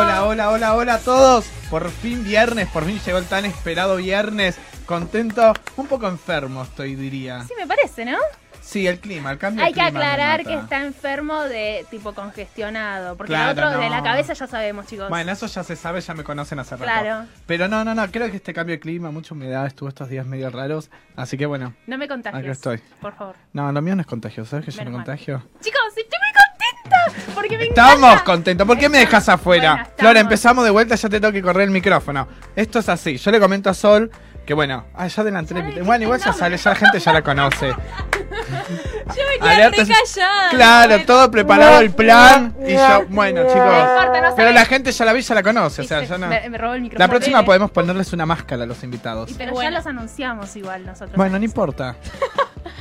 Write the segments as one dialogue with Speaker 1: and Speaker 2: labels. Speaker 1: hola a todos. Por fin viernes, por fin llegó el tan esperado viernes. Contento, un poco enfermo estoy, diría.
Speaker 2: Sí, me parece, ¿no?
Speaker 1: Sí, el clima, el cambio
Speaker 2: Hay
Speaker 1: de
Speaker 2: que
Speaker 1: clima me
Speaker 2: aclarar que
Speaker 1: mata.
Speaker 2: está enfermo de tipo congestionado, porque
Speaker 1: Claro,
Speaker 2: el otro de
Speaker 1: no.
Speaker 2: la cabeza ya sabemos, chicos.
Speaker 1: Bueno, eso ya se sabe, ya me conocen hace rato.
Speaker 2: Claro.
Speaker 1: Pero no, no, no, creo que este cambio de clima, mucha humedad, estuvo estos días medio raros. Así que bueno,
Speaker 2: no me contagies.
Speaker 1: Acá estoy.
Speaker 2: Por favor.
Speaker 1: no, lo mío no es contagio, ¿sabes que yo no
Speaker 2: Menos mal.
Speaker 1: contagio?
Speaker 2: Chicos, estoy muy contenta porque me
Speaker 1: Estamos
Speaker 2: encanta.
Speaker 1: contentos. ¿Por qué me dejas afuera?
Speaker 2: Bueno, estamos.
Speaker 1: Flora, empezamos de vuelta, ya te tengo que correr el micrófono. Esto es así. Yo le comento a Sol que bueno, ah, ya adelanté
Speaker 2: Ya
Speaker 1: el
Speaker 2: le
Speaker 1: video.
Speaker 2: dijiste
Speaker 1: Bueno, igual
Speaker 2: el
Speaker 1: ya
Speaker 2: nombre.
Speaker 1: sale, ya la gente ya la conoce.
Speaker 2: Yo venía
Speaker 1: Alerta-
Speaker 2: recallada.
Speaker 1: Claro, todo preparado el plan. Y yo, bueno,
Speaker 2: No importa, no
Speaker 1: chicos.
Speaker 2: sabe.
Speaker 1: Pero la gente ya la vi, ya la conoce. O sea, ya no.
Speaker 2: me, me robó el micrófono.
Speaker 1: La próxima
Speaker 2: Bebe.
Speaker 1: podemos ponerles una máscara a los invitados.
Speaker 2: Y pero ya los anunciamos igual nosotros.
Speaker 1: Bueno, no importa.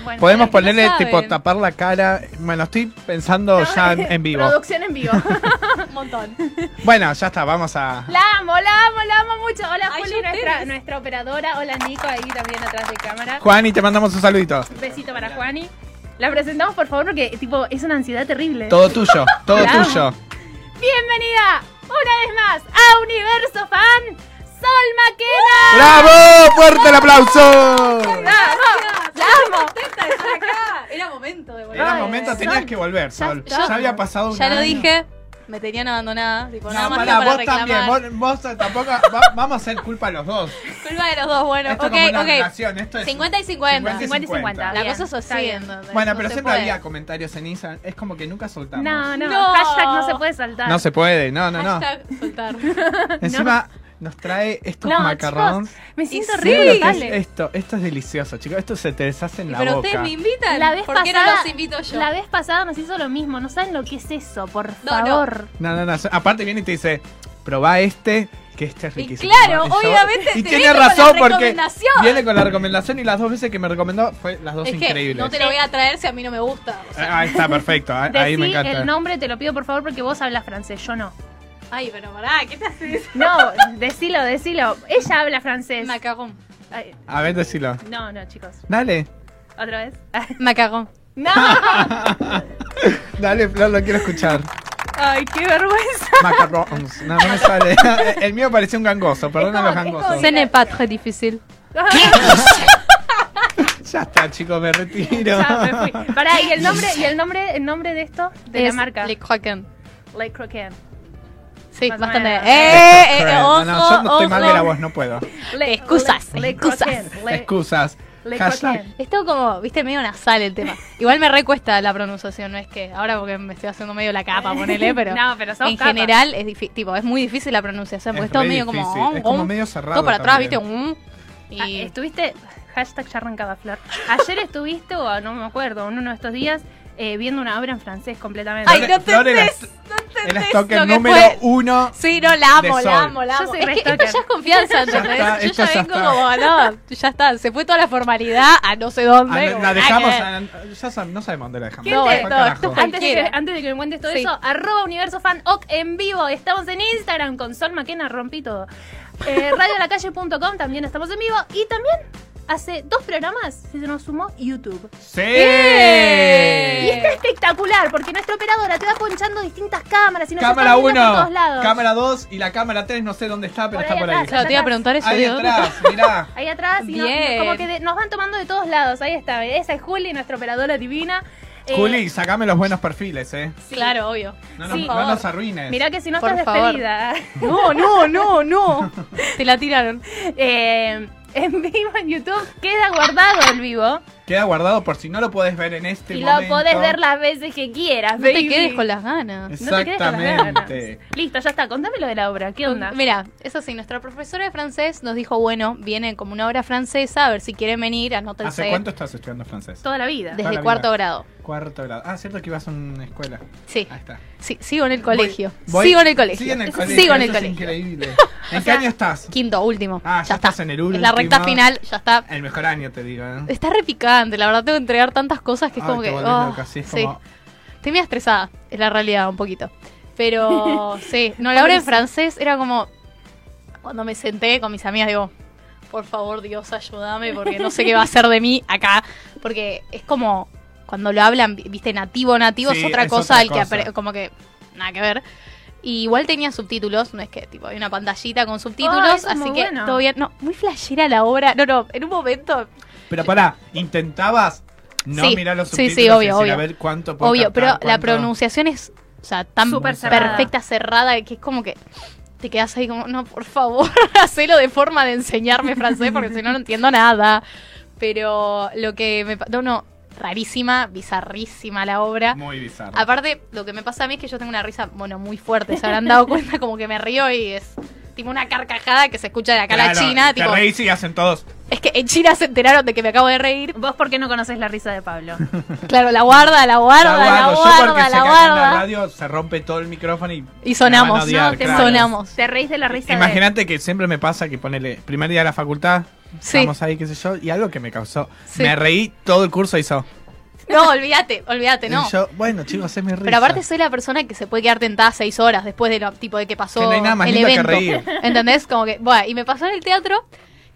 Speaker 2: Bueno, pero
Speaker 1: Podemos
Speaker 2: que no
Speaker 1: ponerle,
Speaker 2: saben.
Speaker 1: tipo, tapar la cara. Bueno, estoy pensando ya en en vivo.
Speaker 2: Producción en vivo. Un montón.
Speaker 1: Bueno, ya está, vamos a.
Speaker 2: La amo, la amo, la amo mucho. Hola,
Speaker 3: Ay,
Speaker 2: Juli,
Speaker 3: yo
Speaker 2: nuestra,
Speaker 3: tenés.
Speaker 2: nuestra operadora. Hola, Nico, ahí también atrás de cámara.
Speaker 1: Juani, te mandamos un saludito.
Speaker 2: Besito para Juani. La presentamos, por favor, porque tipo es una ansiedad terrible.
Speaker 1: Todo tuyo, todo
Speaker 2: La amo.
Speaker 1: tuyo.
Speaker 2: Bienvenida una vez más a Universo Fan, Sol Maquena.
Speaker 1: ¡Bravo! ¡Fuerte el aplauso!
Speaker 3: Ah,
Speaker 2: La amo, la amo.
Speaker 3: contenta de estar acá. Era momento de volver.
Speaker 1: Era
Speaker 2: Ay,
Speaker 1: momento,
Speaker 2: Sol.
Speaker 1: tenías que volver, Sol.
Speaker 3: Ya-
Speaker 1: Ya,
Speaker 3: ya-
Speaker 1: había pasado un
Speaker 3: Ya lo
Speaker 1: año.
Speaker 3: dije, me tenían abandonada. Tipo,
Speaker 1: No,
Speaker 3: nada más
Speaker 1: pará,
Speaker 3: que para
Speaker 1: vos
Speaker 3: reclamar.
Speaker 1: también. Vos, vos tampoco. va- vamos a hacer culpa a los dos.
Speaker 3: Culpa de los dos, bueno.
Speaker 1: Esto es
Speaker 3: ok,
Speaker 1: como una
Speaker 3: ok.
Speaker 1: relación. Esto es.
Speaker 3: 50 y 50.
Speaker 1: 50
Speaker 2: 50 y 50.
Speaker 3: La
Speaker 2: Bien,
Speaker 3: cosa
Speaker 2: está bien.
Speaker 3: sucediendo.
Speaker 1: Bueno, pero siempre había comentarios en Instagram. Es como que nunca soltamos.
Speaker 2: No, no,
Speaker 3: No.
Speaker 2: hashtag no se puede saltar.
Speaker 1: No se puede, no, no, no.
Speaker 3: Hashtag soltar.
Speaker 1: Encima nos trae estos
Speaker 2: No,
Speaker 1: macarrones.
Speaker 2: chicos, me siento
Speaker 3: Y
Speaker 2: re
Speaker 3: sí.
Speaker 1: ¿Saben lo que
Speaker 2: culpable.
Speaker 1: es esto, esto es delicioso, chicos. Esto se te deshace en la
Speaker 3: Pero
Speaker 1: boca.
Speaker 3: ustedes me invitan.
Speaker 2: La vez
Speaker 3: ¿Por qué
Speaker 2: pasada-
Speaker 3: no los invito yo?
Speaker 2: La vez pasada nos hizo lo mismo, no saben lo que es eso, por
Speaker 3: no.
Speaker 2: favor.
Speaker 1: No, no, no. Aparte viene y te dice, probá este, que este es
Speaker 3: Y
Speaker 1: riquísimo.
Speaker 3: claro,
Speaker 1: yo-
Speaker 3: obviamente
Speaker 1: Y
Speaker 3: te
Speaker 1: tiene
Speaker 3: viene con la
Speaker 1: razón porque
Speaker 3: recomendación.
Speaker 1: viene con la recomendación y las dos veces que me recomendó fue las dos
Speaker 3: es que
Speaker 1: increíbles.
Speaker 3: no te lo voy a traer si a mí no me gusta. o sea.
Speaker 1: Ah, está perfecto. Ah, Ahí me
Speaker 2: Decí
Speaker 1: encanta.
Speaker 2: el nombre, te lo pido por favor, porque vos hablas francés, yo no.
Speaker 3: Ay, pero pará, ¿qué te haces?
Speaker 2: No, decilo, decilo. Ella habla francés.
Speaker 3: Macarrón.
Speaker 2: Ay,
Speaker 1: A ver, decilo.
Speaker 2: no, no, chicos.
Speaker 1: Dale.
Speaker 2: ¿Otra vez?
Speaker 3: Ah. Macarrón.
Speaker 2: ¡No!
Speaker 1: Dale, Flor, lo quiero escuchar.
Speaker 2: ¡Ay, qué vergüenza!
Speaker 1: Macarons. No, no me sale. El mío parecía un gangoso. Perdón a los
Speaker 2: Es como- es
Speaker 1: gangosos.
Speaker 2: Ce n'est
Speaker 3: pas très difícil.
Speaker 1: Ya está, chicos, me retiro.
Speaker 2: Ya, me fui. Pará, ¿y el nombre, y el nombre, el nombre de esto? De la marca.
Speaker 3: Le Kraken.
Speaker 2: Like Croquet.
Speaker 3: Sí,
Speaker 2: Más o
Speaker 3: bastante.
Speaker 2: menos.
Speaker 3: ¡Eh! eh, eh,
Speaker 1: No,
Speaker 3: ojo,
Speaker 1: no, yo no estoy mal de la
Speaker 3: ojo.
Speaker 1: voz, no puedo.
Speaker 2: Le-
Speaker 3: Excusas,
Speaker 2: Le- Le
Speaker 3: excusas.
Speaker 2: Croquet, Le-
Speaker 1: Excusas.
Speaker 2: Le
Speaker 1: Hashtag.
Speaker 2: Croquet.
Speaker 3: Es todo como, viste, medio nasal el tema. Igual me recuesta la pronunciación, no es que ahora porque me estoy haciendo medio la capa, ponele, pero
Speaker 2: No, pero sos
Speaker 3: en
Speaker 2: capa.
Speaker 3: general es difí- tipo, es muy difícil la pronunciación, porque
Speaker 1: Es
Speaker 3: es, todo
Speaker 1: re
Speaker 3: medio como,
Speaker 1: difícil, es
Speaker 3: um,
Speaker 1: como
Speaker 3: um,
Speaker 1: medio cerrado
Speaker 3: Todo para atrás, viste,
Speaker 1: también.
Speaker 3: um,
Speaker 2: Ah,
Speaker 3: y
Speaker 2: estuviste, hashtag ya arrancaba Flor. Ayer estuviste, o no me acuerdo, en uno de estos días, eh, viendo una obra en francés completamente.
Speaker 3: Ay, no
Speaker 1: Flor era-
Speaker 3: entendés, no
Speaker 1: El
Speaker 3: entendés
Speaker 1: stalker
Speaker 3: lo que
Speaker 1: número
Speaker 3: fue.
Speaker 1: uno.
Speaker 3: Sí, no, la amo,
Speaker 1: de
Speaker 3: la
Speaker 1: Sol.
Speaker 3: amo, la
Speaker 2: Yo
Speaker 3: amo.
Speaker 2: soy
Speaker 3: Es
Speaker 2: re
Speaker 3: que esto
Speaker 2: stalker.
Speaker 3: ya es confianza, ¿entendés?
Speaker 1: está,
Speaker 3: Yo
Speaker 1: esto
Speaker 3: ya
Speaker 1: ya
Speaker 3: vengo
Speaker 1: está.
Speaker 3: como, no, ya está, se fue toda la formalidad a no sé dónde.
Speaker 1: Ah,
Speaker 3: como,
Speaker 1: La
Speaker 3: nada
Speaker 1: dejamos.
Speaker 3: que ver.
Speaker 1: ah, Ya sab- no sabemos dónde la dejamos.
Speaker 2: Gente,
Speaker 3: No,
Speaker 1: Fue
Speaker 3: esto-
Speaker 1: al
Speaker 3: esto
Speaker 1: carajo.
Speaker 3: fue-
Speaker 2: Antes de, que,
Speaker 3: Cualquiera.
Speaker 2: antes de que me cuentes todo
Speaker 3: Sí.
Speaker 2: eso, arroba universo fan ok en vivo. Estamos en Instagram con Sol Maquena, rompí todo. Eh, radiolacalle.com también estamos en vivo. Y también hace dos programas se nos sumó YouTube. Y
Speaker 1: ¡Sí!
Speaker 3: ¡Eh!
Speaker 2: está espectacular porque nuestra operadora te va ponchando distintas cámaras y nos
Speaker 1: Cámara
Speaker 2: está viendo por
Speaker 1: 1,
Speaker 2: todos lados.
Speaker 1: cámara 2 y la cámara 3, no sé dónde está, pero
Speaker 2: Por
Speaker 1: está
Speaker 2: ahí
Speaker 1: por
Speaker 2: atrás,
Speaker 1: ahí.
Speaker 3: Claro, te iba a preguntar eso,
Speaker 1: Ahí
Speaker 3: digo,
Speaker 1: atrás, mirá.
Speaker 2: Ahí atrás, y no-
Speaker 3: Bien.
Speaker 2: como que de- nos van tomando de todos lados. Ahí está, ¿eh? esa es Juli, nuestra operadora divina. Eh,
Speaker 1: Juli, sacame los buenos perfiles, eh.
Speaker 3: Claro, obvio.
Speaker 1: No
Speaker 2: Sí.
Speaker 1: nos,
Speaker 3: Por
Speaker 1: no nos
Speaker 3: favor.
Speaker 1: arruines.
Speaker 2: Mirá que si no
Speaker 3: Por
Speaker 2: estás
Speaker 3: favor.
Speaker 2: despedida.
Speaker 3: No, no, no, no. Te la tiraron.
Speaker 2: Eh, en vivo en YouTube queda guardado el vivo
Speaker 1: Queda guardado por si no lo podés ver en este
Speaker 2: y
Speaker 1: momento.
Speaker 2: lo podés ver las veces que quieras.
Speaker 3: No te
Speaker 2: baby.
Speaker 3: quedes con las ganas.
Speaker 2: No te quedes con las ganas.
Speaker 1: Exactamente.
Speaker 2: Listo, ya está. Contame lo de la obra. ¿Qué onda?
Speaker 3: Mm, Mira, eso sí, nuestra profesora de francés nos dijo, bueno, viene como una obra francesa, a ver si quieren venir, anótense.
Speaker 1: ¿Hace cuánto estás estudiando francés?
Speaker 2: Toda la vida.
Speaker 1: Toda la
Speaker 3: Desde cuarto
Speaker 1: vida.
Speaker 3: grado.
Speaker 1: Cuarto grado. Ah, cierto que ibas a una escuela.
Speaker 3: Sí,
Speaker 1: Ahí está.
Speaker 3: sí, sigo en el colegio.
Speaker 1: Voy-
Speaker 3: sigo en el colegio.
Speaker 1: Sigue en el
Speaker 3: Eso-
Speaker 1: colegio.
Speaker 3: Sigo en el
Speaker 1: eso es
Speaker 3: colegio.
Speaker 1: increíble.
Speaker 2: O
Speaker 1: ¿En qué
Speaker 2: sea,
Speaker 1: año estás?
Speaker 3: Quinto, último.
Speaker 1: Ah, ya
Speaker 3: está.
Speaker 1: estás en el
Speaker 3: Es la
Speaker 1: último.
Speaker 3: recta final, ya está.
Speaker 1: El mejor año, te digo. ¿eh?
Speaker 3: Está re picante, la verdad tengo que entregar tantas cosas que es
Speaker 1: Ay,
Speaker 3: como
Speaker 1: te
Speaker 3: que...
Speaker 1: volvés
Speaker 3: oh,
Speaker 1: loca, sí, es
Speaker 3: sí.
Speaker 1: como-
Speaker 3: Estoy medio estresada, es la realidad un poquito. Pero sí, no, la obra en francés era como cuando me senté con mis amigas, digo, por favor Dios, ayúdame porque no sé qué va a hacer de mí acá. Porque es como cuando lo hablan, viste, nativo, nativo
Speaker 1: Sí,
Speaker 3: es otra
Speaker 1: es
Speaker 3: cosa,
Speaker 1: otra
Speaker 3: el que
Speaker 1: cosa.
Speaker 3: apre- como que nada que ver. Y igual tenía subtítulos, no es que tipo hay una pantallita con
Speaker 2: Ah,
Speaker 3: subtítulos,
Speaker 2: eso es
Speaker 3: así
Speaker 2: muy
Speaker 3: que
Speaker 2: bueno.
Speaker 3: todo bien. No, muy flashera la obra. No, no, en un momento
Speaker 1: Pero pará, ¿intentabas no
Speaker 3: Sí,
Speaker 1: mirar los
Speaker 3: sí, sí,
Speaker 1: subtítulos
Speaker 3: obvio,
Speaker 1: y decir, a
Speaker 3: obvio.
Speaker 1: ver cuánto puedo
Speaker 3: Obvio, pero
Speaker 1: captar,
Speaker 3: la
Speaker 1: cuánto?
Speaker 3: pronunciación es, o sea, tan
Speaker 2: Súper cerrada.
Speaker 3: perfecta, cerrada, que es como que te quedas ahí como, no, por favor, hacelo de forma de enseñarme francés, porque si no, no entiendo nada. Pero lo que me... pa- No, no, rarísima, bizarrísima la obra.
Speaker 1: Muy bizarro.
Speaker 3: Aparte, lo que me pasa a mí es que yo tengo una risa, bueno, muy fuerte, se habrán dado cuenta, como que me río y es tipo una carcajada que se escucha de acá a la
Speaker 1: Claro,
Speaker 3: China,
Speaker 1: te
Speaker 3: tipo...
Speaker 1: reís y hacen todos.
Speaker 3: Es que en China se enteraron de que me acabo de reír.
Speaker 2: ¿Vos por qué no conocés la risa de Pablo?
Speaker 3: Claro, la guarda, la guarda, la
Speaker 1: yo porque
Speaker 3: guarda,
Speaker 1: sé
Speaker 3: la
Speaker 1: que acá en la
Speaker 3: guarda.
Speaker 1: radio se rompe todo el micrófono y
Speaker 3: Y sonamos,
Speaker 1: me van a odiar,
Speaker 2: No, te
Speaker 1: claro.
Speaker 3: sonamos.
Speaker 2: Te reís de la risa
Speaker 1: Imagínate que siempre me pasa que ponele primer día de la facultad,
Speaker 3: Sí.
Speaker 1: estamos ahí, qué sé yo, y algo que me causó.
Speaker 3: Sí.
Speaker 1: Me reí todo el curso hizo.
Speaker 3: No, olvídate, olvídate, Este, no.
Speaker 1: Y yo, bueno, chicos, se me ríe.
Speaker 3: Pero aparte soy la persona que se puede quedar tentada seis horas después de lo tipo de que pasó
Speaker 1: Que no hay nada más
Speaker 3: el
Speaker 1: lindo que
Speaker 3: evento.
Speaker 1: reír.
Speaker 3: ¿Entendés? Como que, bueno, y me pasó en el teatro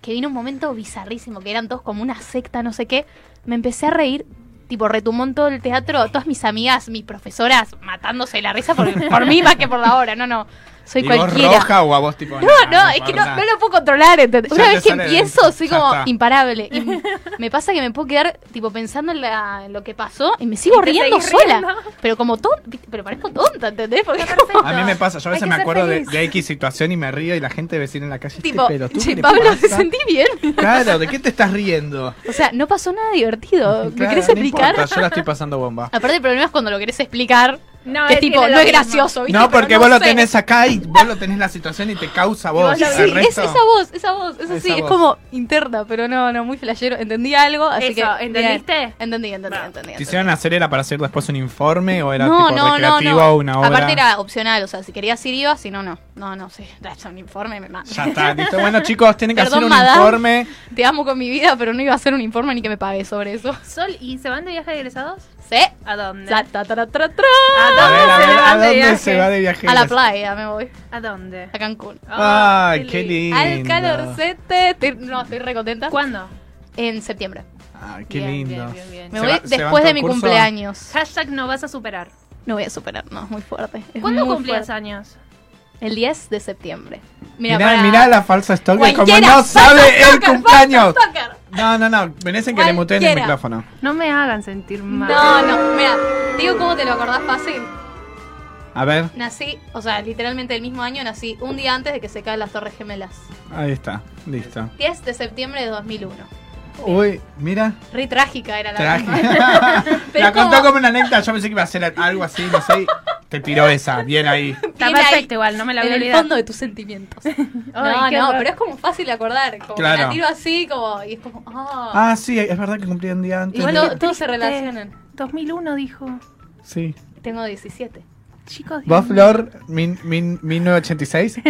Speaker 3: que vino un momento bizarrísimo, que eran todos como una secta, no sé qué. Me empecé a reír, tipo retumó en todo el teatro, todas mis amigas, mis profesoras, matándose de la risa por, por mí más que por la obra. No, no, soy
Speaker 1: ¿Y
Speaker 3: cualquiera.
Speaker 1: vos roja o a vos tipo?
Speaker 3: No, no, es que no, no lo puedo controlar, ¿entendés?
Speaker 1: Ya
Speaker 3: Una
Speaker 1: te
Speaker 3: vez que
Speaker 1: sale de-
Speaker 3: empiezo soy
Speaker 1: ya
Speaker 3: como
Speaker 1: está.
Speaker 3: imparable. Y m- me pasa que me puedo quedar tipo pensando en, la- en lo que pasó y me
Speaker 2: Y
Speaker 3: sigo
Speaker 2: te
Speaker 3: riendo
Speaker 2: seguís
Speaker 3: sola.
Speaker 2: riendo.
Speaker 3: Pero como tonta, pero parezco tonta, ¿entendés? Porque es como-
Speaker 2: perfecto.
Speaker 1: A mí me pasa, yo a
Speaker 2: Hay
Speaker 1: veces
Speaker 2: que
Speaker 1: me
Speaker 2: ser
Speaker 1: acuerdo de,
Speaker 2: feliz.
Speaker 1: de X situación y me río y la gente vecina en la calle
Speaker 3: tipo,
Speaker 1: pero tú
Speaker 3: che, Pablo, ¿te sentí bien?
Speaker 1: Claro, ¿de qué te estás riendo?
Speaker 3: O sea, no pasó nada divertido. ¿Me
Speaker 1: Claro,
Speaker 3: querés
Speaker 1: no
Speaker 3: explicar? Ah,
Speaker 1: importa, yo la estoy pasando bomba.
Speaker 3: Aparte, el problema es cuando lo querés explicar,
Speaker 2: de... No,
Speaker 3: que es
Speaker 2: tiene
Speaker 3: tipo,
Speaker 2: lo
Speaker 3: no es
Speaker 2: mismo.
Speaker 3: gracioso, ¿viste?
Speaker 1: No,
Speaker 3: Pero
Speaker 1: porque vos lo
Speaker 3: sé.
Speaker 1: tenés acá y vos lo tenés la situación y te causa
Speaker 2: vos
Speaker 1: vos.
Speaker 2: lo
Speaker 1: el
Speaker 3: Sí, es
Speaker 1: resto-
Speaker 3: esa voz, esa voz, es así,
Speaker 1: Esa
Speaker 3: es
Speaker 1: voz.
Speaker 3: como interna, pero no, no, muy flashero. Entendí algo, así
Speaker 2: Eso,
Speaker 3: que. bien.
Speaker 2: ¿entendiste?
Speaker 3: Entendí, entendí,
Speaker 2: Va.
Speaker 3: entendí.
Speaker 1: ¿Te
Speaker 3: entendí.
Speaker 1: hicieron hacer era para hacer después un informe o era tipo recreativo o una obra?
Speaker 3: Aparte era opcional, o sea, si querías ir iba, si no, no. No, no sé, es un informe, me mata.
Speaker 1: Ya está, listo. Bueno, chicos, tienen que
Speaker 3: Perdón,
Speaker 1: hacer un
Speaker 3: madame.
Speaker 1: informe.
Speaker 3: Te amo con mi vida, pero no iba a hacer un informe ni que me pague sobre eso.
Speaker 2: Sol, ¿y se van de viaje de egresados?
Speaker 3: ¿Sí?
Speaker 2: ¿A dónde?
Speaker 3: Sa- ta- ta- ta- ta- ta.
Speaker 2: ¿A
Speaker 1: A ver, a ver, ¿a
Speaker 2: van de
Speaker 1: dónde
Speaker 2: viaje?
Speaker 1: se va de viaje?
Speaker 3: A la playa me voy,
Speaker 2: ¿A dónde?
Speaker 3: a Cancún.
Speaker 2: Ah,
Speaker 1: Ay, qué lindo.
Speaker 3: Al calorcete, estoy- no, estoy re contenta.
Speaker 2: ¿Cuándo?
Speaker 3: En septiembre.
Speaker 1: Ah, qué
Speaker 2: Bien,
Speaker 1: lindo.
Speaker 2: bien, bien, bien.
Speaker 3: Me
Speaker 1: ¿Se
Speaker 3: voy
Speaker 1: va- se van
Speaker 3: después
Speaker 1: todo
Speaker 3: de
Speaker 1: el
Speaker 3: mi
Speaker 1: curso?
Speaker 3: cumpleaños.
Speaker 2: Hashtag no vas a superar.
Speaker 3: No voy a superar, no, es muy fuerte. es
Speaker 2: ¿Cuándo
Speaker 3: muy
Speaker 2: cumplías
Speaker 3: fuerte.
Speaker 2: años?
Speaker 3: El 10 de septiembre.
Speaker 1: Mirá,
Speaker 3: Mira, para-
Speaker 1: mirá la falsa stalker como
Speaker 3: Cualquiera,
Speaker 1: no sabe el
Speaker 3: stalker,
Speaker 1: cumpleaños.
Speaker 3: stalker.
Speaker 1: No, no, no. Merecen que le muteen el
Speaker 3: Cualquiera.
Speaker 1: micrófono.
Speaker 2: No me hagan sentir mal.
Speaker 3: No, no, mira, te digo cómo te lo acordás fácil.
Speaker 1: A ver,
Speaker 3: Nací, o sea, literalmente el mismo año nací un día antes de que se caen las Torres Gemelas.
Speaker 1: ahí está. Listo.
Speaker 3: 10 de septiembre de 2001.
Speaker 1: Uy, mira.
Speaker 3: Re trágica era la
Speaker 1: Traje.
Speaker 3: misma. Pero
Speaker 1: la
Speaker 3: como-
Speaker 1: contó como una anécdota. Yo pensé que iba a hacer algo así, no sé. y Te tiró esa. Bien ahí.
Speaker 2: Está
Speaker 3: Viene ahí,
Speaker 2: perfecto igual, no me la voy a
Speaker 3: En el
Speaker 2: olvidar.
Speaker 3: fondo de tus sentimientos. no,
Speaker 2: Ay, qué
Speaker 3: no,
Speaker 2: horror.
Speaker 3: pero es como fácil de acordar. Como que
Speaker 1: Claro.
Speaker 3: la tiro así, como, y es como, ah.
Speaker 1: Ah, sí, es verdad que cumplí un día antes.
Speaker 3: Igual
Speaker 1: de-
Speaker 3: to- todos se
Speaker 2: Este,
Speaker 3: relacionan.
Speaker 2: 2001 dijo.
Speaker 1: Sí.
Speaker 3: Tengo 17.
Speaker 2: Chicos,
Speaker 1: ¿Vos,
Speaker 2: Dios mío.
Speaker 1: Flor, min, min, 1986?
Speaker 3: Es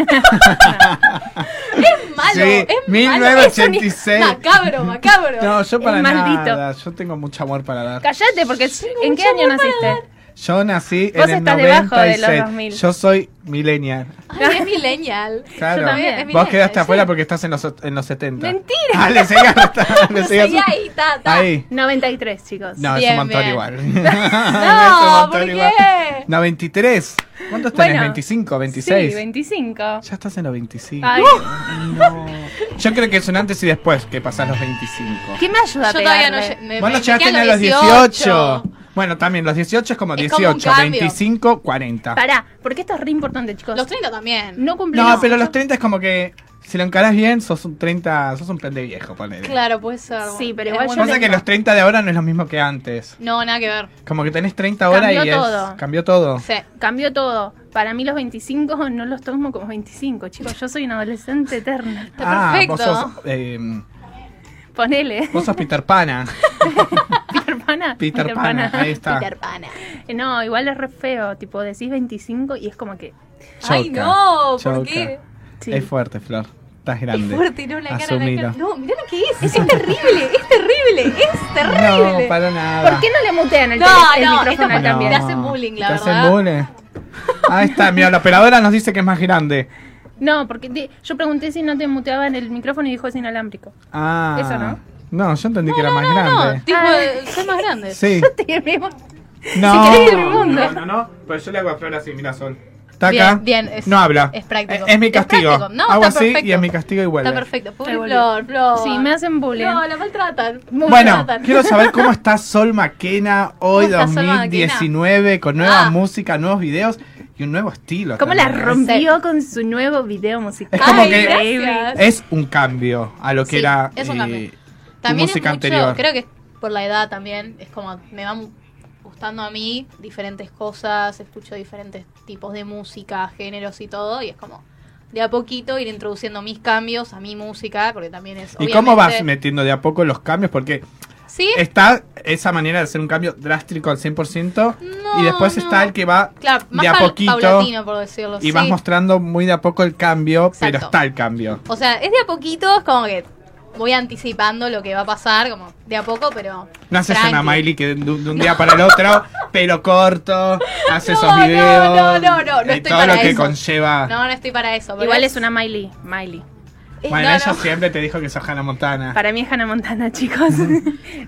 Speaker 3: malo,
Speaker 1: Sí,
Speaker 3: es
Speaker 1: 1986.
Speaker 3: malo. Es un- macabro, macabro.
Speaker 1: No, yo para
Speaker 2: Es maldito.
Speaker 1: nada. Yo tengo mucho amor para dar.
Speaker 2: Cállate, porque ¿en qué año naciste?
Speaker 1: Yo nací
Speaker 2: Vos
Speaker 1: en el
Speaker 2: estás debajo de los
Speaker 1: 96.
Speaker 2: 2000.
Speaker 1: Yo soy millennial.
Speaker 3: Ay, es millennial.
Speaker 1: Claro.
Speaker 2: también, es
Speaker 1: Vos
Speaker 3: millennial,
Speaker 1: quedaste
Speaker 3: sí.
Speaker 1: afuera porque estás en los, en los 70.
Speaker 2: Mentira.
Speaker 1: Ah, le sigas, le sigas.
Speaker 3: Seguí ahí, ta, ta.
Speaker 1: Ahí.
Speaker 2: 93, chicos.
Speaker 1: No, es
Speaker 3: Bien,
Speaker 1: un montón
Speaker 3: bien.
Speaker 1: igual.
Speaker 3: No, ¿por qué?
Speaker 1: No, 23. ¿Cuántos
Speaker 2: Bueno,
Speaker 1: tenés? ¿25? ¿26?
Speaker 2: Sí, 25.
Speaker 1: Ya estás en los 25.
Speaker 2: Ay,
Speaker 1: No. Yo creo que es un antes y después que pasás los 25.
Speaker 2: ¿Qué me ayuda a
Speaker 3: Yo todavía no
Speaker 2: pegarle?
Speaker 3: lle- me-
Speaker 1: Vos
Speaker 3: me
Speaker 1: no llegaste
Speaker 3: metí
Speaker 1: a los 18.
Speaker 3: 18.
Speaker 1: Bueno, también los 18 es como
Speaker 3: Es
Speaker 1: 18,
Speaker 3: como un cambio.
Speaker 1: 25, 40.
Speaker 2: Pará, porque esto es re importante, chicos.
Speaker 3: Los 30 también.
Speaker 2: No cumplimos.
Speaker 1: No, pero los 30 es como que si lo encarás bien, sos un 30, sos un plan de viejo, ponele.
Speaker 3: Claro, puede ser.
Speaker 2: Sí, pero
Speaker 3: Es
Speaker 2: igual
Speaker 3: buen
Speaker 2: yo
Speaker 1: Eh, Pasa
Speaker 2: le-
Speaker 1: que los 30 de ahora no es lo mismo que antes.
Speaker 3: No, nada que ver.
Speaker 1: Como que tenés 30 ahora
Speaker 2: Cambió
Speaker 1: y es-
Speaker 2: todo.
Speaker 1: cambió todo.
Speaker 3: Sí.
Speaker 2: Cambió todo. Para mí los 25 no los tomo como 25, chicos. Yo soy una adolescente eterna.
Speaker 3: Está
Speaker 1: ah, vos
Speaker 3: perfecto.
Speaker 1: sos, eh,
Speaker 2: Ponele,
Speaker 1: vos sos Peter Pana.
Speaker 2: Peter Pana.
Speaker 1: Peter Pana, ahí está.
Speaker 3: Peter Pana.
Speaker 2: Eh, No, igual es re feo. Tipo, decís 25 y es como que...
Speaker 3: Ay,
Speaker 1: Choca,
Speaker 3: no, ¿por
Speaker 1: choca.
Speaker 3: qué?
Speaker 2: sí.
Speaker 1: Es fuerte, Flor. Estás grande.
Speaker 3: Es fuerte, no, la cara,
Speaker 1: Asumilo.
Speaker 3: la cara. No, mirá lo que es. Es terrible, es terrible, es terrible.
Speaker 1: No, para nada.
Speaker 2: ¿Por qué no le mutean el,
Speaker 3: No,
Speaker 2: tele- el
Speaker 3: no,
Speaker 2: micrófono
Speaker 3: esto-
Speaker 2: al también?
Speaker 3: Te hacen bullying, la
Speaker 1: Te
Speaker 3: verdad.
Speaker 1: hacen bullying. Ahí está, mira, la operadora nos dice que es más grande.
Speaker 2: No, porque te- yo pregunté si no te muteaban el micrófono y dijo es inalámbrico.
Speaker 1: Ah.
Speaker 2: Eso no.
Speaker 1: No, yo entendí que era más
Speaker 3: No,
Speaker 1: grande.
Speaker 3: tipo, eh,
Speaker 2: Ay.
Speaker 3: soy más grande.
Speaker 1: Sí.
Speaker 2: Te vemos.
Speaker 1: No.
Speaker 2: Si querés ir al mundo.
Speaker 1: no, no, Pero yo le hago a Flor así, mira Sol. Está
Speaker 3: Bien,
Speaker 1: acá.
Speaker 3: bien, es-
Speaker 1: no habla.
Speaker 3: es práctico.
Speaker 1: Eh, Es mi
Speaker 3: Es
Speaker 1: castigo.
Speaker 3: práctico. No,
Speaker 1: Hago
Speaker 3: está
Speaker 1: así y
Speaker 3: perfecto.
Speaker 1: es mi castigo y vuelve.
Speaker 3: Está perfecto. Pobre
Speaker 2: Ahí volvió.
Speaker 3: Flor, Flor.
Speaker 2: Sí, me hacen bullying.
Speaker 3: No, la maltratan. Muy
Speaker 1: Bueno,
Speaker 3: maltratan.
Speaker 1: quiero saber cómo está Sol Maquena hoy
Speaker 3: ¿Cómo está Sol
Speaker 1: 2019 con nueva
Speaker 3: Ah.
Speaker 1: música, nuevos videos y un nuevo estilo.
Speaker 2: ¿Cómo la
Speaker 1: también, ¿eh?
Speaker 2: rompió con su nuevo video musical?
Speaker 1: Es como
Speaker 3: Ay,
Speaker 1: que-
Speaker 3: gracias.
Speaker 1: Es un cambio a lo que
Speaker 3: Sí,
Speaker 1: era
Speaker 3: es un
Speaker 1: eh,
Speaker 3: cambio.
Speaker 1: tu
Speaker 3: También
Speaker 1: música
Speaker 3: es mucho,
Speaker 1: anterior.
Speaker 3: creo que es por la edad también, es como me van gustando a mí diferentes cosas, escucho diferentes tipos de música, géneros y todo, y es como de a poquito ir introduciendo mis cambios a mi música, porque también es...
Speaker 1: ¿Y cómo vas
Speaker 3: obviamente-
Speaker 1: metiendo de a poco los cambios? Porque
Speaker 3: Sí,
Speaker 1: está esa manera de hacer un cambio drástico al 100%
Speaker 3: No,
Speaker 1: y después
Speaker 3: no.
Speaker 1: está el que va
Speaker 3: claro, más
Speaker 1: de a
Speaker 3: pal-
Speaker 1: poquito
Speaker 3: paulatino, por decirlo
Speaker 1: y vas
Speaker 3: sí.
Speaker 1: mostrando muy de a poco el cambio, pero
Speaker 3: Exacto.
Speaker 1: está el cambio.
Speaker 3: O sea, es de a poquito, es como que voy anticipando lo que va a pasar, como de a poco, pero...
Speaker 1: No haces
Speaker 3: tranqui.
Speaker 1: una Miley que de un, de un día para el otro, pelo corto, hace
Speaker 3: No,
Speaker 1: esos
Speaker 3: no,
Speaker 1: videos.
Speaker 3: no, no, no, no
Speaker 1: y
Speaker 3: estoy
Speaker 1: todo
Speaker 3: para
Speaker 1: lo que
Speaker 3: eso.
Speaker 1: conlleva.
Speaker 3: No, eh, no estoy para eso. pero
Speaker 2: Igual es una Miley. Miley.
Speaker 3: es-
Speaker 1: bueno,
Speaker 3: no,
Speaker 1: ella
Speaker 3: no.
Speaker 1: siempre te dijo que sos Hannah Montana.
Speaker 2: Para mí es Hannah Montana, chicos.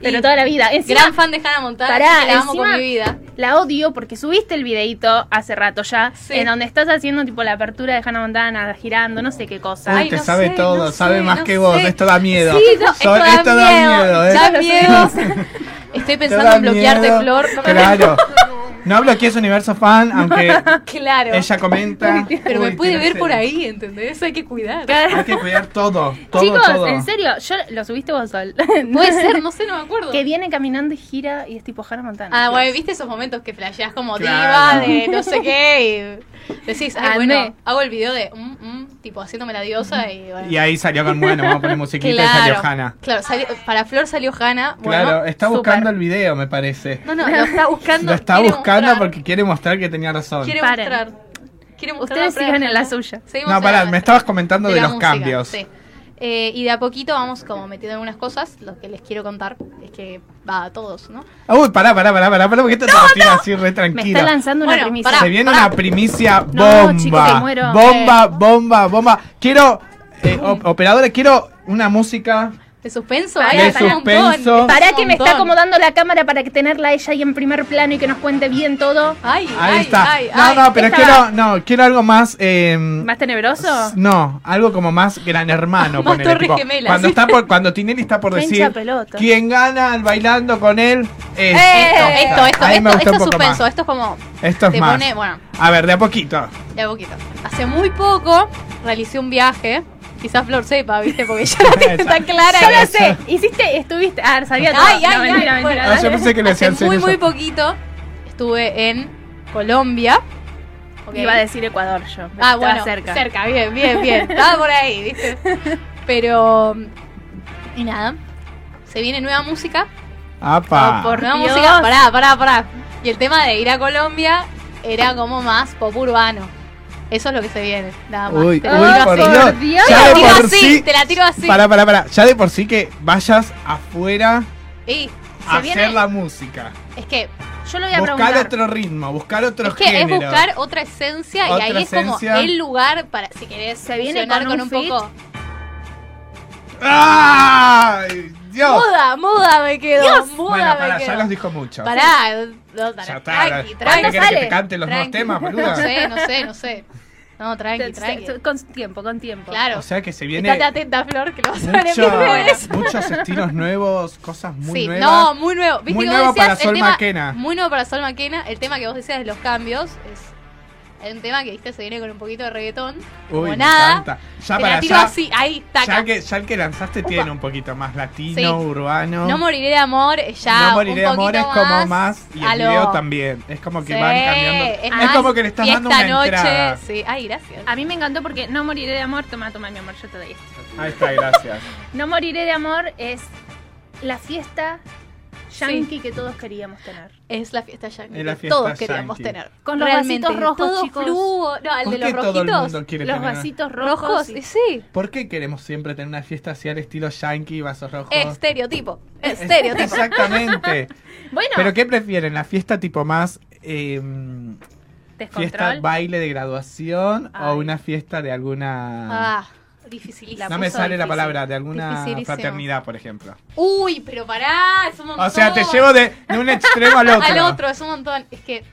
Speaker 2: Pero toda la vida. Encima,
Speaker 3: Gran fan de Hannah Montana,
Speaker 2: Pará,
Speaker 3: así que la amo
Speaker 2: encima-
Speaker 3: con mi vida.
Speaker 2: la odio porque subiste el videito hace rato ya,
Speaker 3: Sí.
Speaker 2: en donde estás haciendo tipo la apertura de Hannah Montana, girando, no sé qué
Speaker 1: Uy,
Speaker 2: cosa.
Speaker 3: Ay,
Speaker 1: te
Speaker 3: no
Speaker 1: sabe
Speaker 3: sé,
Speaker 1: todo,
Speaker 3: no
Speaker 1: sabe
Speaker 3: sé,
Speaker 1: más
Speaker 3: no
Speaker 1: que vos,
Speaker 3: sé.
Speaker 1: esto da miedo.
Speaker 3: Sí, no,
Speaker 1: Sol, esto da miedo, ¿eh?
Speaker 3: da
Speaker 1: Esto
Speaker 3: miedo. Estoy
Speaker 1: da
Speaker 3: pensando en bloquearte,
Speaker 1: miedo.
Speaker 3: Flor. No me-
Speaker 1: Claro. No bloquees Universo Fan, aunque
Speaker 3: Claro.
Speaker 1: ella comenta.
Speaker 3: Pero
Speaker 1: Uy,
Speaker 3: me puede
Speaker 1: tiene
Speaker 3: ver por
Speaker 1: celo.
Speaker 3: ahí, ¿entendés? Hay que cuidar.
Speaker 1: Hay que cuidar todo, todo,
Speaker 2: Chicos,
Speaker 1: todo.
Speaker 2: en serio, yo lo subiste vos sol.
Speaker 3: Puede ser, no sé, no me acuerdo.
Speaker 2: que viene caminando y gira y es tipo Hannah Montana.
Speaker 3: Ah,
Speaker 2: Dios.
Speaker 3: bueno, viste esos momentos que flasheás como
Speaker 1: Claro.
Speaker 3: diva de no sé qué y decís, ay,
Speaker 2: Andé.
Speaker 3: bueno, hago el video de, mm, mm, tipo, haciéndome la diosa y bueno.
Speaker 1: Y ahí salió con bueno, vamos a poner musiquita y salió Hannah.
Speaker 3: Claro, salió- para Flor salió Hanna. Bueno,
Speaker 1: Claro, está
Speaker 3: súper.
Speaker 1: buscando el video, me parece.
Speaker 3: No, no, lo está buscando.
Speaker 1: Lo está
Speaker 3: quiere
Speaker 1: buscando
Speaker 3: mostrar,
Speaker 1: porque quiere mostrar que tenía razón.
Speaker 3: Quiere
Speaker 2: Paren.
Speaker 3: mostrar. Quiere mostrar
Speaker 2: Ustedes
Speaker 3: la prueba
Speaker 2: sigan en la
Speaker 3: Hanna.
Speaker 2: suya.
Speaker 3: Seguimos
Speaker 1: No,
Speaker 3: en la
Speaker 1: pará, me
Speaker 3: nuestra.
Speaker 1: estabas comentando de,
Speaker 3: la
Speaker 1: los
Speaker 3: música,
Speaker 1: cambios.
Speaker 3: sí. Eh, y de a poquito vamos como metiendo algunas cosas. Lo que les quiero contar es que va a todos, ¿no?
Speaker 1: Ah, Uy, pará, pará, pará, pará, pará, porque esto te lo tira así re
Speaker 2: Me está
Speaker 1: tranquila.
Speaker 2: lanzando una
Speaker 3: Bueno,
Speaker 2: primicia.
Speaker 3: pará.
Speaker 1: Se viene una primicia
Speaker 2: No,
Speaker 1: bomba.
Speaker 2: chico, me muero.
Speaker 3: eh.
Speaker 1: Bomba, bomba, bomba. Quiero, eh, o- operadora, quiero una música.
Speaker 3: De suspenso,
Speaker 2: Pará,
Speaker 3: ¿eh?
Speaker 2: de
Speaker 3: Un montón.
Speaker 1: suspenso.
Speaker 3: Es
Speaker 2: Pará
Speaker 3: un
Speaker 2: que me está
Speaker 3: montón.
Speaker 2: acomodando la cámara para que tenerla ella ahí en primer plano y que nos cuente bien todo.
Speaker 3: Ay,
Speaker 1: Ahí
Speaker 3: ay,
Speaker 1: está.
Speaker 3: ay,
Speaker 1: no,
Speaker 3: ay.
Speaker 1: no, pero
Speaker 2: esta-
Speaker 1: quiero, no, quiero algo más. eh,
Speaker 2: ¿Más tenebroso?
Speaker 1: No, algo como más gran hermano.
Speaker 3: Más
Speaker 1: ponele,
Speaker 3: Torres
Speaker 1: tipo,
Speaker 3: Gemelas.
Speaker 1: Cuando, está por, cuando Tinelli está por
Speaker 2: Me
Speaker 1: decir
Speaker 2: hincha pelota.
Speaker 1: quien gana al bailando con él es
Speaker 3: Eh, esto, esto,
Speaker 1: A mí me gustó
Speaker 3: esto, esto
Speaker 1: un
Speaker 3: es
Speaker 1: poco
Speaker 3: suspenso.
Speaker 1: más.
Speaker 3: Esto es como.
Speaker 1: Esto es
Speaker 3: te
Speaker 1: más.
Speaker 3: pone, bueno, Ah,
Speaker 1: A ver, de a poquito.
Speaker 3: de a poquito. Hace muy poco realicé un viaje. Quizás Flor sepa, ¿viste? Porque ya la tiene tan clara.
Speaker 1: Ya
Speaker 2: Yo lo
Speaker 1: lo
Speaker 2: sé, hiciste, estuviste. Ah, sabía todo.
Speaker 3: Ay,
Speaker 2: No,
Speaker 3: ay, ay,
Speaker 2: mentira,
Speaker 3: bueno.
Speaker 2: mentira,
Speaker 1: Ah, yo
Speaker 2: dale.
Speaker 1: pensé que le
Speaker 3: Hace
Speaker 1: hacían
Speaker 3: muy,
Speaker 1: serio.
Speaker 3: muy poquito estuve en Colombia. Ok.
Speaker 2: Iba a decir Ecuador yo. pero
Speaker 3: Ah,
Speaker 2: estaba
Speaker 3: bueno,
Speaker 2: cerca.
Speaker 3: cerca.
Speaker 2: Eh,
Speaker 3: bien, bien, bien. Estaba por ahí, ¿viste? Pero. Y nada. Se viene nueva música.
Speaker 1: Apa.
Speaker 2: Oh, por-
Speaker 3: Nueva
Speaker 2: Dios.
Speaker 3: música. Pará, pará, pará. Y el tema de ir a Colombia era como más pop urbano. Eso es lo que se viene. Nada más.
Speaker 1: Uy,
Speaker 3: Te
Speaker 2: Ay,
Speaker 3: lo
Speaker 1: uy,
Speaker 3: tiro
Speaker 1: por
Speaker 3: así.
Speaker 1: Dios.
Speaker 2: Dios.
Speaker 3: Te
Speaker 1: Ya
Speaker 3: la
Speaker 1: de
Speaker 3: tiro
Speaker 1: por
Speaker 3: así,
Speaker 1: sí.
Speaker 3: te la tiro así.
Speaker 1: Para, para, para. Ya de por sí que vayas afuera
Speaker 3: Y
Speaker 1: a
Speaker 2: viene-
Speaker 1: hacer la música.
Speaker 3: es que,
Speaker 2: Yo lo voy a
Speaker 1: Buscar
Speaker 2: preguntar.
Speaker 1: otro ritmo, buscar otro
Speaker 3: es, que es
Speaker 1: género.
Speaker 3: buscar otra esencia y
Speaker 1: Otra
Speaker 3: ahí es como
Speaker 1: esencia.
Speaker 3: el lugar para, si querés,
Speaker 2: Se viene
Speaker 3: fusionar
Speaker 2: con un feat.
Speaker 3: poco.
Speaker 1: ¡Ay! Dios.
Speaker 3: Muda, muda me quedo. Muda
Speaker 1: Bueno,
Speaker 3: me
Speaker 1: para,
Speaker 3: quedo.
Speaker 1: ya los dijo mucho.
Speaker 3: Pará, no,
Speaker 1: Ya está,
Speaker 3: tranqui,
Speaker 1: ¿qué
Speaker 3: tranqui.
Speaker 1: querés que
Speaker 2: sale?
Speaker 1: te cante los nuevos
Speaker 3: Tranqui.
Speaker 1: temas,
Speaker 3: No
Speaker 1: boluda?
Speaker 3: sé, no sé, no sé. No, tranqui, tranqui.
Speaker 2: Con tiempo, con tiempo.
Speaker 3: Claro.
Speaker 1: O sea que se
Speaker 3: Estate
Speaker 1: viene
Speaker 3: atenta, Flor, que lo vas a ver en mis redes.
Speaker 1: mucho- muchos estilos nuevos, cosas muy
Speaker 3: sí,
Speaker 1: nuevas.
Speaker 3: no, muy nuevo. ¿Viste
Speaker 1: Muy
Speaker 3: que vos
Speaker 1: nuevo
Speaker 3: decías
Speaker 1: para
Speaker 3: el
Speaker 1: Sol
Speaker 3: tema-
Speaker 1: Maquena.
Speaker 3: Muy nuevo para Sol Maquena. El tema que vos decías de los cambios es un tema que, viste, se viene con un poquito de reggaetón.
Speaker 1: Uy,
Speaker 3: como
Speaker 1: me
Speaker 3: nada.
Speaker 1: encanta. Ya
Speaker 3: Te
Speaker 1: para
Speaker 3: la tiro
Speaker 1: allá.
Speaker 3: así, ahí,
Speaker 1: Ya
Speaker 3: taca.
Speaker 1: el que, ya el que lanzaste tiene un poquito más latino,
Speaker 3: Sí.
Speaker 1: urbano.
Speaker 3: No moriré de amor, es ya.
Speaker 1: No moriré de
Speaker 3: un poquito
Speaker 1: amor es como más. Y
Speaker 3: a
Speaker 1: el
Speaker 3: lo-
Speaker 1: video también. Es como que van
Speaker 3: Sí,
Speaker 1: cambiando. Es,
Speaker 3: más,
Speaker 1: como que le estás dando una
Speaker 3: fiesta noche.
Speaker 1: entrada.
Speaker 3: Sí, ay, gracias.
Speaker 2: A mí me encantó porque no moriré de amor. Toma, toma, mi amor, yo te doy esto.
Speaker 1: Ahí está, gracias.
Speaker 2: No moriré de amor es la fiesta yankee que todos queríamos tener.
Speaker 3: Es la fiesta yankee.
Speaker 1: Es la
Speaker 3: que
Speaker 1: fiesta
Speaker 3: todos queríamos
Speaker 1: yankee.
Speaker 3: tener.
Speaker 2: Con los
Speaker 3: Realmente,
Speaker 2: vasitos rojos,
Speaker 3: todo
Speaker 2: chicos.
Speaker 3: fluo. No, el
Speaker 1: ¿Por
Speaker 3: de
Speaker 1: qué
Speaker 3: los
Speaker 1: todo el
Speaker 3: rojitos.
Speaker 1: mundo quiere
Speaker 2: Los
Speaker 1: tener?
Speaker 2: vasitos rojos.
Speaker 3: Rojos,
Speaker 2: y-
Speaker 3: y sí.
Speaker 1: ¿Por qué queremos siempre tener una fiesta así al estilo yankee, vasos rojos?
Speaker 3: Estereotipo.
Speaker 1: Es-
Speaker 3: Estereotipo.
Speaker 1: Exactamente.
Speaker 2: Bueno,
Speaker 1: ¿Pero qué prefieren? ¿La fiesta tipo más eh, fiesta
Speaker 2: descontrol.
Speaker 1: baile de graduación
Speaker 2: Ay.
Speaker 1: o una fiesta de alguna...
Speaker 3: Ah, dificilísimo.
Speaker 1: no me
Speaker 2: puso
Speaker 1: sale la
Speaker 2: difícil.
Speaker 1: palabra, de alguna
Speaker 3: Dificilísimo.
Speaker 1: fraternidad, por ejemplo.
Speaker 3: Uy, pero pará, es un montón.
Speaker 1: O sea, te llevo de, de un extremo al otro.
Speaker 3: Al otro, es un montón. Es que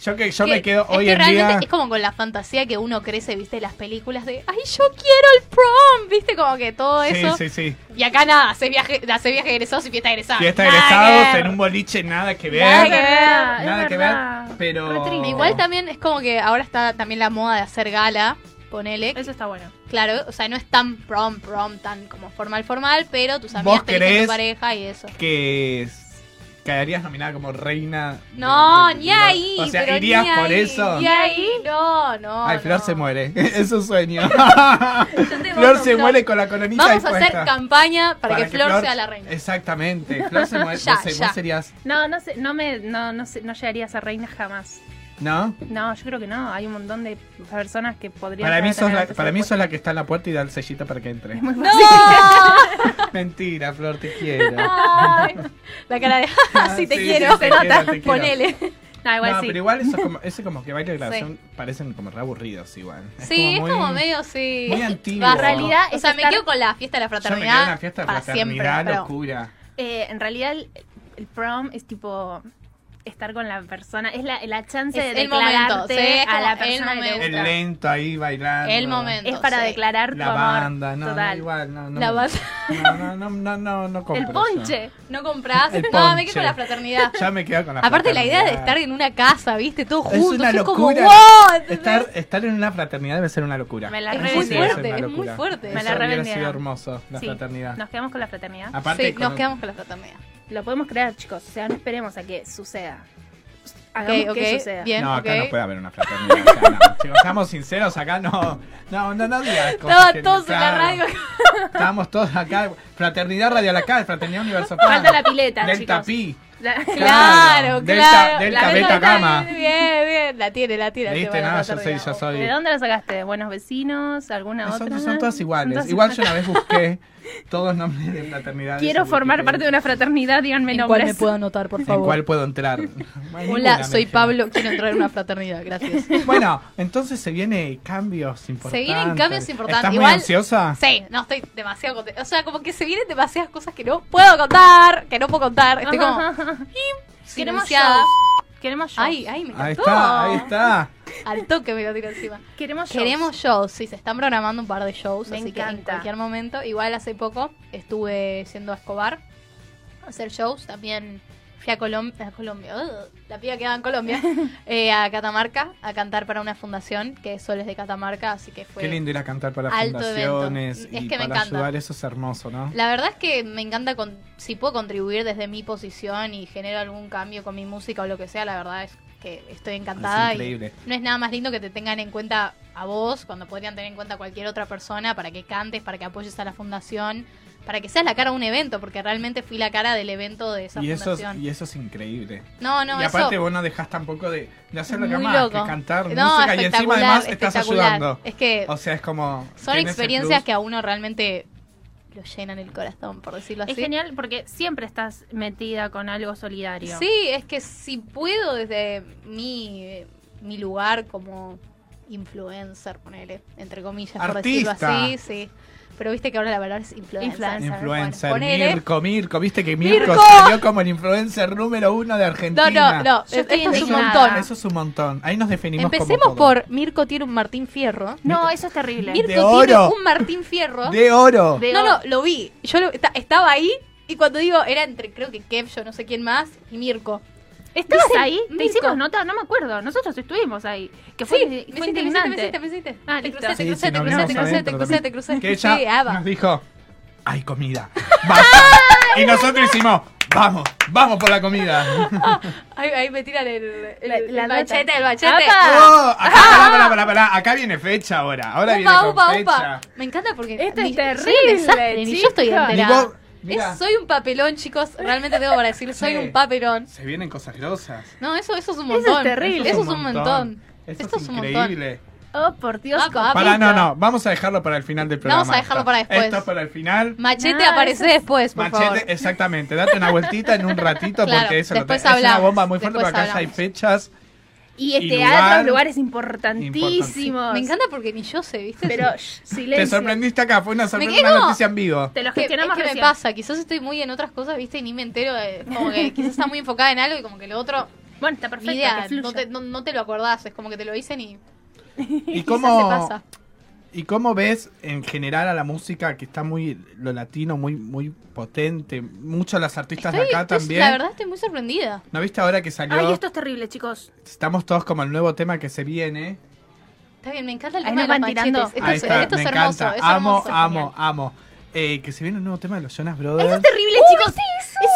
Speaker 1: Yo que yo
Speaker 3: Que-
Speaker 1: me quedo
Speaker 3: es
Speaker 1: hoy
Speaker 3: que
Speaker 1: en
Speaker 3: realmente
Speaker 1: día.
Speaker 3: es como con la fantasía que uno crece, viste, las películas de ay, yo quiero el prom, viste, como que todo
Speaker 1: Sí,
Speaker 3: eso.
Speaker 1: sí, sí.
Speaker 3: Y acá nada, hace viaje, hace viaje de egresados y fiesta de egresados.
Speaker 1: Fiesta de
Speaker 3: Ah, Nada que
Speaker 1: egresados
Speaker 3: ver.
Speaker 1: en un boliche, nada que ver.
Speaker 3: Nada que ver.
Speaker 2: es
Speaker 1: Nada que
Speaker 2: verdad.
Speaker 1: ver, pero-
Speaker 2: Re triste.
Speaker 3: Igual también es como que ahora está también la moda de hacer gala, ponele.
Speaker 2: Eso está bueno.
Speaker 3: Claro, o sea, no es tan prom, prom, tan como formal, formal, pero tus
Speaker 1: ¿Vos
Speaker 3: amigas te eligen
Speaker 1: querés? Eh,
Speaker 3: tu pareja y eso.
Speaker 1: Que s- quedarías nominada como reina. de-
Speaker 3: No,
Speaker 1: de-
Speaker 3: ni
Speaker 1: de-
Speaker 3: ahí.
Speaker 1: eh, O sea,
Speaker 3: pero
Speaker 1: irías
Speaker 3: ni ahí,
Speaker 1: por eso.
Speaker 3: Ni ahí, no, no.
Speaker 1: Ay, Flor
Speaker 3: no.
Speaker 1: se muere. Es un sueño.
Speaker 2: te
Speaker 1: Flor
Speaker 2: voto,
Speaker 1: se
Speaker 2: Flor.
Speaker 1: muere con la colonita
Speaker 3: Vamos a hacer
Speaker 1: dispuesta.
Speaker 3: campaña para, que, Flor, sea la reina.
Speaker 1: Exactamente. Flor se muere.
Speaker 3: Ya,
Speaker 1: vos, se- vos
Speaker 3: ya.
Speaker 1: serías.
Speaker 2: No, no sé, no me, no, no sé, no llegaría a ser reina jamás.
Speaker 1: ¿No?
Speaker 2: No, yo creo que no. Hay un montón de personas que podrían.
Speaker 1: Para
Speaker 2: llegar
Speaker 1: mí,
Speaker 2: a
Speaker 1: sos
Speaker 2: tener
Speaker 1: la,
Speaker 2: acceso
Speaker 1: para
Speaker 2: al
Speaker 1: mí
Speaker 2: puesto.
Speaker 1: sos la que está en la puerta y da el sellito para que entre.
Speaker 3: ¡No!
Speaker 1: Mentira, Flor, te quiero.
Speaker 3: Ay, la cara de, "Ah, sí, te
Speaker 1: Sí,
Speaker 3: quiero,
Speaker 1: sí, te
Speaker 3: se nota.
Speaker 1: quiero, te quiero.
Speaker 3: Ponele.
Speaker 2: No, igual
Speaker 1: no,
Speaker 2: sí.
Speaker 1: pero igual eso como, ese como que baile de grabación parecen como re aburridos igual. Es
Speaker 3: Sí,
Speaker 1: como
Speaker 3: es como
Speaker 1: muy-
Speaker 3: medio, sí.
Speaker 1: muy antiguo.
Speaker 3: La
Speaker 2: realidad
Speaker 3: o
Speaker 2: es
Speaker 3: sea, me
Speaker 2: estar-
Speaker 3: quedo con la fiesta de
Speaker 1: Yo
Speaker 3: la
Speaker 1: me quedé
Speaker 3: fraternidad.
Speaker 1: en la fiesta de
Speaker 3: para
Speaker 1: fraternidad,
Speaker 3: siempre. pero-
Speaker 1: locura.
Speaker 2: Eh, en realidad, el, el prom es tipo estar con la persona. Es la, la chance
Speaker 3: Es
Speaker 2: de
Speaker 3: el momento,
Speaker 2: declararte
Speaker 3: sí, es
Speaker 2: a la
Speaker 3: como el
Speaker 2: persona que te
Speaker 3: momento.
Speaker 2: gusta.
Speaker 1: El lento ahí bailando.
Speaker 3: El momento.
Speaker 2: Es para
Speaker 3: Sí.
Speaker 2: declarar tu
Speaker 1: La
Speaker 2: amor.
Speaker 1: banda, no, no,
Speaker 2: total.
Speaker 1: igual, no, no.
Speaker 3: La banda.
Speaker 1: No, no, no, no, no, no compro
Speaker 2: el
Speaker 1: yo.
Speaker 2: ponche.
Speaker 3: No compras.
Speaker 1: El
Speaker 3: No, me quedo
Speaker 1: ponche.
Speaker 3: con la fraternidad.
Speaker 1: Ya me quedo con la
Speaker 3: Aparte, la idea de estar
Speaker 1: fraternidad.
Speaker 3: en una casa, viste, todos
Speaker 1: Es
Speaker 3: juntos.
Speaker 1: una
Speaker 3: Es como,
Speaker 1: locura.
Speaker 3: "Wow", ¿entendés?
Speaker 1: Estar, estar en una fraternidad debe ser una locura.
Speaker 2: Me la
Speaker 1: Eso
Speaker 2: revendieron.
Speaker 1: sí debe ser una
Speaker 3: Es muy fuerte, es muy
Speaker 1: locura.
Speaker 3: fuerte.
Speaker 2: Me la
Speaker 1: Eso hubiera
Speaker 2: revendieron.
Speaker 1: sido hermoso, la
Speaker 2: Sí.
Speaker 1: fraternidad.
Speaker 2: Nos quedamos con la fraternidad.
Speaker 1: Aparte,
Speaker 3: Sí,
Speaker 1: con
Speaker 3: nos
Speaker 1: un-
Speaker 3: quedamos con la fraternidad.
Speaker 2: Lo podemos crear, chicos. O sea, no esperemos a que suceda. Hagamos
Speaker 3: ok,
Speaker 2: que suceda.
Speaker 3: bien,
Speaker 1: no,
Speaker 3: ok.
Speaker 1: acá no puede haber una fraternidad. acá no. Chicos, estamos sinceros, acá no. No, no, no digas cosas
Speaker 3: Estaban
Speaker 1: que-
Speaker 3: todos en la
Speaker 1: claro,
Speaker 3: radio.
Speaker 1: Estábamos todos acá. Fraternidad Radio Lacal, Fraternidad Universo
Speaker 2: Falta
Speaker 1: Pan,
Speaker 2: la pileta,
Speaker 1: Delta
Speaker 2: chicos.
Speaker 1: Pi.
Speaker 2: La-
Speaker 3: Claro, claro.
Speaker 1: Delta- Delta
Speaker 2: Beta
Speaker 3: Delta
Speaker 1: Gamma.
Speaker 3: Bien, bien. La tiene, la tiene. la
Speaker 1: ¿Viste?
Speaker 3: tiene,
Speaker 1: No,
Speaker 3: la
Speaker 1: yo soy,
Speaker 3: tiene.
Speaker 1: yo soy.
Speaker 2: ¿De dónde la sacaste? ¿De buenos vecinos? ¿Alguna
Speaker 1: Son,
Speaker 2: otra?
Speaker 1: son todas iguales.
Speaker 2: Son todas
Speaker 1: Igual yo una vez busqué todos nombres de fraternidades.
Speaker 2: Quiero
Speaker 1: en
Speaker 2: formar
Speaker 1: Wikipedia.
Speaker 2: parte de una fraternidad, díganme
Speaker 3: ¿En cuál
Speaker 2: nombres.
Speaker 3: me puedo anotar, por
Speaker 1: ¿En
Speaker 3: favor?
Speaker 1: cuál puedo entrar? No hay ninguna,
Speaker 3: Hola,
Speaker 1: me
Speaker 3: soy
Speaker 1: dijeron.
Speaker 3: Pablo. Quiero entrar en una fraternidad. Gracias.
Speaker 1: Bueno, entonces se vienen cambios importantes.
Speaker 3: vienen cambios importantes.
Speaker 1: ¿Estás muy
Speaker 3: Igual-
Speaker 1: ansiosa?
Speaker 3: Sí, no, estoy demasiado contenta. O sea, como que se vienen demasiadas cosas que no puedo contar, que no puedo contar. Estoy como
Speaker 2: Queremos
Speaker 3: silenciada.
Speaker 2: shows. Queremos shows.
Speaker 3: Ay, ay, me encantó.
Speaker 1: Ahí está, ahí está.
Speaker 3: Al toque me lo tiro encima.
Speaker 2: Queremos shows.
Speaker 3: Queremos shows, sí, se están programando un par de shows,
Speaker 2: Me
Speaker 3: así que en
Speaker 2: encanta.
Speaker 3: cualquier momento. Igual hace poco estuve siendo a Escobar a hacer shows, también fui a, Colom- a Colombia, ugh, la piba quedaba en Colombia, eh, a Catamarca, a cantar para una fundación que es Soles de Catamarca, así que fue...
Speaker 1: Qué lindo ir a cantar para
Speaker 3: Alto evento.
Speaker 1: fundaciones
Speaker 3: Es
Speaker 1: y
Speaker 3: que me
Speaker 1: para
Speaker 3: encanta.
Speaker 1: ayudar, eso es hermoso, ¿no?
Speaker 3: La verdad es que me encanta con, si puedo contribuir desde mi posición y genero algún cambio con mi música o lo que sea, la verdad es que estoy encantada
Speaker 1: Es
Speaker 3: y
Speaker 1: increíble.
Speaker 3: no es nada más lindo que te tengan en cuenta a vos cuando podrían tener en cuenta a cualquier otra persona para que cantes, para que apoyes a la fundación, para que seas la cara de un evento, porque realmente fui la cara del evento de esa
Speaker 1: Y eso, es,
Speaker 3: fundación.
Speaker 1: y eso es increíble.
Speaker 3: no, no,
Speaker 1: y aparte
Speaker 3: eso
Speaker 1: vos no dejás tampoco de, de hacer lo que
Speaker 3: muy
Speaker 1: amás,
Speaker 3: loco.
Speaker 1: que cantar
Speaker 3: No,
Speaker 1: música y encima
Speaker 3: espectacular,
Speaker 1: además estás
Speaker 3: espectacular.
Speaker 1: ayudando.
Speaker 3: Es que
Speaker 1: O sea, es como...
Speaker 3: son
Speaker 1: tenés el
Speaker 3: experiencias
Speaker 1: plus.
Speaker 3: que a uno realmente lo llenan el corazón, por decirlo así.
Speaker 2: Es genial porque siempre estás metida con algo solidario.
Speaker 3: Sí, es que si puedo desde mi, mi lugar como influencer, ponele, entre comillas, por decirlo
Speaker 1: Artista.
Speaker 3: así, sí. Pero viste que ahora la palabra es influencer.
Speaker 2: Influencer.
Speaker 3: Bueno,
Speaker 1: Influencer,
Speaker 3: ponele.
Speaker 1: Mirko, Mirko, viste que Mirko,
Speaker 3: ¡Mirko!
Speaker 1: salió como el influencer número uno de
Speaker 3: No,
Speaker 1: Argentina.
Speaker 3: no, no,
Speaker 2: Yo estoy
Speaker 3: esto es un
Speaker 2: indignada.
Speaker 3: montón.
Speaker 1: Eso es un montón. Ahí nos definimos como
Speaker 3: Empecemos
Speaker 1: todos.
Speaker 3: por Mirko tiene un Martín Fierro.
Speaker 2: No, eso es terrible.
Speaker 3: Mirko
Speaker 1: De
Speaker 3: tiene
Speaker 1: oro.
Speaker 3: un Martín Fierro.
Speaker 1: De oro.
Speaker 2: De-
Speaker 3: No, no, lo vi. Yo lo- esta- estaba ahí y cuando digo, era entre creo que Kev, yo no sé quién más, y Mirko.
Speaker 2: ¿Estabas
Speaker 3: Dicen,
Speaker 2: ahí? ¿Te
Speaker 3: Mirko.
Speaker 2: hicimos nota? No me acuerdo. Nosotros estuvimos ahí. Que fue,
Speaker 3: Sí,
Speaker 2: fue
Speaker 3: me hiciste, me hiciste, me
Speaker 2: indignante.
Speaker 3: hiciste, me hiciste.
Speaker 2: Ah,
Speaker 3: te
Speaker 2: listo.
Speaker 3: crucé, te
Speaker 1: Sí, sí,
Speaker 3: crucé,
Speaker 1: nos
Speaker 3: te crucé, te
Speaker 1: vimos
Speaker 3: crucé, te
Speaker 1: adentro
Speaker 3: crucé,
Speaker 1: también.
Speaker 3: te crucé.
Speaker 1: Que ella
Speaker 3: Sí, Ava.
Speaker 1: nos dijo, hay comida. basta". y nosotros hicimos, vamos, vamos por la comida.
Speaker 3: Ahí, ahí me tiran el, el,
Speaker 2: La-
Speaker 3: el
Speaker 2: la
Speaker 3: machete,
Speaker 2: nota.
Speaker 3: el machete.
Speaker 2: ¡Apa!
Speaker 1: Oh, acá, pará, pará, pará, pará. acá viene fecha ahora. Ahora viene
Speaker 3: Ah. Upa,
Speaker 1: con
Speaker 3: upa,
Speaker 1: fecha.
Speaker 3: upa. Me encanta porque
Speaker 2: Esto es
Speaker 3: ni- soy un
Speaker 2: terrible,
Speaker 3: desastre, ni yo estoy
Speaker 2: chicos.
Speaker 1: Ni
Speaker 3: enterada.
Speaker 1: vos- mirá,
Speaker 3: Es- soy un papelón, chicos. Realmente tengo para decir, soy
Speaker 1: Sí.
Speaker 3: un papelón.
Speaker 1: se vienen cosas grosas.
Speaker 3: No, eso, eso es un
Speaker 2: Eso es
Speaker 3: montón.
Speaker 2: terrible.
Speaker 3: Eso es un montón.
Speaker 1: Eso
Speaker 3: Esto
Speaker 1: es
Speaker 3: es un
Speaker 1: increíble.
Speaker 2: Oh, por Dios.
Speaker 3: Ah,
Speaker 2: copito.
Speaker 1: Para, no, no, vamos a dejarlo para el final del programa.
Speaker 3: Vamos a dejarlo para después.
Speaker 1: Esto para el final.
Speaker 3: Machete
Speaker 2: No,
Speaker 3: aparece
Speaker 2: eso-
Speaker 3: después, por
Speaker 1: Machete,
Speaker 3: favor.
Speaker 1: exactamente. Date una vueltita en un ratito
Speaker 3: Claro,
Speaker 1: porque eso lo
Speaker 3: después
Speaker 1: te- es una
Speaker 3: hablamos,
Speaker 1: bomba muy fuerte
Speaker 3: después
Speaker 1: porque acá ya hay
Speaker 3: hablamos.
Speaker 1: fechas.
Speaker 2: Y este
Speaker 1: lugar-
Speaker 2: lugar, lugares importantísimos.
Speaker 3: Me encanta porque ni yo sé, ¿viste?
Speaker 2: Pero, shh, silencio.
Speaker 1: Te sorprendiste acá, fue una, sorpresa,
Speaker 3: Me quedo-
Speaker 1: una noticia en vivo.
Speaker 2: Te los
Speaker 3: Que- es que
Speaker 2: gestionamos
Speaker 3: me
Speaker 2: recién.
Speaker 3: pasa, quizás estoy muy en otras cosas, viste, y ni me entero de, como que quizás está muy enfocada en algo y como que lo otro
Speaker 2: Bueno, está perfecto.
Speaker 3: Ni idea,
Speaker 2: que fluya.
Speaker 3: no te, no- no te lo acordás, es como que te lo dicen y.
Speaker 1: ¿Y
Speaker 3: Quizás
Speaker 1: cómo,
Speaker 3: se pasa.
Speaker 1: ¿Y cómo ves en general a la música que está muy lo latino, muy muy potente? Muchos de los artistas
Speaker 3: Estoy-
Speaker 1: de acá
Speaker 3: estoy-
Speaker 1: también.
Speaker 3: La verdad estoy muy sorprendida.
Speaker 1: ¿No viste ahora que salió?
Speaker 2: Ay, esto es terrible, chicos.
Speaker 1: Estamos todos como el nuevo tema que se viene.
Speaker 3: Está bien, me encanta el
Speaker 2: Ahí
Speaker 3: tema
Speaker 2: me
Speaker 3: de los
Speaker 2: van tirando.
Speaker 3: machetes. Esto,
Speaker 1: Ahí
Speaker 3: es-
Speaker 1: está,
Speaker 3: esto
Speaker 1: me
Speaker 3: es hermoso.
Speaker 1: encanta.
Speaker 3: es
Speaker 1: amo,
Speaker 3: hermoso,
Speaker 1: amo,
Speaker 3: genial.
Speaker 1: amo. Eh, que se viene un nuevo tema de los Jonas
Speaker 2: Esto
Speaker 1: Brothers.
Speaker 2: es terrible, chicos.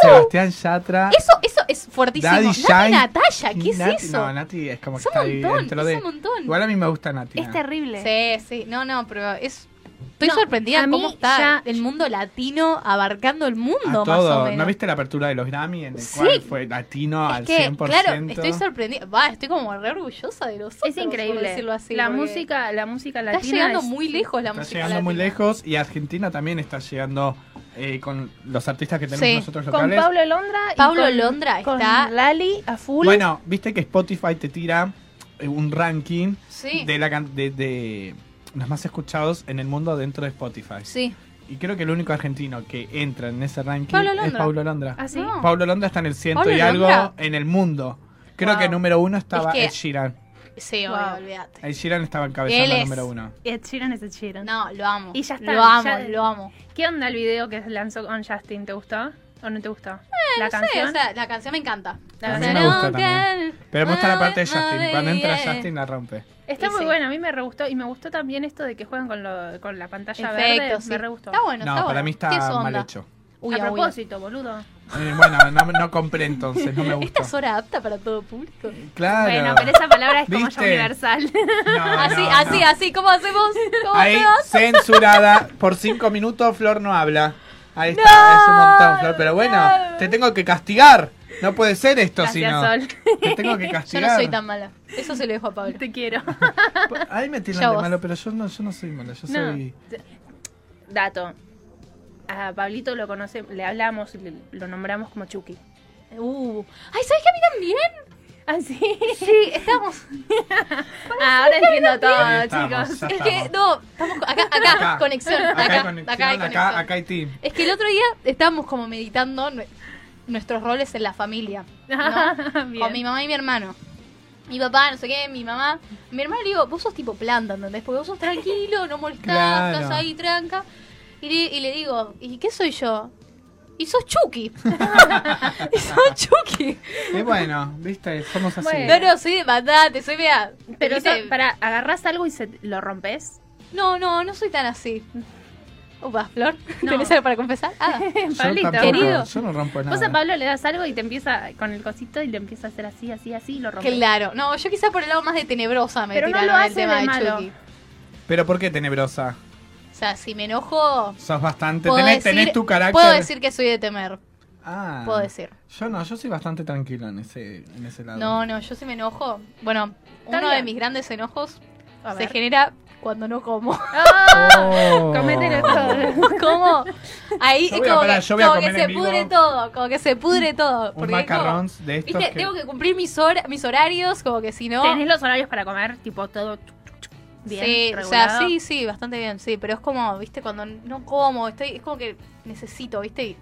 Speaker 1: Sebastián Yatra.
Speaker 3: Eso, eso es fuertísimo.
Speaker 1: Daddy
Speaker 3: Nati
Speaker 1: Yankee.
Speaker 3: Natalia, ¿qué es
Speaker 1: Nati-
Speaker 3: eso?
Speaker 1: No, Nati es como
Speaker 3: es
Speaker 1: que
Speaker 3: un
Speaker 1: está ahí
Speaker 3: montón,
Speaker 1: dentro
Speaker 3: es
Speaker 1: de.
Speaker 3: un montón.
Speaker 1: Igual a mí me gusta Nati.
Speaker 2: Es terrible.
Speaker 3: Sí, sí, no, no, pero es... Estoy
Speaker 2: No,
Speaker 3: sorprendida
Speaker 2: a
Speaker 3: en cómo
Speaker 2: mí
Speaker 3: está
Speaker 2: ya-
Speaker 3: el mundo latino abarcando el
Speaker 1: A
Speaker 3: mundo, más o
Speaker 1: todo.
Speaker 3: menos.
Speaker 1: ¿No viste la apertura de los Grammy en el
Speaker 3: Sí.
Speaker 1: cual fue latino al
Speaker 3: es que,
Speaker 1: 100%?
Speaker 3: claro, estoy sorprendida. Va, estoy como re orgullosa de nosotros,
Speaker 2: Es increíble.
Speaker 3: por decirlo así.
Speaker 2: la
Speaker 3: porque
Speaker 2: música, la música latina.
Speaker 3: Está llegando
Speaker 2: es-
Speaker 3: muy lejos la
Speaker 1: Está
Speaker 3: música
Speaker 1: llegando muy
Speaker 3: latina.
Speaker 1: lejos y Argentina también está llegando eh, con los artistas que tenemos
Speaker 3: Sí,
Speaker 1: nosotros
Speaker 2: Con
Speaker 1: locales.
Speaker 2: Pablo Londra. y
Speaker 3: Pablo
Speaker 2: con-
Speaker 3: Londra
Speaker 2: con
Speaker 3: está-
Speaker 2: Lali a full.
Speaker 1: Bueno, viste que Spotify te tira eh, un ranking
Speaker 3: Sí,
Speaker 1: de, la, can- de, de los más escuchados en el mundo dentro de Spotify.
Speaker 3: sí.
Speaker 1: Y creo que el único argentino que entra en ese ranking
Speaker 3: Pablo
Speaker 1: es
Speaker 3: Londra.
Speaker 1: Pablo Londra.
Speaker 2: Así.
Speaker 3: No.
Speaker 1: Pablo Londra está en el ciento
Speaker 3: ¿Pablo
Speaker 1: y algo
Speaker 3: Londra?
Speaker 1: en el mundo. Creo
Speaker 3: Wow.
Speaker 1: que número uno estaba
Speaker 3: Es que-
Speaker 1: Ed Sheeran.
Speaker 3: Sí,
Speaker 2: Wow.
Speaker 3: obvio, olvídate.
Speaker 1: Ed Sheeran estaba encabezando
Speaker 3: Él
Speaker 1: el
Speaker 3: es-
Speaker 1: número uno.
Speaker 2: Ed Sheeran es Ed Sheeran.
Speaker 3: No, lo amo.
Speaker 2: Y ya está,
Speaker 3: Lo amo,
Speaker 2: ya-
Speaker 3: lo amo.
Speaker 2: ¿Qué onda el video que lanzó con Justin? ¿Te gustó? ¿O no te gustó? la
Speaker 3: Eh, No sé,
Speaker 2: canción.
Speaker 3: o sea, la canción me encanta. La
Speaker 1: A mí
Speaker 3: canción
Speaker 1: me gusta
Speaker 3: No,
Speaker 1: también.
Speaker 3: girl,
Speaker 1: Pero me gusta la parte de
Speaker 3: my
Speaker 1: Justin. Cuando entra
Speaker 3: baby.
Speaker 1: Justin la rompe.
Speaker 2: Está
Speaker 3: y
Speaker 2: muy
Speaker 3: sí.
Speaker 2: buena, a mí me re gustó. Y me gustó también esto de que juegan con, lo- con la pantalla verde.
Speaker 3: Efecto, sí.
Speaker 2: Me re gustó.
Speaker 3: Está bueno,
Speaker 1: No,
Speaker 3: está
Speaker 1: para
Speaker 3: bueno.
Speaker 1: mí
Speaker 3: ¿Qué es su
Speaker 1: está
Speaker 3: onda?
Speaker 1: mal hecho.
Speaker 3: Uy,
Speaker 2: a
Speaker 3: uy, uy.
Speaker 2: propósito, boludo.
Speaker 1: Eh, bueno, no, no compré entonces, no me
Speaker 3: Esta
Speaker 1: gustó.
Speaker 3: es hora apta para todo público.
Speaker 1: Claro.
Speaker 2: Bueno, pero esa palabra es como ya
Speaker 1: ¿Viste?
Speaker 2: universal.
Speaker 1: No, no,
Speaker 3: así,
Speaker 1: Ah, no.
Speaker 3: así, así, ¿cómo hacemos? ¿Cómo
Speaker 1: Ahí,
Speaker 3: hacemos?
Speaker 1: censurada. Por cinco minutos, Flor no habla. Ahí está, es un montón, Flor. Pero bueno, te tengo que castigar. No puede ser esto,
Speaker 2: Gracias,
Speaker 1: sino.
Speaker 2: Sol.
Speaker 1: Te tengo que
Speaker 3: Yo
Speaker 1: castigar.
Speaker 3: no soy tan mala. Eso se lo dejo a Pablo.
Speaker 2: Te quiero.
Speaker 1: Ahí me tiran
Speaker 3: Ya
Speaker 1: de
Speaker 3: vos.
Speaker 1: malo, pero yo no, yo no soy mala, yo
Speaker 2: No.
Speaker 1: soy.
Speaker 2: Dato. A Pablito lo conoce, le hablamos, y le- lo nombramos como Chucky.
Speaker 3: Uh. Ay, ¿sabes que a mí también?
Speaker 2: ¿Ah, sí?
Speaker 3: Sí, estamos.
Speaker 2: Ah, ahora entiendo todo,
Speaker 1: Ahí estamos,
Speaker 2: chicos.
Speaker 1: ya
Speaker 3: Es que,
Speaker 1: estamos.
Speaker 3: no, estamos acá, acá,
Speaker 1: Acá.
Speaker 3: conexión. Acá,
Speaker 1: Acá hay
Speaker 3: conexión,
Speaker 1: conexión,
Speaker 3: acá, hay conexión.
Speaker 1: acá, acá hay team.
Speaker 3: Es que el otro día estábamos como meditando nue- nuestros roles en la familia. ¿no?
Speaker 2: Bien.
Speaker 3: Con mi mamá y mi hermano. Mi papá, no sé qué, mi mamá. Mi hermano le digo, vos sos tipo planta, ¿entendés? Porque vos sos tranquilo, no molestás,
Speaker 1: Claro.
Speaker 3: estás ahí tranca. Y le, y le digo, ¿y qué soy yo? Y sos Chucky. y sos Chucky.
Speaker 1: Y bueno, viste, somos así.
Speaker 2: Bueno.
Speaker 3: No, no, soy de mandate, soy vea.
Speaker 2: Pero
Speaker 3: ¿viste?
Speaker 2: para, agarras algo y se, lo rompes.
Speaker 3: No, no, no soy tan así. Upa, Flor,
Speaker 2: No.
Speaker 3: ¿tenés algo para confesar? Ah.
Speaker 1: Yo
Speaker 2: Pablito,
Speaker 1: tampoco,
Speaker 3: querido.
Speaker 1: Yo no rompo
Speaker 2: Vos a
Speaker 1: nada.
Speaker 2: Pablo le das algo y te empieza con el cosito y le empieza a hacer así, así, así y lo rompes.
Speaker 3: Claro, no, yo quizá por el lado más de tenebrosa me
Speaker 2: Pero no
Speaker 3: tiraron
Speaker 2: lo
Speaker 3: el
Speaker 2: hace
Speaker 3: tema
Speaker 2: de
Speaker 3: de,
Speaker 2: malo.
Speaker 3: Chucky.
Speaker 1: Pero ¿por qué tenebrosa?
Speaker 3: O sea, si me enojo,
Speaker 1: Sos bastante.
Speaker 3: puedo,
Speaker 1: Tenés,
Speaker 3: decir,
Speaker 1: tenés tu carácter.
Speaker 3: puedo decir que soy de temer,
Speaker 1: Ah.
Speaker 3: puedo decir.
Speaker 1: Yo no, yo soy bastante tranquilo en ese, en ese lado.
Speaker 3: No, no, yo si me enojo, bueno,
Speaker 2: Está
Speaker 3: uno de
Speaker 2: bien.
Speaker 3: mis grandes enojos
Speaker 2: A
Speaker 3: se
Speaker 2: ver.
Speaker 3: genera cuando no como.
Speaker 2: ¡Ah!
Speaker 1: Oh.
Speaker 2: Cometele todo.
Speaker 3: como ahí
Speaker 1: Yo
Speaker 3: es
Speaker 1: voy a-
Speaker 3: como,
Speaker 1: pará,
Speaker 3: que,
Speaker 1: yo voy a
Speaker 3: como que
Speaker 1: comer
Speaker 3: se
Speaker 1: en vivo.
Speaker 3: pudre todo, como que se pudre todo.
Speaker 1: Un
Speaker 3: Porque es como,
Speaker 1: macarrón de estos.
Speaker 3: Viste,
Speaker 1: que-
Speaker 3: tengo que cumplir mis, hor- mis horarios, como que si no...
Speaker 2: Tenés los horarios para comer, tipo todo chuc, chuc, chuc, bien
Speaker 3: sí, o sea,
Speaker 2: regulado.
Speaker 3: sí, sí, bastante bien, sí, pero es como, viste, cuando no como, estoy, es como que necesito, viste, y-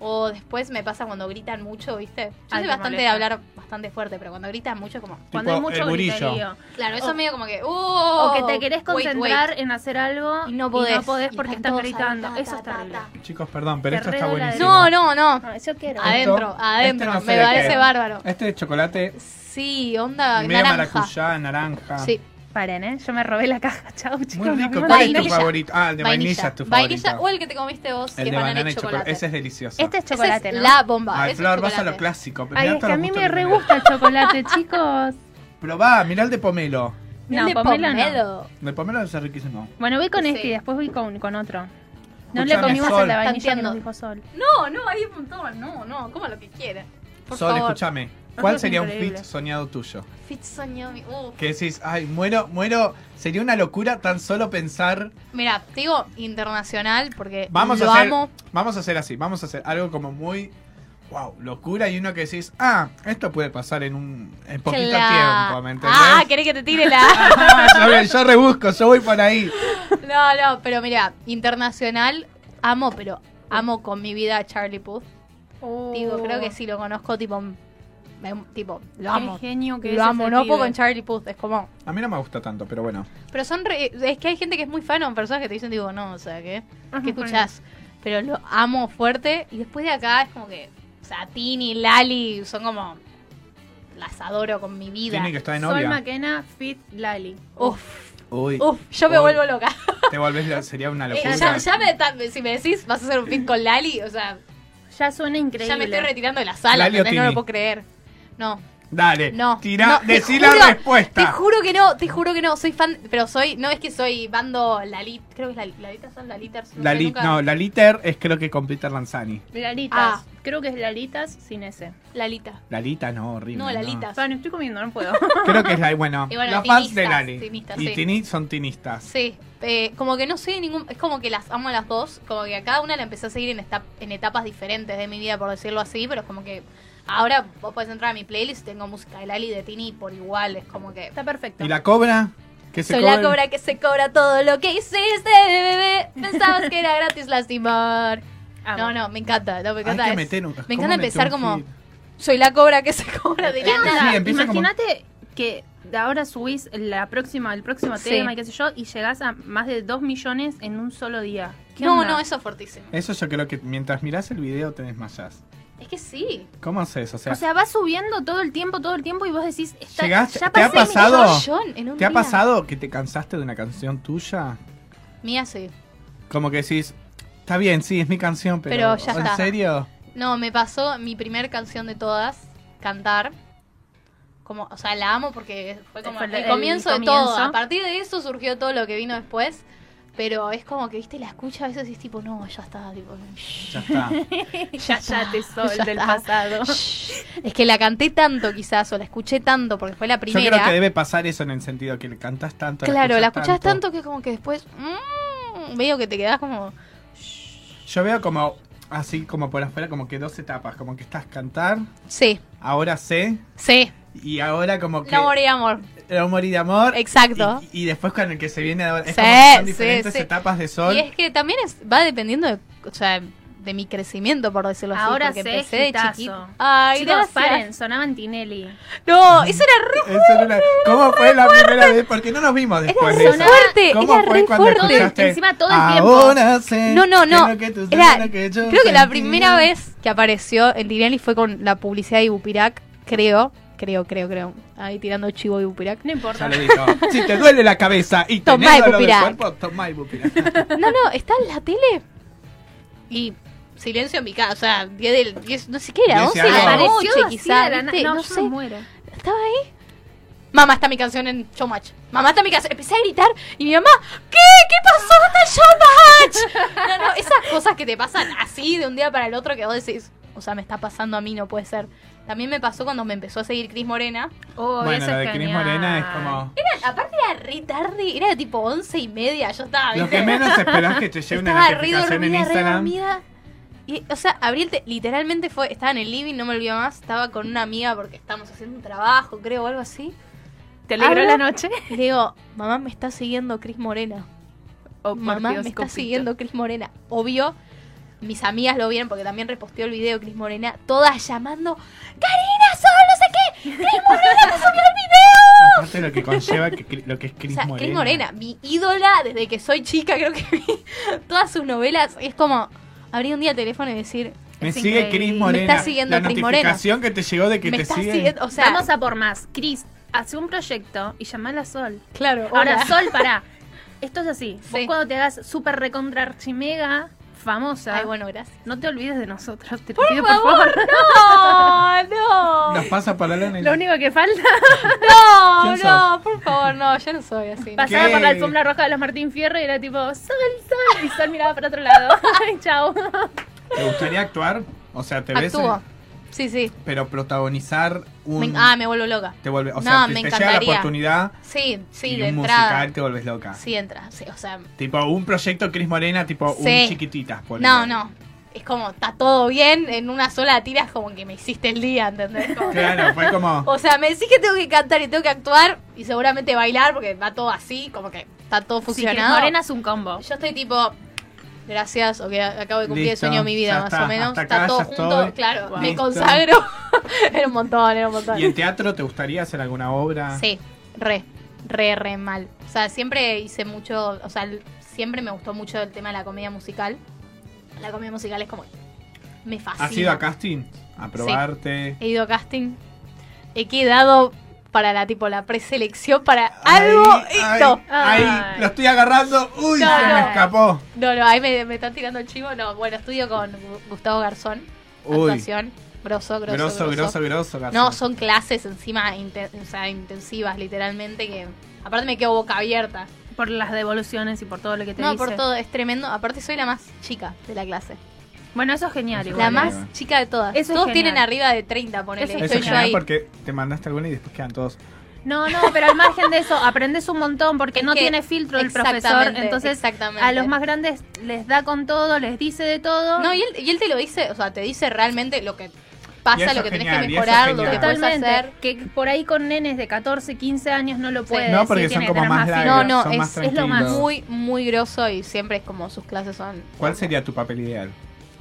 Speaker 3: o después me pasa cuando gritan mucho, viste, yo
Speaker 2: Ay, Ah,
Speaker 3: soy
Speaker 2: te
Speaker 3: bastante de
Speaker 2: molesta.
Speaker 3: hablar bastante fuerte, pero cuando gritan mucho es como,
Speaker 2: Cuando hay
Speaker 1: Tipo,
Speaker 2: mucho
Speaker 1: el gurillo.
Speaker 2: griterío.
Speaker 3: claro, eso
Speaker 2: O-
Speaker 3: es medio como que,
Speaker 2: O
Speaker 3: oh,
Speaker 2: que te querés
Speaker 3: wait, wait".
Speaker 2: concentrar en hacer algo
Speaker 3: Y no podés. Y
Speaker 2: porque
Speaker 3: están
Speaker 2: estás
Speaker 3: todos
Speaker 2: gritando.
Speaker 3: ahí, ta,
Speaker 2: Eso es
Speaker 3: ta, ta,
Speaker 2: terrible.
Speaker 1: Chicos, perdón, pero
Speaker 2: Te
Speaker 1: esto está
Speaker 2: redola de-
Speaker 1: buenísimo.
Speaker 3: No, no, no,
Speaker 2: No, yo quiero.
Speaker 3: Ay. Adentro,
Speaker 1: Esto-
Speaker 3: adentro,
Speaker 1: este no sé
Speaker 3: me
Speaker 1: de
Speaker 3: parece
Speaker 1: qué.
Speaker 3: bárbaro.
Speaker 1: Este de chocolate,
Speaker 3: sí, onda
Speaker 1: medio
Speaker 3: naranja,
Speaker 1: maracuyá, naranja.
Speaker 3: sí,
Speaker 2: Paren, ¿eh? Yo me robé la caja. Chau, chicos.
Speaker 1: Muy rico.
Speaker 2: nos
Speaker 1: ¿Cuál
Speaker 2: vemos.
Speaker 1: es tu
Speaker 3: Vainilla.
Speaker 1: favorito? Ah, el de vainilla, es tu favorito.
Speaker 3: vainilla o el que te comiste vos,
Speaker 1: el
Speaker 3: que
Speaker 1: de
Speaker 3: es
Speaker 1: banana y chocolate. Ese es delicioso.
Speaker 2: Este es
Speaker 3: Ese es
Speaker 2: chocolate, ¿no?
Speaker 3: la bomba.
Speaker 1: Ay,
Speaker 3: ese es
Speaker 1: Flor, vas a lo
Speaker 3: chocolate.
Speaker 1: clásico. Mirá
Speaker 2: Ay, es
Speaker 1: todos
Speaker 2: que a
Speaker 1: los
Speaker 2: mí
Speaker 1: gustos
Speaker 2: me
Speaker 1: que
Speaker 2: re
Speaker 1: tenés.
Speaker 2: gusta el chocolate, chicos.
Speaker 1: Probá, mirá el de pomelo.
Speaker 3: El
Speaker 2: No,
Speaker 3: de
Speaker 2: pomelo no.
Speaker 3: pomelo.
Speaker 1: El de pomelo es riquísimo.
Speaker 2: Bueno, voy con
Speaker 3: Sí.
Speaker 2: este y después voy con, con otro. No
Speaker 1: Escuchame,
Speaker 2: le comimos a
Speaker 1: Sol.
Speaker 2: la vainilla que
Speaker 3: Tanteando.
Speaker 2: nos dijo Sol.
Speaker 3: No, no, hay un montón. No, no, coma lo que quiera. Por
Speaker 1: Sol,
Speaker 3: favor.
Speaker 1: escúchame.
Speaker 2: Eso
Speaker 1: ¿Cuál
Speaker 2: es
Speaker 1: sería un fit
Speaker 2: increíble.
Speaker 1: soñado tuyo?
Speaker 3: Fitzoñomi. Uh,
Speaker 1: Que decís, ay, muero, muero. Sería una locura tan solo pensar.
Speaker 3: Mira, te digo internacional porque
Speaker 1: Vamos
Speaker 3: lo
Speaker 1: a hacer.
Speaker 3: amo.
Speaker 1: Vamos a hacer así. Vamos a hacer algo como muy. Wow, locura. Y uno que decís, ah, esto puede pasar en un. En poquito
Speaker 3: Cla-
Speaker 1: tiempo, ¿me entendés? Ah,
Speaker 3: Ah, querés que te tire la.
Speaker 1: yo, yo rebusco, yo voy por ahí.
Speaker 3: no, no, pero mira, internacional amo, pero amo con mi vida a Charlie Puth. Digo, creo que si lo conozco tipo me- tipo, lo amo.
Speaker 2: Oh. Qué genio que es
Speaker 3: lo amo,
Speaker 2: ese
Speaker 3: no
Speaker 2: pibe.
Speaker 3: puedo con Charlie Puth, es como.
Speaker 1: A mí no me gusta tanto, pero bueno.
Speaker 3: Pero son re- es que hay gente que es muy fan o personas que te dicen, digo, no, o sea, ¿qué,
Speaker 2: Ajá,
Speaker 3: ¿qué escuchás? Pero lo amo fuerte. Y después de acá es como que Satini, Lali, son como. Las adoro con mi vida.
Speaker 1: Tiene que estar de
Speaker 2: Sol
Speaker 1: novia.
Speaker 2: McKenna, Fit Lali.
Speaker 3: Uf,
Speaker 1: Uy,
Speaker 3: uf, yo me
Speaker 1: Uy.
Speaker 3: vuelvo loca.
Speaker 1: te volvés, la- sería una
Speaker 3: Eh,
Speaker 1: locura.
Speaker 3: ya ya me, ta- si me decís, vas a hacer un fit con Lali, o sea,
Speaker 2: Ya suena increíble.
Speaker 3: ya me estoy retirando de la sala,
Speaker 1: Lali o
Speaker 3: ¿entendés? no
Speaker 1: Tini.
Speaker 3: lo puedo creer. No,
Speaker 1: Dale,
Speaker 3: no.
Speaker 1: tira,
Speaker 3: no, te
Speaker 1: decí la
Speaker 3: juro,
Speaker 1: respuesta.
Speaker 3: Te juro que no, te juro que no, soy fan, pero soy, no es que soy bando Lali, creo que es Lali, Lalitas son Lalitas.
Speaker 1: la li- no, la liter es creo que con Peter Lanzani.
Speaker 2: Lalitas.
Speaker 3: Ah.
Speaker 2: Creo que es Lalitas sin ese.
Speaker 3: Lalita.
Speaker 1: Lalita no, horrible.
Speaker 3: No, Lalita.
Speaker 2: Fan, estoy comiendo, no puedo.
Speaker 1: Creo que es la. Bueno,
Speaker 3: Y bueno,
Speaker 1: los fans de
Speaker 3: tinistas,
Speaker 1: Lali.
Speaker 3: tinistas,
Speaker 1: y
Speaker 3: sí.
Speaker 1: Tini son tinistas.
Speaker 3: Sí, eh, como que no soy ningún, es como que las amo a las dos, como que a cada una la empecé a seguir en, esta- en etapas diferentes de mi vida, por decirlo así, pero es como que ahora vos podés entrar a mi playlist y tengo música de Lali y de Tini por igual, es como que...
Speaker 2: Está perfecto.
Speaker 1: ¿Y la cobra? ¿Qué se
Speaker 3: Soy
Speaker 1: cobra?
Speaker 3: la cobra que se cobra todo lo que hiciste, bebé. Pensabas que era gratis lastimar.
Speaker 2: Amo.
Speaker 3: No, no, me encanta, no, me encanta.
Speaker 1: Hay que
Speaker 3: es-
Speaker 1: meter un-
Speaker 3: me
Speaker 1: ¿cómo
Speaker 3: encanta
Speaker 1: meter
Speaker 3: empezar
Speaker 1: un
Speaker 3: como,
Speaker 1: hit?
Speaker 3: soy la cobra que se cobra de
Speaker 2: ¿Qué
Speaker 3: la nada.
Speaker 2: onda?
Speaker 1: Sí, empieza como-
Speaker 2: Imagínate que de ahora subís la próxima, el próximo
Speaker 3: Sí.
Speaker 2: tema y qué sé yo, y llegás a más de 2 millones en un solo día. ¿Qué
Speaker 3: No,
Speaker 2: onda?
Speaker 3: no, eso es fortísimo.
Speaker 1: Eso yo creo que mientras mirás el video te desmayás.
Speaker 3: Es que sí.
Speaker 1: ¿Cómo haces? O sea,
Speaker 2: O sea, va subiendo todo el tiempo, todo el tiempo, y vos decís, está-
Speaker 1: Llegás-
Speaker 2: ya
Speaker 1: te ha
Speaker 2: pasé mi-
Speaker 1: pasado?
Speaker 3: Millón en un
Speaker 1: ¿te ha
Speaker 3: día.
Speaker 1: pasado que te cansaste de una canción tuya?
Speaker 3: Mía sí.
Speaker 1: Como que decís, está bien, sí, es mi canción, pero,
Speaker 3: Pero ya
Speaker 1: ¿en
Speaker 3: está.
Speaker 1: serio?
Speaker 3: No, me pasó mi primer canción de todas, cantar. Como, o sea, la amo porque fue como
Speaker 2: Fue
Speaker 3: el,
Speaker 2: el-
Speaker 3: comienzo
Speaker 2: el
Speaker 3: de todo.
Speaker 2: comienzo.
Speaker 3: A partir de eso surgió todo lo que vino después. Pero es como que, viste, la escucha a veces y es tipo, no, ya está, tipo,
Speaker 1: Ya está.
Speaker 2: Ya, ya, tesoro
Speaker 3: Ya
Speaker 2: del
Speaker 3: está.
Speaker 2: pasado.
Speaker 3: shh. es que la canté tanto quizás, o la escuché tanto, porque fue la
Speaker 1: Yo
Speaker 3: primera.
Speaker 1: creo que debe pasar eso en el sentido que le cantás tanto.
Speaker 3: claro, la escuchás tanto. que como que después, mm, medio que te quedás como,
Speaker 1: Yo veo como, así como por afuera, como que dos etapas. Como que estás cantar,
Speaker 3: sí,
Speaker 1: ahora sé,
Speaker 3: sí,
Speaker 1: y ahora como que...
Speaker 3: no morí de amor.
Speaker 1: El amor y de amor.
Speaker 3: Exacto.
Speaker 1: Y, y después con el que se viene ahora. Es
Speaker 3: Sí,
Speaker 1: como que son
Speaker 3: sí,
Speaker 1: diferentes
Speaker 3: sí.
Speaker 1: etapas de sol.
Speaker 3: Y es que también es, va dependiendo de, o sea, de mi crecimiento, por decirlo así.
Speaker 2: Ahora
Speaker 3: porque
Speaker 2: sé,
Speaker 3: empecé de
Speaker 2: hitazo.
Speaker 3: chiquita. Ay,
Speaker 2: Chicos,
Speaker 3: gracias.
Speaker 2: paren, sonaban Tinelli.
Speaker 3: No, eso era re
Speaker 1: Eso era una- ¿Cómo fue la primera vez? Porque no nos vimos después de eso.
Speaker 2: sonaba-
Speaker 3: fuerte.
Speaker 1: ¿Cómo
Speaker 3: Era
Speaker 1: fue
Speaker 3: re
Speaker 1: cuando
Speaker 3: fuerte.
Speaker 1: escuchaste?
Speaker 2: Encima todo el
Speaker 1: Ahora sé
Speaker 3: No, no,
Speaker 1: que
Speaker 3: no.
Speaker 1: lo que tú
Speaker 3: Era-
Speaker 1: sabes, lo que yo
Speaker 3: creo que la
Speaker 1: sentí".
Speaker 3: primera vez que apareció en Tinelli fue con la publicidad de Ibupirac, creo. Creo, creo, creo. Ahí tirando chivo Ibupirac.
Speaker 2: No importa.
Speaker 1: Saludito. Si te duele la cabeza y
Speaker 3: Tomá
Speaker 1: tenés dolor del
Speaker 3: Ipupirac.
Speaker 1: cuerpo, tomá Ipupirac.
Speaker 3: No, no, está en la tele. Y silencio en mi casa. O sea, 10 del. 10, no sé qué era,
Speaker 1: Diez
Speaker 3: 11 de la
Speaker 1: algo.
Speaker 3: noche,
Speaker 2: Apareció así
Speaker 3: quizás.
Speaker 2: de la na-
Speaker 3: ¿viste?
Speaker 2: No,
Speaker 3: No,
Speaker 2: yo
Speaker 3: sé.
Speaker 2: me muero.
Speaker 3: Estaba ahí. Mamá está mi canción en Showmatch. Mamá está mi canción. Empecé a gritar y mi mamá, ¿qué? ¿Qué pasó? Está en Showmatch. No, no, esas cosas que te pasan así de un día para el otro que vos decís, o sea, me está pasando a mí, no puede ser. También me pasó cuando me empezó a seguir Cris Morena.
Speaker 2: Oh,
Speaker 1: bueno,
Speaker 2: eso
Speaker 1: la de
Speaker 2: es
Speaker 1: Cris
Speaker 2: genial.
Speaker 1: Morena es como.
Speaker 3: Era, aparte era re tarde, era tipo once y media, yo estaba.
Speaker 1: Lo
Speaker 3: ¿viste?
Speaker 1: que menos esperás que te llegue una
Speaker 3: Estaba re
Speaker 1: notificación en
Speaker 3: dormida, re
Speaker 1: Instagram.
Speaker 3: dormida. Y, o sea, Abril te- literalmente fue, estaba en el living, no me olvido más, estaba con una amiga porque estábamos haciendo un trabajo, creo, o algo así.
Speaker 2: ¿Te alegró la
Speaker 3: Habla-
Speaker 2: noche?
Speaker 3: Y le digo, mamá me está siguiendo Cris Morena.
Speaker 2: Oh, por
Speaker 3: mamá
Speaker 2: Dios,
Speaker 3: me está
Speaker 2: copito.
Speaker 3: siguiendo Cris Morena. Obvio, mis amigas lo vieron porque también reposteó el video Cris Morena. Todas llamando, Karina, Sol, no sé qué. Cris Morena te subió el video.
Speaker 1: Aparte lo que conlleva que, cri- lo que es Cris
Speaker 3: o sea,
Speaker 1: Morena.
Speaker 3: Cris Morena, mi ídola desde que soy chica, creo que vi todas sus novelas. Es como abrir un día el teléfono y decir,
Speaker 1: Me
Speaker 2: Es
Speaker 1: sigue
Speaker 2: increíble.
Speaker 1: Cris
Speaker 2: Me
Speaker 1: Morena.
Speaker 3: está siguiendo
Speaker 1: la
Speaker 3: Cris Morena.
Speaker 1: notificación que te llegó de que
Speaker 3: me
Speaker 1: te
Speaker 3: está
Speaker 1: siguen.
Speaker 3: siguiendo. O sea,
Speaker 2: Vamos a por más. Cris, hace un proyecto y llamala a Sol.
Speaker 3: claro,
Speaker 2: Ahora,
Speaker 3: hola.
Speaker 2: Sol, pará. Esto es así. Vos
Speaker 3: Sí.
Speaker 2: cuando te hagas súper recontra archimega famosa,
Speaker 3: Ay, bueno, gracias.
Speaker 2: no te olvides de nosotros. Te lo
Speaker 3: Por
Speaker 2: pido, por
Speaker 3: favor,
Speaker 2: favor.
Speaker 3: no, no.
Speaker 1: Nos pasa para la
Speaker 2: Lo único que falta
Speaker 3: No,
Speaker 1: ¿Quién
Speaker 3: no, por favor, no, yo no soy así. no.
Speaker 2: pasaba
Speaker 1: ¿Qué?
Speaker 2: por la alfombra roja de los Martín Fierro y era tipo, Sol, Sol. Y Sol miraba para otro lado. Ay, chao.
Speaker 1: ¿Te gustaría actuar? O sea, te ves.
Speaker 3: Actúo. Sí, sí.
Speaker 1: Pero protagonizar un.
Speaker 3: Me- ah, me vuelvo loca.
Speaker 1: Te vuelve, o
Speaker 3: No,
Speaker 1: sea, si
Speaker 3: me
Speaker 1: te llega la
Speaker 3: encantaría.
Speaker 1: oportunidad
Speaker 3: Sí, sí,
Speaker 1: y
Speaker 3: de
Speaker 1: un
Speaker 3: entrada.
Speaker 1: musical te vuelves loca.
Speaker 3: Sí, entra. Sí, o sea,
Speaker 1: Tipo un proyecto Cris Morena, tipo
Speaker 3: Sí.
Speaker 1: un chiquititas. ponele.
Speaker 3: no, no. Es como, está todo bien, en una sola tira es como que me hiciste el día, ¿entendés? Como-
Speaker 1: Claro, fue como.
Speaker 3: o sea, me decís que tengo que cantar y tengo que actuar y seguramente bailar porque va todo así, como que está todo
Speaker 2: Sí, Cris
Speaker 3: fusionado.
Speaker 2: Morena es un combo.
Speaker 3: Yo estoy tipo, gracias, o que acabo de cumplir
Speaker 1: Listo,
Speaker 3: el sueño de mi vida,
Speaker 1: ya
Speaker 3: más
Speaker 1: está,
Speaker 3: o menos.
Speaker 1: hasta
Speaker 3: Está
Speaker 1: acá
Speaker 3: todo
Speaker 1: ya
Speaker 3: junto,
Speaker 1: estoy.
Speaker 3: claro, me
Speaker 1: Listo.
Speaker 3: consagro. era un montón, era un montón.
Speaker 1: ¿Y en teatro te gustaría hacer alguna obra?
Speaker 3: Sí, re, re, re mal. O sea, siempre hice mucho, o sea, l- siempre me gustó mucho el tema de la comedia musical. La comedia musical es como, me fascina.
Speaker 1: ¿Has ido a casting? ¿A probarte?
Speaker 3: He ido a casting. He quedado para la tipo la preselección para
Speaker 1: Ahí,
Speaker 3: algo.
Speaker 1: ahí,
Speaker 3: no.
Speaker 1: ahí, lo estoy agarrando. Uy,
Speaker 3: No,
Speaker 1: se me
Speaker 3: no.
Speaker 1: escapó.
Speaker 3: no, no, ahí me, me están tirando el chivo. No, bueno, estudio con Gu- Gustavo Garzón.
Speaker 1: Uy,
Speaker 3: Actuación. Grosso, grosso.
Speaker 1: grosso, grosso, grosso, Garzón.
Speaker 3: No, son clases encima inten- o sea, intensivas, literalmente, que aparte me quedo boca abierta.
Speaker 2: Por las devoluciones y por todo lo que te
Speaker 3: No,
Speaker 2: dice.
Speaker 3: por todo, es tremendo. Aparte soy la más chica de la clase.
Speaker 2: Bueno, eso es genial
Speaker 1: La
Speaker 2: igual. ¿eh?
Speaker 3: La
Speaker 1: Bueno.
Speaker 3: más chica de todas.
Speaker 2: Eso es
Speaker 3: Todos
Speaker 2: genial.
Speaker 3: tienen arriba de 30, ponele.
Speaker 2: Eso
Speaker 1: Eso
Speaker 3: Estoy
Speaker 1: es
Speaker 3: yo
Speaker 1: genial
Speaker 3: ahí.
Speaker 1: porque te mandaste alguna y después quedan todos.
Speaker 2: No, no, pero al margen de eso, aprendes un montón porque
Speaker 3: Es
Speaker 2: no
Speaker 3: que-
Speaker 2: tiene filtro el profesor.
Speaker 3: Exactamente,
Speaker 2: Entonces,
Speaker 3: exactamente.
Speaker 2: a los más grandes les da con todo, les dice de todo.
Speaker 3: No, y él, y él te lo dice, o sea, te dice realmente lo que
Speaker 1: Y eso
Speaker 3: pasa, lo
Speaker 1: es
Speaker 3: que tenés
Speaker 1: genial,
Speaker 3: que
Speaker 1: y eso es
Speaker 3: mejorar, lo que
Speaker 1: genial.
Speaker 3: puedes
Speaker 2: Totalmente.
Speaker 3: hacer.
Speaker 2: Que por ahí con nenes de 14, 15 años no lo
Speaker 3: Sí.
Speaker 2: puedes
Speaker 1: No, porque son como más
Speaker 3: fino.
Speaker 1: largos,
Speaker 3: No, no,
Speaker 1: son
Speaker 3: es-
Speaker 1: más
Speaker 2: es lo
Speaker 1: tranquilos.
Speaker 2: más.
Speaker 3: Muy, muy grosso y siempre es como sus clases son.
Speaker 1: ¿Cuál sería tu papel ideal?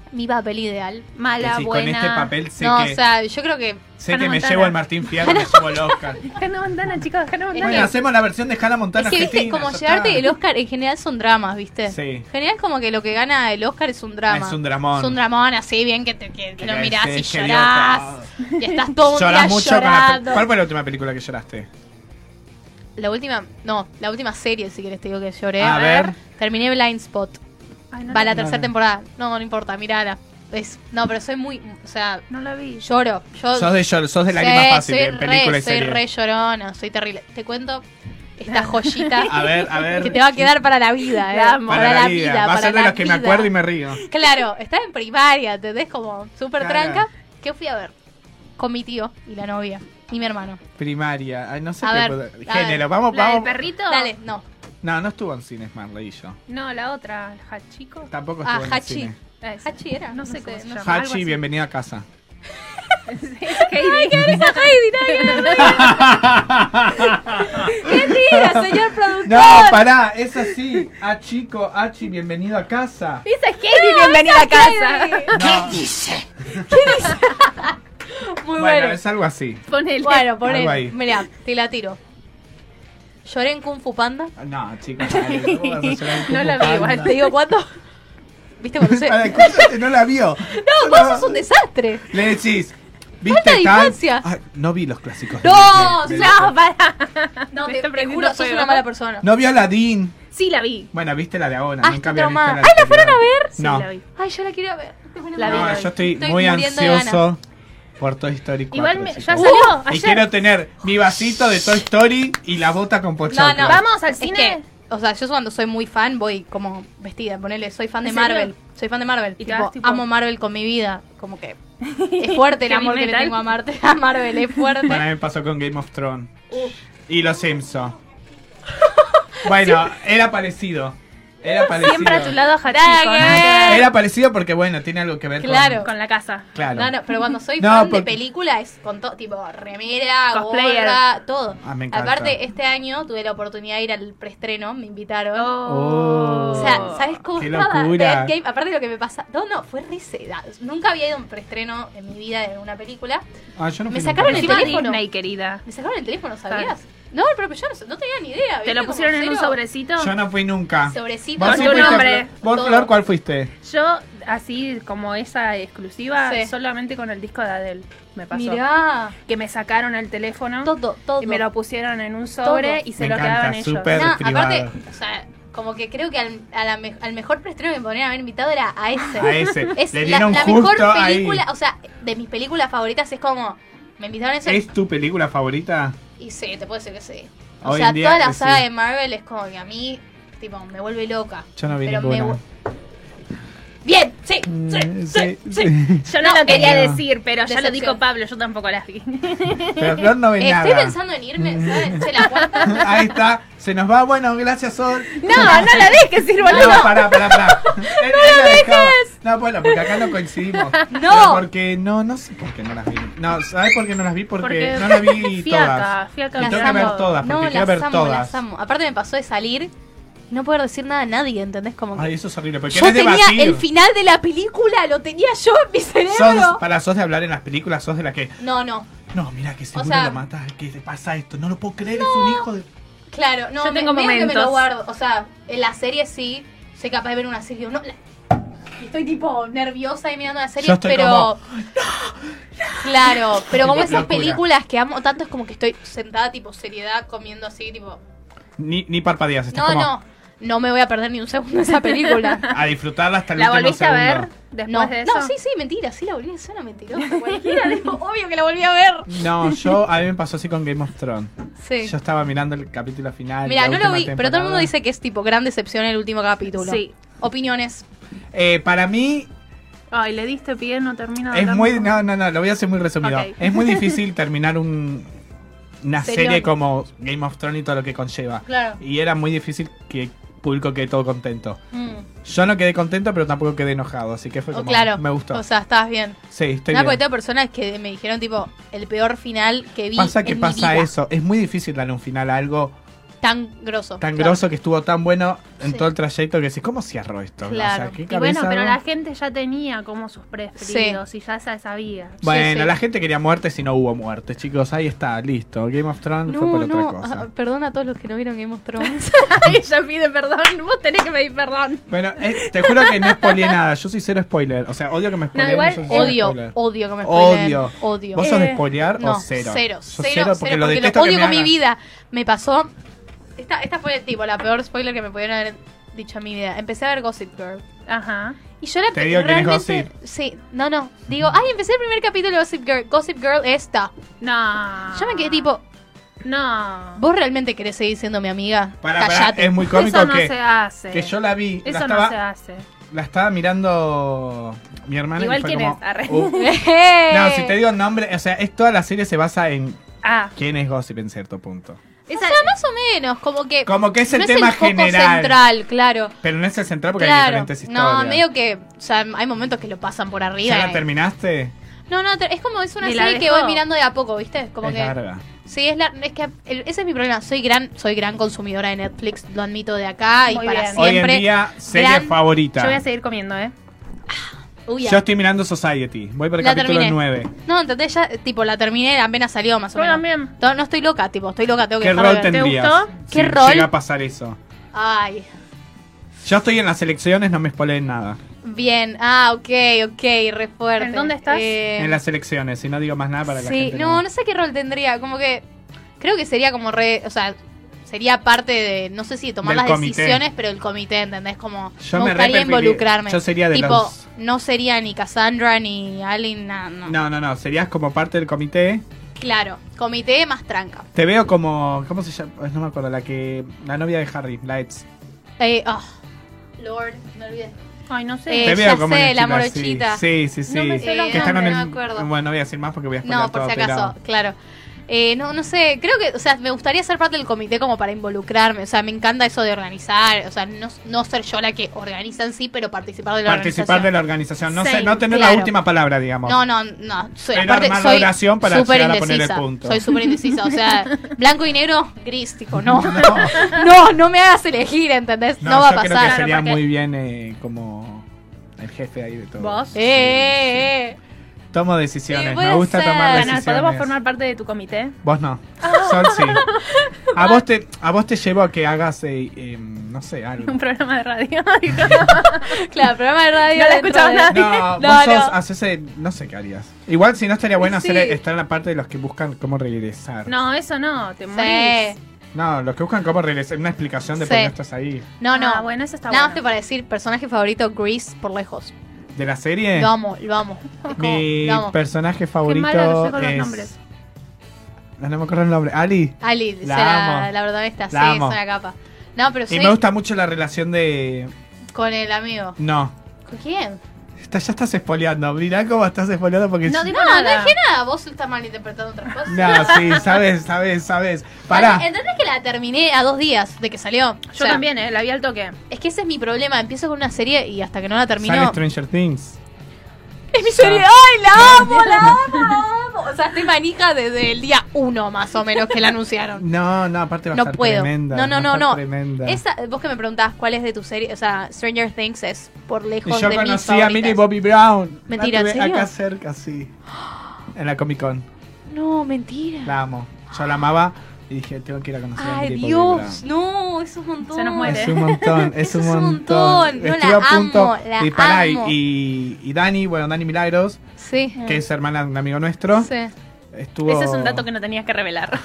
Speaker 3: Mi papel ideal.
Speaker 2: Mala,
Speaker 1: Decís,
Speaker 2: buena.
Speaker 1: con este papel sé
Speaker 3: no,
Speaker 1: que,
Speaker 3: o sea, yo creo que
Speaker 1: sé
Speaker 2: Hannah
Speaker 1: que me
Speaker 2: Montana.
Speaker 1: llevo al Martín Fierro, me llevo al Oscar.
Speaker 2: Hannah Montana, chicos, Hannah Montana.
Speaker 1: Bueno, hacemos la versión de Hannah Montana
Speaker 3: Es que viste,
Speaker 1: argentina,
Speaker 3: como
Speaker 1: ya
Speaker 3: llevarte
Speaker 1: está.
Speaker 3: el Oscar, en general son dramas, ¿viste?
Speaker 1: Sí.
Speaker 3: En general como que lo que gana el Oscar es un drama.
Speaker 1: Es un dramón.
Speaker 3: Es un dramón así, bien que, te, que, que lo
Speaker 1: Que
Speaker 3: mirás y
Speaker 1: decís, qué
Speaker 3: llorás. Y estás todo un
Speaker 1: Llorás
Speaker 3: día
Speaker 1: mucho con la
Speaker 3: llorando.
Speaker 1: pe- ¿Cuál fue la última película que lloraste?
Speaker 3: La última, no, la última serie, si quieres te digo que lloré.
Speaker 1: A ver.
Speaker 3: Terminé Blind Spot.
Speaker 2: Ay, no,
Speaker 3: Va la
Speaker 1: no,
Speaker 3: tercera
Speaker 1: no.
Speaker 3: temporada. No, no importa, mirala. Es, no, pero soy muy, o sea,
Speaker 2: no la vi.
Speaker 3: lloro. Yo,
Speaker 1: Sos de, llor- sos de lágrimas
Speaker 3: Sí,
Speaker 1: fácil, eh,
Speaker 3: soy
Speaker 1: en película
Speaker 3: re,
Speaker 1: y
Speaker 3: soy
Speaker 1: serie.
Speaker 3: re llorona, soy terrible. Te cuento esta joyita.
Speaker 1: A ver, a ver.
Speaker 3: Que te va a quedar para la vida, eh.
Speaker 2: La amo.
Speaker 1: para, la vida. Va a
Speaker 3: para
Speaker 1: ser de
Speaker 3: la
Speaker 1: los que me
Speaker 3: vida.
Speaker 1: acuerdo y me río.
Speaker 3: Claro, estaba en primaria, ¿entendés? Como súper
Speaker 1: Claro.
Speaker 3: tranca. ¿Qué fui a ver? Con mi tío y la novia y mi hermano.
Speaker 1: Primaria. Ay, no sé
Speaker 3: A
Speaker 1: qué
Speaker 3: ver,
Speaker 1: puedo-
Speaker 3: a ver.
Speaker 1: Género. Vamos,
Speaker 2: ¿La del
Speaker 1: vamos.
Speaker 2: perrito?
Speaker 3: Dale, no.
Speaker 1: No, no estuvo en cines Marley y yo.
Speaker 2: No, la otra, el Hachico.
Speaker 1: Tampoco
Speaker 3: Ah,
Speaker 1: estuvo en
Speaker 3: Hachi.
Speaker 1: cine.
Speaker 2: La esa.
Speaker 3: Hachi era,
Speaker 2: No sé cómo se llama. algo
Speaker 1: Hachi,
Speaker 2: así.
Speaker 1: bienvenido a casa.
Speaker 2: Heidi.
Speaker 3: Mentira, señor productor.
Speaker 1: No, pará, es así. Ah, chico, Hachi, bienvenido a casa.
Speaker 2: Dice Heidi, bienvenida a casa.
Speaker 1: No.
Speaker 3: Muy
Speaker 1: Bueno,
Speaker 3: bueno.
Speaker 1: es algo así.
Speaker 2: Ponele.
Speaker 3: Bueno, por
Speaker 1: Algo ahí.
Speaker 3: Mirá, te la tiro. Lloré en Kung Fu Panda.
Speaker 1: No, chicos, dale, ¿cómo vas a llorar en
Speaker 2: No la
Speaker 1: Kung
Speaker 2: vi
Speaker 1: Fu
Speaker 2: igual,
Speaker 1: Panda?
Speaker 3: Te digo cuánto. ¿Viste cuando se.?
Speaker 1: Para el curso que no la vio.
Speaker 3: No, vos sos un desastre.
Speaker 1: Le decís,
Speaker 3: Falta
Speaker 1: ¿viste
Speaker 3: de
Speaker 1: tal?
Speaker 3: infancia.
Speaker 1: Ay, no vi los clásicos. de
Speaker 3: No,
Speaker 1: Disney, me
Speaker 3: no,
Speaker 1: dijo.
Speaker 3: para. No,
Speaker 2: Me
Speaker 3: te,
Speaker 2: está
Speaker 3: te
Speaker 2: prendiendo
Speaker 3: juro, sos
Speaker 2: fuego.
Speaker 3: una mala persona.
Speaker 1: No vio Aladdin.
Speaker 2: Sí, la vi.
Speaker 1: Bueno, viste la de ahora,
Speaker 3: Ah,
Speaker 1: nunca
Speaker 3: estoy
Speaker 1: había visto la
Speaker 3: traumada.
Speaker 1: anterior.
Speaker 3: Ay, ¿la fueron a ver?
Speaker 2: Sí,
Speaker 1: No,
Speaker 2: la vi.
Speaker 3: Ay, yo la quiero
Speaker 2: La
Speaker 3: ver.
Speaker 2: vi,
Speaker 1: no,
Speaker 2: la vi.
Speaker 1: yo estoy,
Speaker 3: Estoy
Speaker 1: muy
Speaker 3: muriendo de Uh, ¡Oh!
Speaker 1: ansioso por Toy Story 4.
Speaker 2: Igual me-
Speaker 1: chicos.
Speaker 2: ya salió
Speaker 1: y
Speaker 2: ayer.
Speaker 1: quiero tener mi vasito de Toy Story y la bota con pochoclo.
Speaker 3: No, no.
Speaker 2: Vamos al
Speaker 3: Es
Speaker 2: cine.
Speaker 3: que, o sea, yo cuando soy muy fan voy como vestida, ponele, soy fan de
Speaker 2: ¿En serio?
Speaker 3: Marvel, soy fan de Marvel,
Speaker 2: Y te
Speaker 3: tipo,
Speaker 2: vas, tipo-
Speaker 3: amo Marvel con mi vida, como que es fuerte el amor que le
Speaker 2: Heavy metal.
Speaker 3: tengo a, Marte, a Marvel, es
Speaker 1: Bueno, a
Speaker 3: fuerte.
Speaker 1: mí me pasó con Game of Thrones.
Speaker 3: Uh.
Speaker 1: Y Los Simpsons. Bueno, era parecido. Era parecido.
Speaker 2: Siempre a tu lado Hachico.
Speaker 3: Nada que
Speaker 2: nada que ver.
Speaker 1: Era parecido porque, bueno, tiene algo que ver
Speaker 3: Claro.
Speaker 2: Con la casa.
Speaker 1: con... Claro.
Speaker 3: No, no, pero cuando soy
Speaker 1: No,
Speaker 3: fan
Speaker 1: porque-
Speaker 3: de película es con todo, tipo, remera,
Speaker 2: Cosplayer.
Speaker 3: gorra, todo.
Speaker 1: Ah, me encanta.
Speaker 3: Aparte, este año tuve la oportunidad de ir al preestreno, me invitaron.
Speaker 1: Oh.
Speaker 3: O sea, ¿sabes cómo
Speaker 1: Qué
Speaker 3: estaba?
Speaker 1: locura.
Speaker 3: Dead Game, aparte de lo que me pasa. No, no, fue re seda. Nunca había ido a un preestreno en mi vida de una película.
Speaker 1: Ah, yo no
Speaker 3: Me
Speaker 1: fui
Speaker 3: sacaron
Speaker 1: nunca.
Speaker 3: el
Speaker 2: Encima
Speaker 3: teléfono.
Speaker 2: Disney, querida.
Speaker 3: Me sacaron el teléfono,
Speaker 2: Claro.
Speaker 3: ¿sabías? No, pero yo no, no tenía ni idea.
Speaker 2: ¿Te lo
Speaker 3: ¿viste?
Speaker 2: pusieron
Speaker 3: Como
Speaker 2: en un
Speaker 3: cero Ah.
Speaker 2: sobrecito?
Speaker 1: Yo no fui nunca.
Speaker 3: Sobrecito.
Speaker 1: ¿Vos
Speaker 2: Con
Speaker 1: sí
Speaker 2: tu
Speaker 1: fuiste,
Speaker 2: nombre.
Speaker 1: Flor? ¿Vos,
Speaker 3: Todo.
Speaker 1: Flor, cuál fuiste?
Speaker 2: Yo, así como esa exclusiva,
Speaker 3: Sí.
Speaker 2: solamente con el disco de Adele me pasó.
Speaker 3: Mirá.
Speaker 2: Que me sacaron el teléfono
Speaker 3: Todo, todo.
Speaker 2: y me lo pusieron en un sobre
Speaker 3: Todo.
Speaker 2: y se
Speaker 1: Me
Speaker 2: lo
Speaker 1: encanta,
Speaker 2: quedaban ellos.
Speaker 1: súper.
Speaker 3: Nah,
Speaker 1: privado.
Speaker 3: aparte, o sea, como que creo que al, a la me- al mejor preestreno que me podrían haber invitado era a ese.
Speaker 1: A ese.
Speaker 3: Es
Speaker 1: Le
Speaker 3: la,
Speaker 1: dieron
Speaker 3: la
Speaker 1: justo
Speaker 3: mejor
Speaker 1: ahí.
Speaker 3: película, o sea, de mis películas favoritas es como. Me invitaron a ese.
Speaker 1: ¿Es tu película favorita?
Speaker 3: Y sí, te puedo decir que sí. O
Speaker 1: Hoy
Speaker 3: sea,
Speaker 1: en día
Speaker 3: toda
Speaker 1: que
Speaker 3: la saga
Speaker 1: sí.
Speaker 3: de Marvel es como que a mí, tipo, me vuelve loca.
Speaker 1: Yo no vi
Speaker 3: Pero me
Speaker 1: ninguna.
Speaker 3: vu- Bien, sí, sí,
Speaker 1: Mm,
Speaker 3: sí,
Speaker 1: sí,
Speaker 3: sí.
Speaker 1: sí.
Speaker 2: Yo no,
Speaker 3: No,
Speaker 2: lo quería
Speaker 1: eh,
Speaker 2: decir, pero ya lo
Speaker 3: decepción.
Speaker 2: dijo Pablo, yo tampoco la vi.
Speaker 1: Pero Flor no ve
Speaker 3: Estoy
Speaker 1: nada.
Speaker 3: pensando en irme, ¿sabes? Se la cuarta.
Speaker 1: Ahí está. Se nos va. Bueno, gracias, Sol.
Speaker 2: No, no la dejes ir,
Speaker 1: No,
Speaker 2: boludo.
Speaker 1: pará, pará, pará. Él- él la dejaba. No, bueno, porque acá no coincidimos. Pero Porque no, no sé por qué no las vi. No, ¿sabes por qué no las vi? Porque,
Speaker 2: Porque
Speaker 1: no las vi
Speaker 2: fiaca,
Speaker 1: todas.
Speaker 2: fiaca,
Speaker 1: Y
Speaker 2: las
Speaker 1: tengo que ver
Speaker 2: amo.
Speaker 1: todas, porque
Speaker 3: No,
Speaker 1: quiero
Speaker 3: las
Speaker 1: ver
Speaker 3: amo,
Speaker 1: todas.
Speaker 3: las amo. Aparte me pasó de salir y no poder decir nada a nadie, ¿entendés? Como que-
Speaker 1: Ay, eso es horrible. Porque
Speaker 3: yo
Speaker 1: querés
Speaker 3: tenía
Speaker 1: debatir.
Speaker 3: el final de la película, lo tenía yo en mi
Speaker 1: Sos,
Speaker 3: cerebro.
Speaker 1: para sos de hablar en las películas, sos de la que.
Speaker 3: No, no,
Speaker 1: No, mira que seguro
Speaker 3: sea-
Speaker 1: lo mata, que te pasa esto. No lo puedo creer, es un hijo de.
Speaker 3: claro, no,
Speaker 2: Yo tengo
Speaker 3: me, medio que me
Speaker 2: momentos.
Speaker 3: lo guardo. O sea, en la serie sí, soy capaz de ver una serie o no. la- y estoy tipo nerviosa y mirando la serie,
Speaker 1: Yo estoy
Speaker 3: pero.
Speaker 1: como,
Speaker 3: Claro, pero como esas
Speaker 1: Locura.
Speaker 3: películas que amo tanto es como que estoy sentada, tipo seriedad, comiendo así, tipo.
Speaker 1: Ni, ni parpadeas, estás
Speaker 3: No,
Speaker 1: como
Speaker 3: no, no me voy a perder ni un segundo de esa película.
Speaker 1: a disfrutarla hasta el
Speaker 2: ¿La
Speaker 1: último
Speaker 2: volviste a
Speaker 1: segundo.
Speaker 2: ver después
Speaker 3: No,
Speaker 2: de eso?
Speaker 3: no, sí, sí, mentira, sí la volví a hacer una mentirosa. cualquiera, tipo, obvio que la volví a ver.
Speaker 1: No, yo a mí me pasó así con Game of Thrones.
Speaker 3: Sí.
Speaker 1: Yo estaba mirando el capítulo final.
Speaker 3: Mira,
Speaker 1: la
Speaker 3: no lo vi,
Speaker 1: última
Speaker 3: pero todo el mundo
Speaker 1: temporada.
Speaker 3: dice que es tipo gran decepción el último capítulo.
Speaker 2: Sí.
Speaker 3: Opiniones.
Speaker 1: Eh, para mí
Speaker 2: Ay, le diste pie, no termino de
Speaker 1: es
Speaker 2: hablar
Speaker 1: muy.
Speaker 2: más.
Speaker 1: No, no, no, lo voy a hacer muy resumido.
Speaker 2: Ok.
Speaker 1: Es muy difícil terminar un, una
Speaker 3: Serión.
Speaker 1: serie como Game of Thrones y todo lo que conlleva.
Speaker 3: Claro.
Speaker 1: Y era muy difícil que público quede todo contento.
Speaker 3: Mm.
Speaker 1: Yo no quedé contento, pero tampoco quedé enojado, así que fue como.
Speaker 3: Oh, claro.
Speaker 1: Me gustó.
Speaker 3: O sea, estás bien.
Speaker 1: sí, estoy
Speaker 3: Una
Speaker 1: bien.
Speaker 3: cuenta de personas que me dijeron, tipo, el peor final que vi.
Speaker 1: Pasa que
Speaker 3: en mi
Speaker 1: pasa
Speaker 3: vida.
Speaker 1: eso. Es muy difícil darle un final a algo
Speaker 3: Tan grosso.
Speaker 1: tan
Speaker 3: Claro.
Speaker 1: grosso que estuvo tan bueno en
Speaker 3: Sí.
Speaker 1: todo el trayecto que decís, ¿cómo cierro esto?
Speaker 3: Claro.
Speaker 1: ¿qué
Speaker 2: Y bueno,
Speaker 1: cabeza
Speaker 2: pero
Speaker 1: hago?
Speaker 2: la gente ya tenía como sus preferidos y ya se sabía.
Speaker 1: Bueno,
Speaker 3: Sí, sí.
Speaker 1: la gente quería muertes y no hubo muertes, chicos. Ahí está, listo. Game of Thrones fue por
Speaker 3: No,
Speaker 1: otra
Speaker 3: no,
Speaker 1: cosa.
Speaker 3: ah, perdón a todos los que no vieron Game of Thrones.
Speaker 2: Ella pide perdón, vos tenés que pedir perdón.
Speaker 1: Bueno, eh, te juro que no spoileé nada. Yo soy cero spoiler. O sea, odio que me spoileen.
Speaker 2: igual
Speaker 1: yo soy cero
Speaker 3: odio,
Speaker 1: spoiler.
Speaker 3: odio que me spoileen.
Speaker 1: Odio.
Speaker 3: Odio.
Speaker 1: ¿Vos sos
Speaker 2: Eh,
Speaker 1: de spoilear
Speaker 3: No,
Speaker 1: o cero?
Speaker 3: Cero,
Speaker 1: Yo
Speaker 3: cero, cero,
Speaker 1: porque lo
Speaker 3: porque
Speaker 1: detesto que
Speaker 3: odio
Speaker 1: me
Speaker 3: con mi
Speaker 1: hagan.
Speaker 3: vida. Me pasó. Esta, esta fue tipo la peor spoiler que me pudieron haber dicho en mi vida. Empecé a ver Gossip Girl.
Speaker 2: Ajá.
Speaker 3: Y yo la
Speaker 1: Te digo quién es
Speaker 3: realmente- Sí, no, no. Digo, ay, empecé el primer capítulo de Gossip Girl. Gossip Girl, esta.
Speaker 2: No.
Speaker 3: Yo me quedé tipo,
Speaker 2: No.
Speaker 3: ¿vos realmente querés seguir siendo mi amiga?
Speaker 1: Pará, em, pará,
Speaker 3: Callate.
Speaker 1: es muy cómico
Speaker 2: Eso no
Speaker 1: que,
Speaker 2: se hace.
Speaker 1: que yo la vi. La
Speaker 2: Eso
Speaker 1: estaba,
Speaker 2: no se hace.
Speaker 1: la estaba mirando mi hermana
Speaker 2: Igual
Speaker 1: y fue
Speaker 2: quién
Speaker 1: como.
Speaker 2: es, arre.
Speaker 1: "Uh". No, si te digo el nombre, o sea, es, toda la serie se basa en
Speaker 2: Ah.
Speaker 1: quién es Gossip en cierto punto.
Speaker 2: Esa,
Speaker 3: O sea, más o menos, como que.
Speaker 1: Como que es el
Speaker 3: no
Speaker 1: tema
Speaker 3: es el foco
Speaker 1: general.
Speaker 3: central, claro.
Speaker 1: Pero no es el central porque hay
Speaker 3: claro.
Speaker 1: diferentes historias.
Speaker 3: No, medio que. O sea, hay momentos que lo pasan por arriba.
Speaker 1: ¿Ya la
Speaker 3: eh.
Speaker 1: terminaste?
Speaker 3: No, no, te- es como es una
Speaker 2: ¿Y la
Speaker 3: serie que
Speaker 2: dejó?
Speaker 3: voy mirando de a poco, ¿viste? Como
Speaker 1: es
Speaker 3: que
Speaker 1: larga.
Speaker 3: sí, es la es que el- ese es mi problema. Soy gran soy gran consumidora de Netflix, lo admito de acá y
Speaker 2: Muy
Speaker 3: para
Speaker 2: bien.
Speaker 1: Hoy
Speaker 3: siempre.
Speaker 1: en día, serie
Speaker 3: gran-
Speaker 1: favorita.
Speaker 2: yo voy a seguir comiendo, ¿eh?
Speaker 3: Uy, ya.
Speaker 1: Yo estoy mirando Society. Voy por el
Speaker 3: La
Speaker 1: capítulo
Speaker 3: terminé.
Speaker 1: 9.
Speaker 3: No, entendés, ya eh, tipo la terminé, apenas salió más o
Speaker 2: Yo
Speaker 3: menos.
Speaker 2: también.
Speaker 3: No, no estoy loca, tipo, estoy loca, tengo que
Speaker 1: ¿Qué
Speaker 3: dejar de
Speaker 1: rol
Speaker 3: ver.
Speaker 1: tendrías?
Speaker 2: gustó?
Speaker 1: si
Speaker 3: ¿Qué rol?
Speaker 1: Llega a pasar eso.
Speaker 3: Ay.
Speaker 1: Yo estoy en las elecciones, no me spoileen nada.
Speaker 3: Bien. Ah, ok, ok, re fuerte.
Speaker 2: ¿En dónde estás?
Speaker 3: Eh,
Speaker 1: En las elecciones, y no digo más nada para que la
Speaker 3: Sí,
Speaker 1: gente
Speaker 3: no, no sé qué rol tendría, como que creo que sería como re, o sea, sería parte de, no sé si de tomar
Speaker 1: Del
Speaker 3: las
Speaker 1: comité.
Speaker 3: decisiones, pero el comité, ¿entendés? Como
Speaker 1: Yo
Speaker 3: me,
Speaker 1: me
Speaker 3: gustaría
Speaker 1: reperfilia-
Speaker 3: involucrarme.
Speaker 1: yo sería de
Speaker 3: tipo,
Speaker 1: los-
Speaker 3: no sería ni Cassandra ni Alin, na- no.
Speaker 1: No, no, no, serías como parte del comité.
Speaker 3: Claro, comité más tranca.
Speaker 1: Te veo como. ¿Cómo se llama? Ay, No me acuerdo, la que. La novia de Harry, la ex.
Speaker 3: Eh, oh, Lord, me olvidé.
Speaker 2: Ay, no
Speaker 3: Eh,
Speaker 2: sé.
Speaker 1: Te
Speaker 3: ya
Speaker 1: veo como. una
Speaker 3: sé,
Speaker 1: chica
Speaker 3: la
Speaker 1: así.
Speaker 3: morochita.
Speaker 1: Sí, sí, sí.
Speaker 2: No me sé los
Speaker 1: que están en el-
Speaker 3: nombres, Eh, no me acuerdo.
Speaker 1: Bueno, no voy a decir más porque voy a spoilear
Speaker 3: No, por
Speaker 1: todo,
Speaker 3: si acaso,
Speaker 1: pero-
Speaker 3: claro. Eh, no, no sé, creo que, o sea, me gustaría ser parte del comité como para involucrarme, o sea, me encanta eso de organizar, o sea, no, no ser yo la que organiza en sí, pero participar de la
Speaker 1: Participar
Speaker 3: organización.
Speaker 1: de la organización. No, sé,
Speaker 2: Same,
Speaker 1: no tener
Speaker 3: claro.
Speaker 1: la última palabra, digamos.
Speaker 3: No, no, no. Soy,
Speaker 1: Pero
Speaker 3: aparte,
Speaker 1: armar la
Speaker 3: soy
Speaker 1: oración para
Speaker 3: súper
Speaker 1: llegar a poner el
Speaker 3: indecisa.
Speaker 1: punto.
Speaker 3: Soy súper indecisa. O sea, blanco y negro, gris, tipo, no. No, no me hagas elegir, ¿entendés? No,
Speaker 1: No,
Speaker 3: va a
Speaker 1: yo creo que
Speaker 3: pasar.
Speaker 1: sería
Speaker 2: Claro, porque-
Speaker 1: muy bien eh, como el jefe ahí de todo.
Speaker 2: ¿Vos?
Speaker 1: Sí,
Speaker 3: Eh, eh, eh.
Speaker 1: sí. Tomo
Speaker 3: Sí,
Speaker 1: decisiones,
Speaker 3: puede
Speaker 1: me gusta
Speaker 3: ser.
Speaker 1: tomar
Speaker 3: Bueno,
Speaker 1: decisiones.
Speaker 2: Bueno, ¿podemos formar Ah. parte de tu comité?
Speaker 1: Vos no. Sol sí. A vos te, a vos te llevo a que hagas, eh, eh, no sé, algo.
Speaker 2: Un programa de radio.
Speaker 3: Claro, programa de radio.
Speaker 2: No la
Speaker 3: dentro
Speaker 2: escuchaba
Speaker 3: de-
Speaker 2: nada.
Speaker 1: No,
Speaker 3: No,
Speaker 1: vos sos,
Speaker 3: no.
Speaker 1: haces, eh, no sé qué harías. Igual si no estaría bueno hacer,
Speaker 3: Sí.
Speaker 1: estar en la parte de los que buscan cómo regresar.
Speaker 2: No, eso no, te morís.
Speaker 3: Sí.
Speaker 1: No, los que buscan cómo regresar, una explicación de
Speaker 3: Sí.
Speaker 1: por qué no estás ahí.
Speaker 3: No, no.
Speaker 2: Ah, bueno, eso está
Speaker 3: Nada más que
Speaker 2: bueno.
Speaker 3: para decir, personaje favorito, Gris, por lejos.
Speaker 1: ¿De la serie?
Speaker 3: Lo amo, lo amo. Es como,
Speaker 1: Mi
Speaker 3: lo amo.
Speaker 2: Qué mala
Speaker 1: personaje
Speaker 2: que soy
Speaker 1: favorito
Speaker 2: con los
Speaker 1: es... Ah,
Speaker 2: nombres.
Speaker 1: No, no me acuerdo el nombre. Ali.
Speaker 3: Ali,
Speaker 1: La
Speaker 3: será
Speaker 1: amo.
Speaker 3: la protagonista.
Speaker 1: La
Speaker 3: sí,
Speaker 1: amo.
Speaker 3: es una capa. No, pero sí,
Speaker 1: Y me gusta mucho la relación de...
Speaker 3: con el amigo.
Speaker 1: No.
Speaker 3: ¿Con quién?
Speaker 1: Está- ya estás espoleando. Mirá cómo estás espoleando porque...
Speaker 2: No
Speaker 1: yo-
Speaker 2: digo
Speaker 3: No, no
Speaker 2: nada.
Speaker 3: dije nada. Vos estás malinterpretando otras cosas.
Speaker 1: No, sí, sabes, sabes, sabes. Pará.
Speaker 3: ¿Entendés que la terminé a dos días de que salió?
Speaker 2: Yo también, eh, la vi al toque.
Speaker 3: Es que ese es mi problema. Empiezo con una serie y hasta que no la termino.
Speaker 1: Sale Stranger Things.
Speaker 3: Es mi serie. ¡Ay, la amo, la amo, la ¿Cómo? O sea, estoy manija desde el día uno más o menos que la anunciaron.
Speaker 1: No, no, aparte va a
Speaker 3: No
Speaker 1: estar
Speaker 3: puedo.
Speaker 1: tremenda.
Speaker 3: No, no,
Speaker 1: va a
Speaker 3: no,
Speaker 1: estar
Speaker 3: no.
Speaker 1: Tremenda.
Speaker 3: Esa, vos que me preguntabas cuál es de tu serie, o sea, Stranger Things es por
Speaker 1: Y
Speaker 3: lejos
Speaker 1: yo
Speaker 3: de mis
Speaker 1: conocí a
Speaker 3: favoritas.
Speaker 1: Millie Bobby Brown.
Speaker 3: Mentira,
Speaker 1: La
Speaker 3: ¿en
Speaker 1: tuve
Speaker 3: serio?
Speaker 1: Acá cerca, sí. En la Comic Con.
Speaker 3: No, mentira.
Speaker 1: La amo. Yo la amaba y dije, tengo que ir a conocer a
Speaker 3: Ay,
Speaker 1: Millie Bobby Brown.
Speaker 3: Dios, no, es un montón.
Speaker 2: Se nos muere.
Speaker 1: Es un montón, es, un montón.
Speaker 3: No,
Speaker 1: Estuve
Speaker 3: la
Speaker 1: a punto.
Speaker 3: amo, la
Speaker 1: y pará, y-
Speaker 3: amo.
Speaker 1: Y, y Dani, bueno, Dani Milagros,
Speaker 3: Sí.
Speaker 1: que es hermana de un amigo nuestro,
Speaker 3: Sí.
Speaker 1: estuvo.
Speaker 2: Ese es un dato que no tenías que revelar.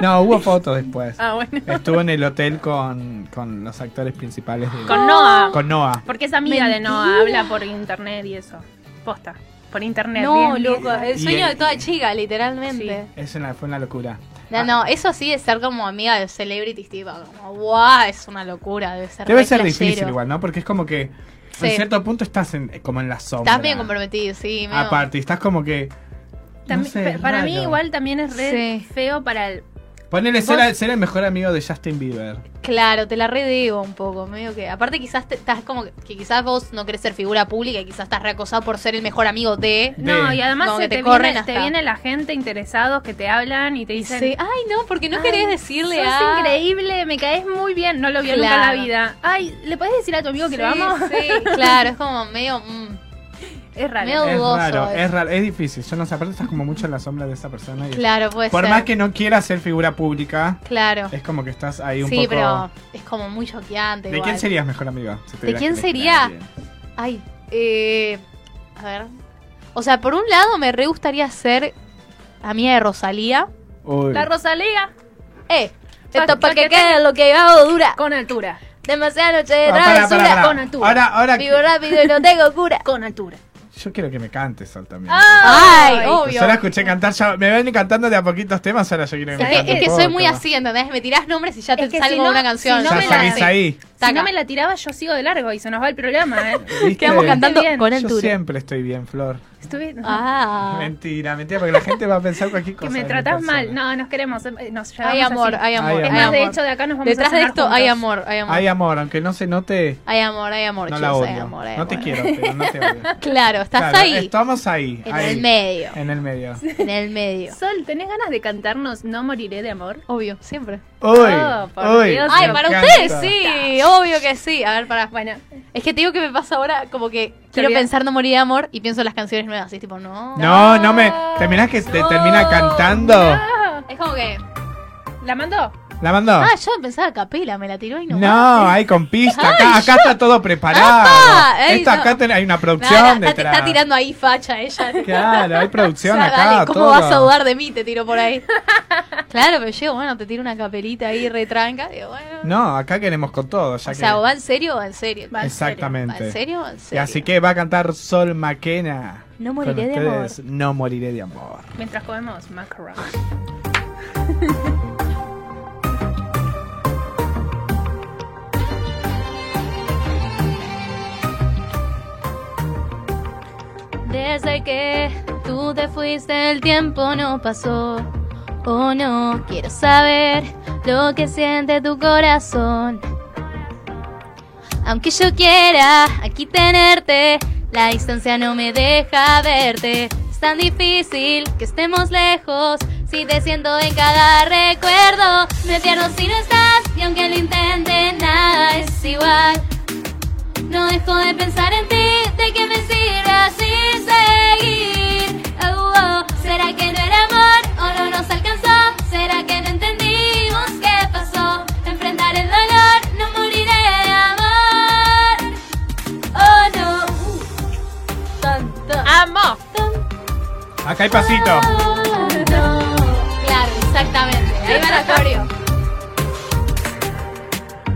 Speaker 1: No, hubo fotos después.
Speaker 2: Ah, bueno.
Speaker 1: Estuvo en el hotel con, con los actores principales de-
Speaker 2: Con Noah.
Speaker 1: con Noah.
Speaker 2: Porque es amiga de Noah,
Speaker 3: Mentira.
Speaker 2: habla por internet y eso. Posta. Por internet.
Speaker 3: No,
Speaker 2: bien.
Speaker 3: loco, el
Speaker 1: Y
Speaker 3: sueño
Speaker 1: el-
Speaker 3: de toda chica, literalmente.
Speaker 1: Es una, fue una locura. Ah,
Speaker 3: No, no, eso sí es ser como amiga de celebrities, tipo, como, guau, es una locura, debe ser
Speaker 1: Debe
Speaker 3: re
Speaker 1: ser
Speaker 3: flashero.
Speaker 1: difícil igual, ¿no? Porque es como que
Speaker 3: Sí.
Speaker 1: en cierto punto estás en, como en la Ah, sombra.
Speaker 3: Estás bien comprometido, sí. medio-
Speaker 1: Aparte, estás como que. No
Speaker 2: También-
Speaker 1: sé,
Speaker 2: pa- para mí
Speaker 1: raro.
Speaker 2: igual también es re
Speaker 3: Sí.
Speaker 2: feo para el...
Speaker 1: Ponele
Speaker 2: Vos-
Speaker 1: ser, el- ser el mejor amigo de Justin Bieber.
Speaker 3: Claro, te la redebo un poco, medio que. Aparte, quizás te- estás como que que quizás vos no querés ser figura pública y quizás estás reacosado por ser el mejor amigo de.
Speaker 1: De-
Speaker 2: No, y además
Speaker 3: Como
Speaker 2: se
Speaker 3: que
Speaker 2: te,
Speaker 3: te corren
Speaker 2: viene,
Speaker 3: hasta-
Speaker 2: te viene la gente interesados que te hablan y te dicen...
Speaker 3: Sí, Ay, no, porque no querés
Speaker 2: "Ay,
Speaker 3: decirle
Speaker 2: sos
Speaker 3: a.
Speaker 2: increíble, me caes muy bien, no lo vio nunca en la
Speaker 3: Claro.
Speaker 2: vida. Ay, ¿le podés decir a tu amigo que lo
Speaker 3: Sí,
Speaker 2: amo?
Speaker 3: sí, claro, es como medio. mm,
Speaker 2: Es raro.
Speaker 3: Medio-
Speaker 1: Es
Speaker 3: dudoso
Speaker 1: raro,
Speaker 3: eso.
Speaker 1: es raro, es difícil. Yo no sé, aparte estás como mucho en la sombra de esa persona. y-
Speaker 3: claro, puede
Speaker 1: Por
Speaker 3: ser.
Speaker 1: más que no quieras ser figura pública,
Speaker 3: Claro.
Speaker 1: es como que estás ahí un
Speaker 3: Sí,
Speaker 1: poco.
Speaker 3: pero es como muy choqueante.
Speaker 1: ¿De
Speaker 3: igual.
Speaker 1: quién serías mejor amigo? si tuvieras
Speaker 3: quién
Speaker 1: que elegir a
Speaker 3: sería?
Speaker 1: alguien?
Speaker 3: Ay, eh, a ver. O sea, por un lado me re gustaría ser amiga de Rosalía.
Speaker 1: Uy,
Speaker 2: La Rosalega
Speaker 3: Eh,
Speaker 2: Pa-
Speaker 3: esto
Speaker 2: pa'
Speaker 3: para
Speaker 2: que
Speaker 3: que
Speaker 2: tenga-
Speaker 3: quede lo que hago dura.
Speaker 2: con altura.
Speaker 3: Demasiada noche de
Speaker 1: Ah, pará,
Speaker 3: travesura.
Speaker 1: pará, pará.
Speaker 2: con altura.
Speaker 1: Ahora, ahora.
Speaker 3: Vivo rápido y no tengo cura.
Speaker 2: Con altura.
Speaker 1: Yo quiero que me cantes, Sol, también.
Speaker 3: Ah, Ay,
Speaker 2: Ay,
Speaker 3: obvio.
Speaker 1: Yo la escuché cantar, ya me ven cantando de a poquitos temas, ahora yo quiero que me
Speaker 2: Es
Speaker 3: Es que,
Speaker 1: cantes
Speaker 3: es que
Speaker 1: un
Speaker 3: soy
Speaker 1: poco.
Speaker 3: muy así, ¿entendés? Me tirás nombres y ya te
Speaker 2: Es que si
Speaker 3: salgo
Speaker 2: no-
Speaker 3: una canción.
Speaker 2: si no
Speaker 1: Ya
Speaker 2: me la-
Speaker 1: salís ahí.
Speaker 2: Si no
Speaker 3: Taca.
Speaker 2: me la tiraba, yo sigo de largo y se nos va el programa, ¿eh?
Speaker 1: ¿viste?
Speaker 3: Quedamos cantando
Speaker 2: Bien.
Speaker 3: con
Speaker 1: Yo
Speaker 3: altura.
Speaker 1: siempre estoy bien, Flor.
Speaker 2: Estuve...
Speaker 3: Ah.
Speaker 1: Mentira, mentira, porque la gente va a pensar cualquier
Speaker 2: Que
Speaker 1: cosa.
Speaker 2: me
Speaker 1: de mi
Speaker 2: tratás
Speaker 1: persona.
Speaker 2: mal. No, nos queremos. eh, Nos llevamos
Speaker 3: Hay amor,
Speaker 2: así.
Speaker 3: hay amor,
Speaker 1: Hay
Speaker 3: hay
Speaker 2: Es
Speaker 1: amor.
Speaker 2: más,
Speaker 3: amor.
Speaker 2: de hecho, de acá nos vamos
Speaker 3: Detrás
Speaker 2: a
Speaker 3: de
Speaker 2: cenar
Speaker 3: esto
Speaker 2: juntos.
Speaker 3: hay amor, hay amor.
Speaker 1: Hay amor, aunque no se note,
Speaker 3: Hay amor, hay amor,
Speaker 1: no
Speaker 3: chicos,
Speaker 1: la odio.
Speaker 3: hay amor, hay
Speaker 1: no te
Speaker 3: amor.
Speaker 1: quiero, pero no te odio.
Speaker 3: Claro, estás
Speaker 1: Claro,
Speaker 3: ahí.
Speaker 1: Estamos ahí.
Speaker 3: En
Speaker 1: ahí,
Speaker 3: el medio.
Speaker 1: En el medio.
Speaker 3: En el medio.
Speaker 2: Sol, ¿tenés ganas de cantarnos No moriré de amor?
Speaker 3: Obvio, siempre.
Speaker 1: Uy,
Speaker 2: Oh, por
Speaker 1: uy,
Speaker 2: Dios,
Speaker 1: me
Speaker 3: Ay, para
Speaker 1: encanta.
Speaker 3: ustedes sí, obvio que sí. A ver, para.
Speaker 2: Bueno,
Speaker 3: Es que te digo que me pasa ahora como que quiero
Speaker 2: olvidas.
Speaker 3: pensar no morir de amor y pienso en las canciones nuevas. Y es tipo, no.
Speaker 1: No, no me. Terminás que te
Speaker 3: No.
Speaker 1: termina cantando.
Speaker 2: ah,
Speaker 3: Es como que.
Speaker 2: ¿la mandó?
Speaker 1: ¿La mandó?
Speaker 3: Ah, yo pensaba capela, me la tiró y no.
Speaker 1: no, ahí con pista. Acá, acá está todo preparado.
Speaker 3: Apa, ey,
Speaker 1: Esto acá
Speaker 3: no.
Speaker 1: ten- hay una
Speaker 3: Nada,
Speaker 1: producción
Speaker 3: está,
Speaker 1: detrás.
Speaker 3: está tirando ahí facha ella.
Speaker 1: Claro, hay
Speaker 3: O sea,
Speaker 1: producción acá.
Speaker 3: dale, ¿cómo
Speaker 1: todo.
Speaker 3: vas a dudar de mí? Te tiro por ahí. claro, pero yo, bueno, te tiro una capelita ahí retranca. Digo, bueno.
Speaker 1: No, acá queremos con todo. Ya
Speaker 3: o
Speaker 1: que-
Speaker 3: sea, o va en serio o va en serio.
Speaker 2: Va en
Speaker 1: Exactamente.
Speaker 3: ¿Va en serio o en
Speaker 1: Y
Speaker 3: serio?
Speaker 1: así que va a cantar Sol Maquena.
Speaker 3: No
Speaker 1: con
Speaker 3: moriré de amor.
Speaker 1: ustedes, No moriré de amor.
Speaker 2: Mientras comemos macarons.
Speaker 3: Desde que tú te fuiste el tiempo no pasó. Oh no, quiero saber lo que siente tu corazón. Aunque yo quiera aquí tenerte, la distancia no me deja verte. Es tan difícil que estemos lejos. Si te siento en cada recuerdo, me pierdo si no estás. Y aunque lo intente, nada es igual. No dejo de pensar en ti, de qué me sirve así seguir. Oh, oh. ¿Será que no era amor o no nos alcanzó? ¿Será que no entendimos qué pasó? Enfrentar el dolor, no moriré de amor. Oh no. Tan, tan,
Speaker 2: ¡Amo!
Speaker 3: tan.
Speaker 1: Acá hay pasito.
Speaker 3: Claro, exactamente. Ahí va la coreo.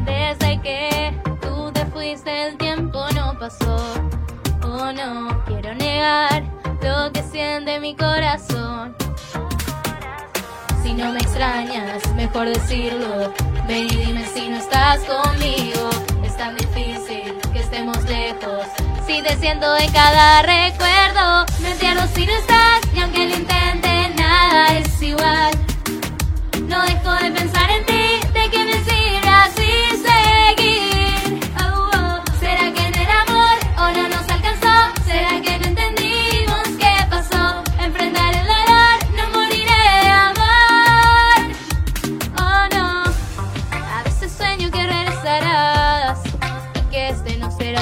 Speaker 3: Desde que tú te fuiste el tiempo no pasó. Oh no, quiero negar lo que siente mi corazón. Si no me extrañas, mejor decirlo. Ven y dime si no estás conmigo. Es tan difícil que estemos lejos. Si te siento en cada recuerdo, me pierdo si no estás. Y aunque lo intente, nada es igual. No dejo de pensar en ti, de que me sirve así seguir. Oh, oh. ¿Será que no era amor o no nos alcanzó? ¿Será que no entendimos qué pasó? Enfrentar el Oh,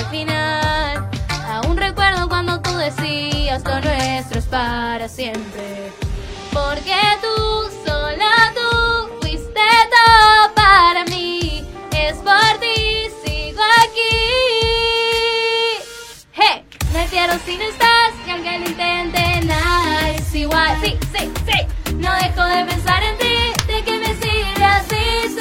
Speaker 3: este
Speaker 4: para siempre. Porque tú, sola tú, fuiste todo para mí. Es por ti, sigo aquí. Hey, prefiero si no estás que aunque lo intente nada es igual. Sí, sí, sí. No dejo de pensar en ti, de que me sirve así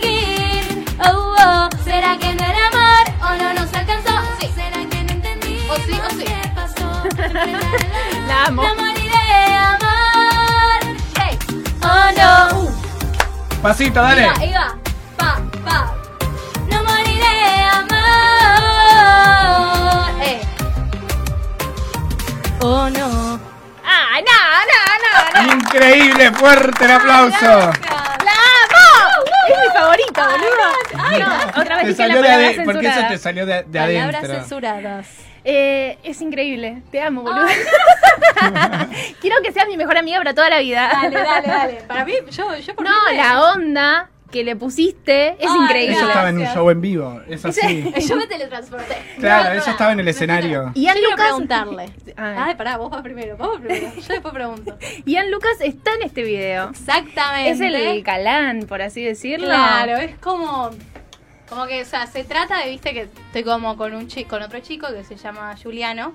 Speaker 4: seguir. Oh, oh. ¿Será que no era amor o no nos alcanzó? Sí. Oh, ¿Será que no entendí
Speaker 3: O sí, o sí.
Speaker 4: qué pasó? Enredada.
Speaker 3: La amo.
Speaker 4: Me moriré de amor. Hey. Oh no.
Speaker 1: Pasito, dale.
Speaker 3: eh.
Speaker 4: Iba, iba. Pa, pa. No moriré de amor. Eh. Oh no.
Speaker 2: Ah, no, no, no, no.
Speaker 1: Increíble, fuerte el aplauso.
Speaker 2: ¡La amo! Es mi favorita, boludo. Ay, no, otra vez
Speaker 1: Te
Speaker 2: dije
Speaker 1: salió
Speaker 2: la
Speaker 1: de
Speaker 2: palabra
Speaker 1: ade- porque eso
Speaker 2: censurada.
Speaker 1: te salió de, de
Speaker 4: Palabras
Speaker 1: adentro.
Speaker 4: censuradas.
Speaker 2: Eh, es increíble. Te amo, boludo. Quiero que seas mi mejor amiga para toda la vida.
Speaker 4: dale, dale.
Speaker 3: Para mí, yo, yo por
Speaker 2: No, la onda que le pusiste es
Speaker 4: Ay,
Speaker 2: increíble.
Speaker 1: Eso estaba en un
Speaker 4: Gracias.
Speaker 1: show en vivo, es así.
Speaker 4: Yo me teletransporté.
Speaker 1: Claro, eso estaba en el escenario.
Speaker 2: Ian
Speaker 3: quiero
Speaker 2: Lucas,
Speaker 3: preguntarle.
Speaker 2: Ah,
Speaker 4: Ay, pará, vos vas primero, vos vas primero.
Speaker 3: Yo después pregunto.
Speaker 2: Ian Lucas está en este video.
Speaker 4: Exactamente.
Speaker 2: Es el calán, por así decirlo.
Speaker 3: Claro, es como. Como que, o sea, se trata de, viste, que estoy como con un chico, con otro chico que se llama Juliano.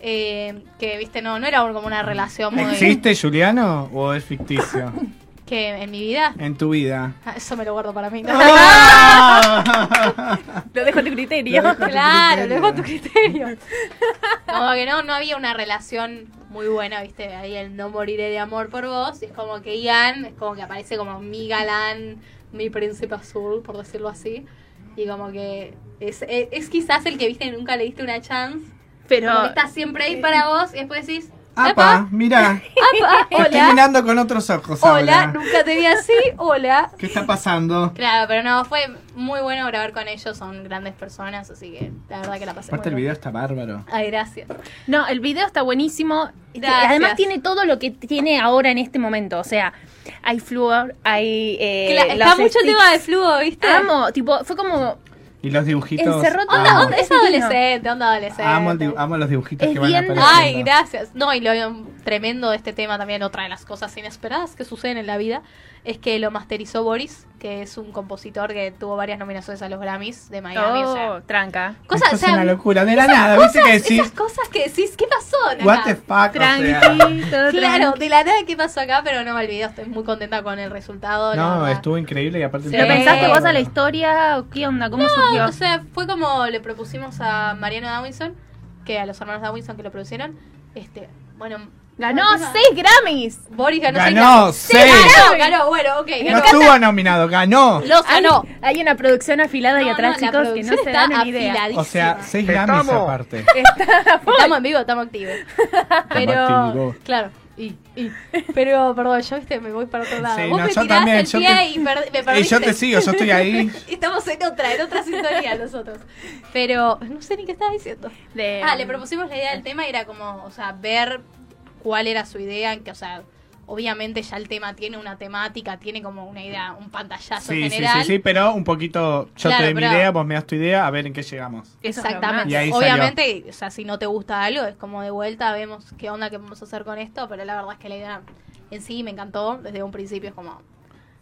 Speaker 3: eh, que, viste, no, no era un- como una relación muy.
Speaker 1: ¿Existe Juliano o es ficticio?
Speaker 3: Que en mi vida.
Speaker 1: En tu vida.
Speaker 3: Ah, Eso me lo guardo para mí. ¿no?
Speaker 1: ¡Ah!
Speaker 2: Lo dejo a tu criterio.
Speaker 1: Lo dejo a tu
Speaker 3: Claro,
Speaker 1: criterio.
Speaker 3: luego a tu criterio. Como que no, no había una relación muy buena, viste, ahí el no moriré de amor por vos. y es como que Ian, es como que aparece como mi galán, mi príncipe azul, por decirlo así. Y como que es, es, es quizás el que, viste, nunca le diste una chance.
Speaker 2: Pero
Speaker 3: Como que está siempre ahí para vos y después decís,
Speaker 1: Apa, mirá.
Speaker 3: "Apa,
Speaker 1: Estoy
Speaker 3: hola,
Speaker 1: mirando con otros ojos
Speaker 3: hola,
Speaker 1: ahora.
Speaker 3: nunca te vi así, hola.
Speaker 1: ¿Qué está pasando?
Speaker 3: Claro, pero no, fue muy bueno grabar con ellos, son grandes personas, así que la verdad que la pasé muy
Speaker 1: Aparte el
Speaker 3: bien.
Speaker 1: video está bárbaro.
Speaker 3: Ay, gracias.
Speaker 2: No, el video está buenísimo.
Speaker 3: Gracias.
Speaker 2: Además tiene todo lo que tiene ahora en este momento. O sea, hay flúor, hay... eh,
Speaker 3: Cla- está
Speaker 2: los
Speaker 3: mucho el
Speaker 2: sticks.
Speaker 3: tema de flujo, ¿viste?
Speaker 2: Amo, tipo, fue como...
Speaker 1: Y los dibujitos.
Speaker 2: Encerró todo.
Speaker 1: amo.
Speaker 3: Onda, onda, es
Speaker 2: Divino.
Speaker 3: adolescente, onda adolescente.
Speaker 1: Amo, el dibu- amo los dibujitos
Speaker 2: Es
Speaker 1: que van
Speaker 2: bien-
Speaker 1: apareciendo.
Speaker 3: Ay, gracias. No, y lo tremendo de este tema también, otra de las cosas inesperadas que suceden en la vida, es que lo masterizó Boris, que es un compositor que tuvo varias nominaciones a los Grammys de Miami. o sea,
Speaker 2: Oh, tranca.
Speaker 3: cosas,
Speaker 1: Esto
Speaker 3: o sea,
Speaker 1: es una locura. De la nada, ¿viste que
Speaker 3: esas
Speaker 1: decís?
Speaker 3: cosas que decís, ¿qué pasó? acá?
Speaker 1: What the fuck, o sea.
Speaker 2: Tranqui, todo
Speaker 3: Claro,
Speaker 2: tranqui.
Speaker 3: de la nada, ¿qué pasó acá? Pero no, el video, estoy muy contenta con el resultado. la
Speaker 1: No,
Speaker 3: verdad.
Speaker 1: estuvo increíble y aparte...
Speaker 3: Sí.
Speaker 2: ¿Lo
Speaker 3: Eh,
Speaker 2: pensaste vos a la
Speaker 1: Bárbaro.
Speaker 2: historia? ¿O ¿Qué onda? ¿Cómo
Speaker 3: No,
Speaker 2: surgió?
Speaker 3: o sea, fue como le propusimos a Mariano Dawinson, que a los hermanos Dawinson que lo producieron, este, bueno,
Speaker 2: Ganó
Speaker 3: Boris
Speaker 2: 6 Grammys.
Speaker 3: Boris ganó, seis
Speaker 1: Ganó,
Speaker 3: Grammys.
Speaker 1: seis.
Speaker 3: ganó, ganó, bueno, ok,
Speaker 1: No
Speaker 3: ganó.
Speaker 1: estuvo nominado, ganó.
Speaker 3: Los
Speaker 2: Hay,
Speaker 3: ganó.
Speaker 2: hay una producción afilada ahí
Speaker 3: No,
Speaker 2: atrás,
Speaker 3: no, la
Speaker 2: chicos, que no
Speaker 3: producción
Speaker 2: se
Speaker 3: está
Speaker 2: dan ni idea.
Speaker 3: afiladísima.
Speaker 1: O sea, seis
Speaker 5: Estamos.
Speaker 1: Grammys aparte.
Speaker 3: estamos en vivo, estamos activos. Pero,
Speaker 1: activos.
Speaker 3: claro. Y, y- pero, perdón, yo viste, me voy para otro lado.
Speaker 1: Sí,
Speaker 3: Vos
Speaker 1: no,
Speaker 3: me
Speaker 1: yo
Speaker 3: tirás
Speaker 1: también,
Speaker 3: el
Speaker 1: yo
Speaker 3: pie
Speaker 1: te-
Speaker 3: y per- me
Speaker 1: Y
Speaker 3: perdiste.
Speaker 1: yo te sigo, yo estoy ahí.
Speaker 3: Estamos en otra, en otra sintonía nosotros. Pero, no sé ni qué estaba diciendo.
Speaker 2: De-
Speaker 3: Ah, le propusimos la idea del tema y era como, o sea, ver cuál era su idea, que, o sea, obviamente ya el tema tiene una temática, tiene como una idea, un pantallazo
Speaker 1: Sí, sí,
Speaker 3: general.
Speaker 1: sí, sí, pero un poquito... Yo
Speaker 3: Claro,
Speaker 1: te doy mi
Speaker 3: pero-
Speaker 1: idea, vos me das tu idea, a ver en qué llegamos.
Speaker 2: Eso es lo
Speaker 3: Exactamente.
Speaker 1: Y ahí salió.
Speaker 3: obviamente, o sea, si no te gusta algo, es como de vuelta, vemos qué onda que vamos a hacer con esto, pero la verdad es que la idea en sí me encantó desde un principio, es como,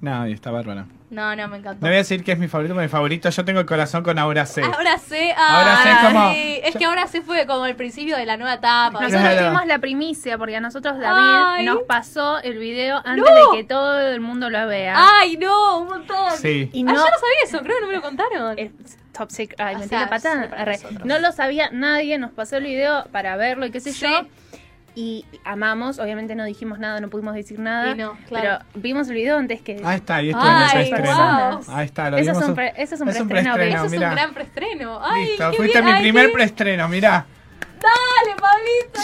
Speaker 1: No, y está bárbaro.
Speaker 3: no, no, me
Speaker 1: No
Speaker 3: encantó.
Speaker 1: voy a decir que es mi favorito, porque mi favorito yo tengo el corazón con ahora C.
Speaker 3: Ahora sé,
Speaker 1: Ahora sé, es como-
Speaker 3: ay, es que ahora sé fue como el principio de la nueva etapa.
Speaker 2: Nosotros
Speaker 1: Claro.
Speaker 2: tuvimos la primicia porque a nosotros David
Speaker 3: Ay.
Speaker 2: nos pasó el video antes
Speaker 3: No.
Speaker 2: de que todo el mundo lo vea.
Speaker 3: Ay, no, un montón.
Speaker 1: Sí.
Speaker 2: Y no
Speaker 3: Ah, yo no sabía eso, creo que no me lo contaron.
Speaker 2: es top secret. Ay,
Speaker 3: O
Speaker 2: metí
Speaker 3: sea,
Speaker 2: la pata.
Speaker 3: sí, para
Speaker 2: Arre.
Speaker 3: nosotros.
Speaker 2: No lo sabía nadie, nos pasó el video para verlo y qué sé
Speaker 3: Sí.
Speaker 2: yo. Y amamos, obviamente no dijimos nada, no pudimos decir nada.
Speaker 3: Y no, claro.
Speaker 2: Pero vimos el video antes que.
Speaker 1: Ahí está, y esto
Speaker 3: Ay,
Speaker 1: es un preestreno.
Speaker 3: guau.
Speaker 1: Ahí está, lo
Speaker 2: Eso
Speaker 1: dimos
Speaker 2: es un
Speaker 1: un-
Speaker 2: pre- eso es un
Speaker 1: es un
Speaker 2: preestreno,
Speaker 1: preestreno,
Speaker 2: pero
Speaker 3: Eso es
Speaker 1: mirá.
Speaker 3: un gran preestreno. Ay,
Speaker 1: Listo,
Speaker 3: qué
Speaker 1: fuiste
Speaker 3: bien,
Speaker 1: mi
Speaker 3: ay,
Speaker 1: primer
Speaker 3: qué-
Speaker 1: preestreno, mirá.
Speaker 3: Dale, Pablito,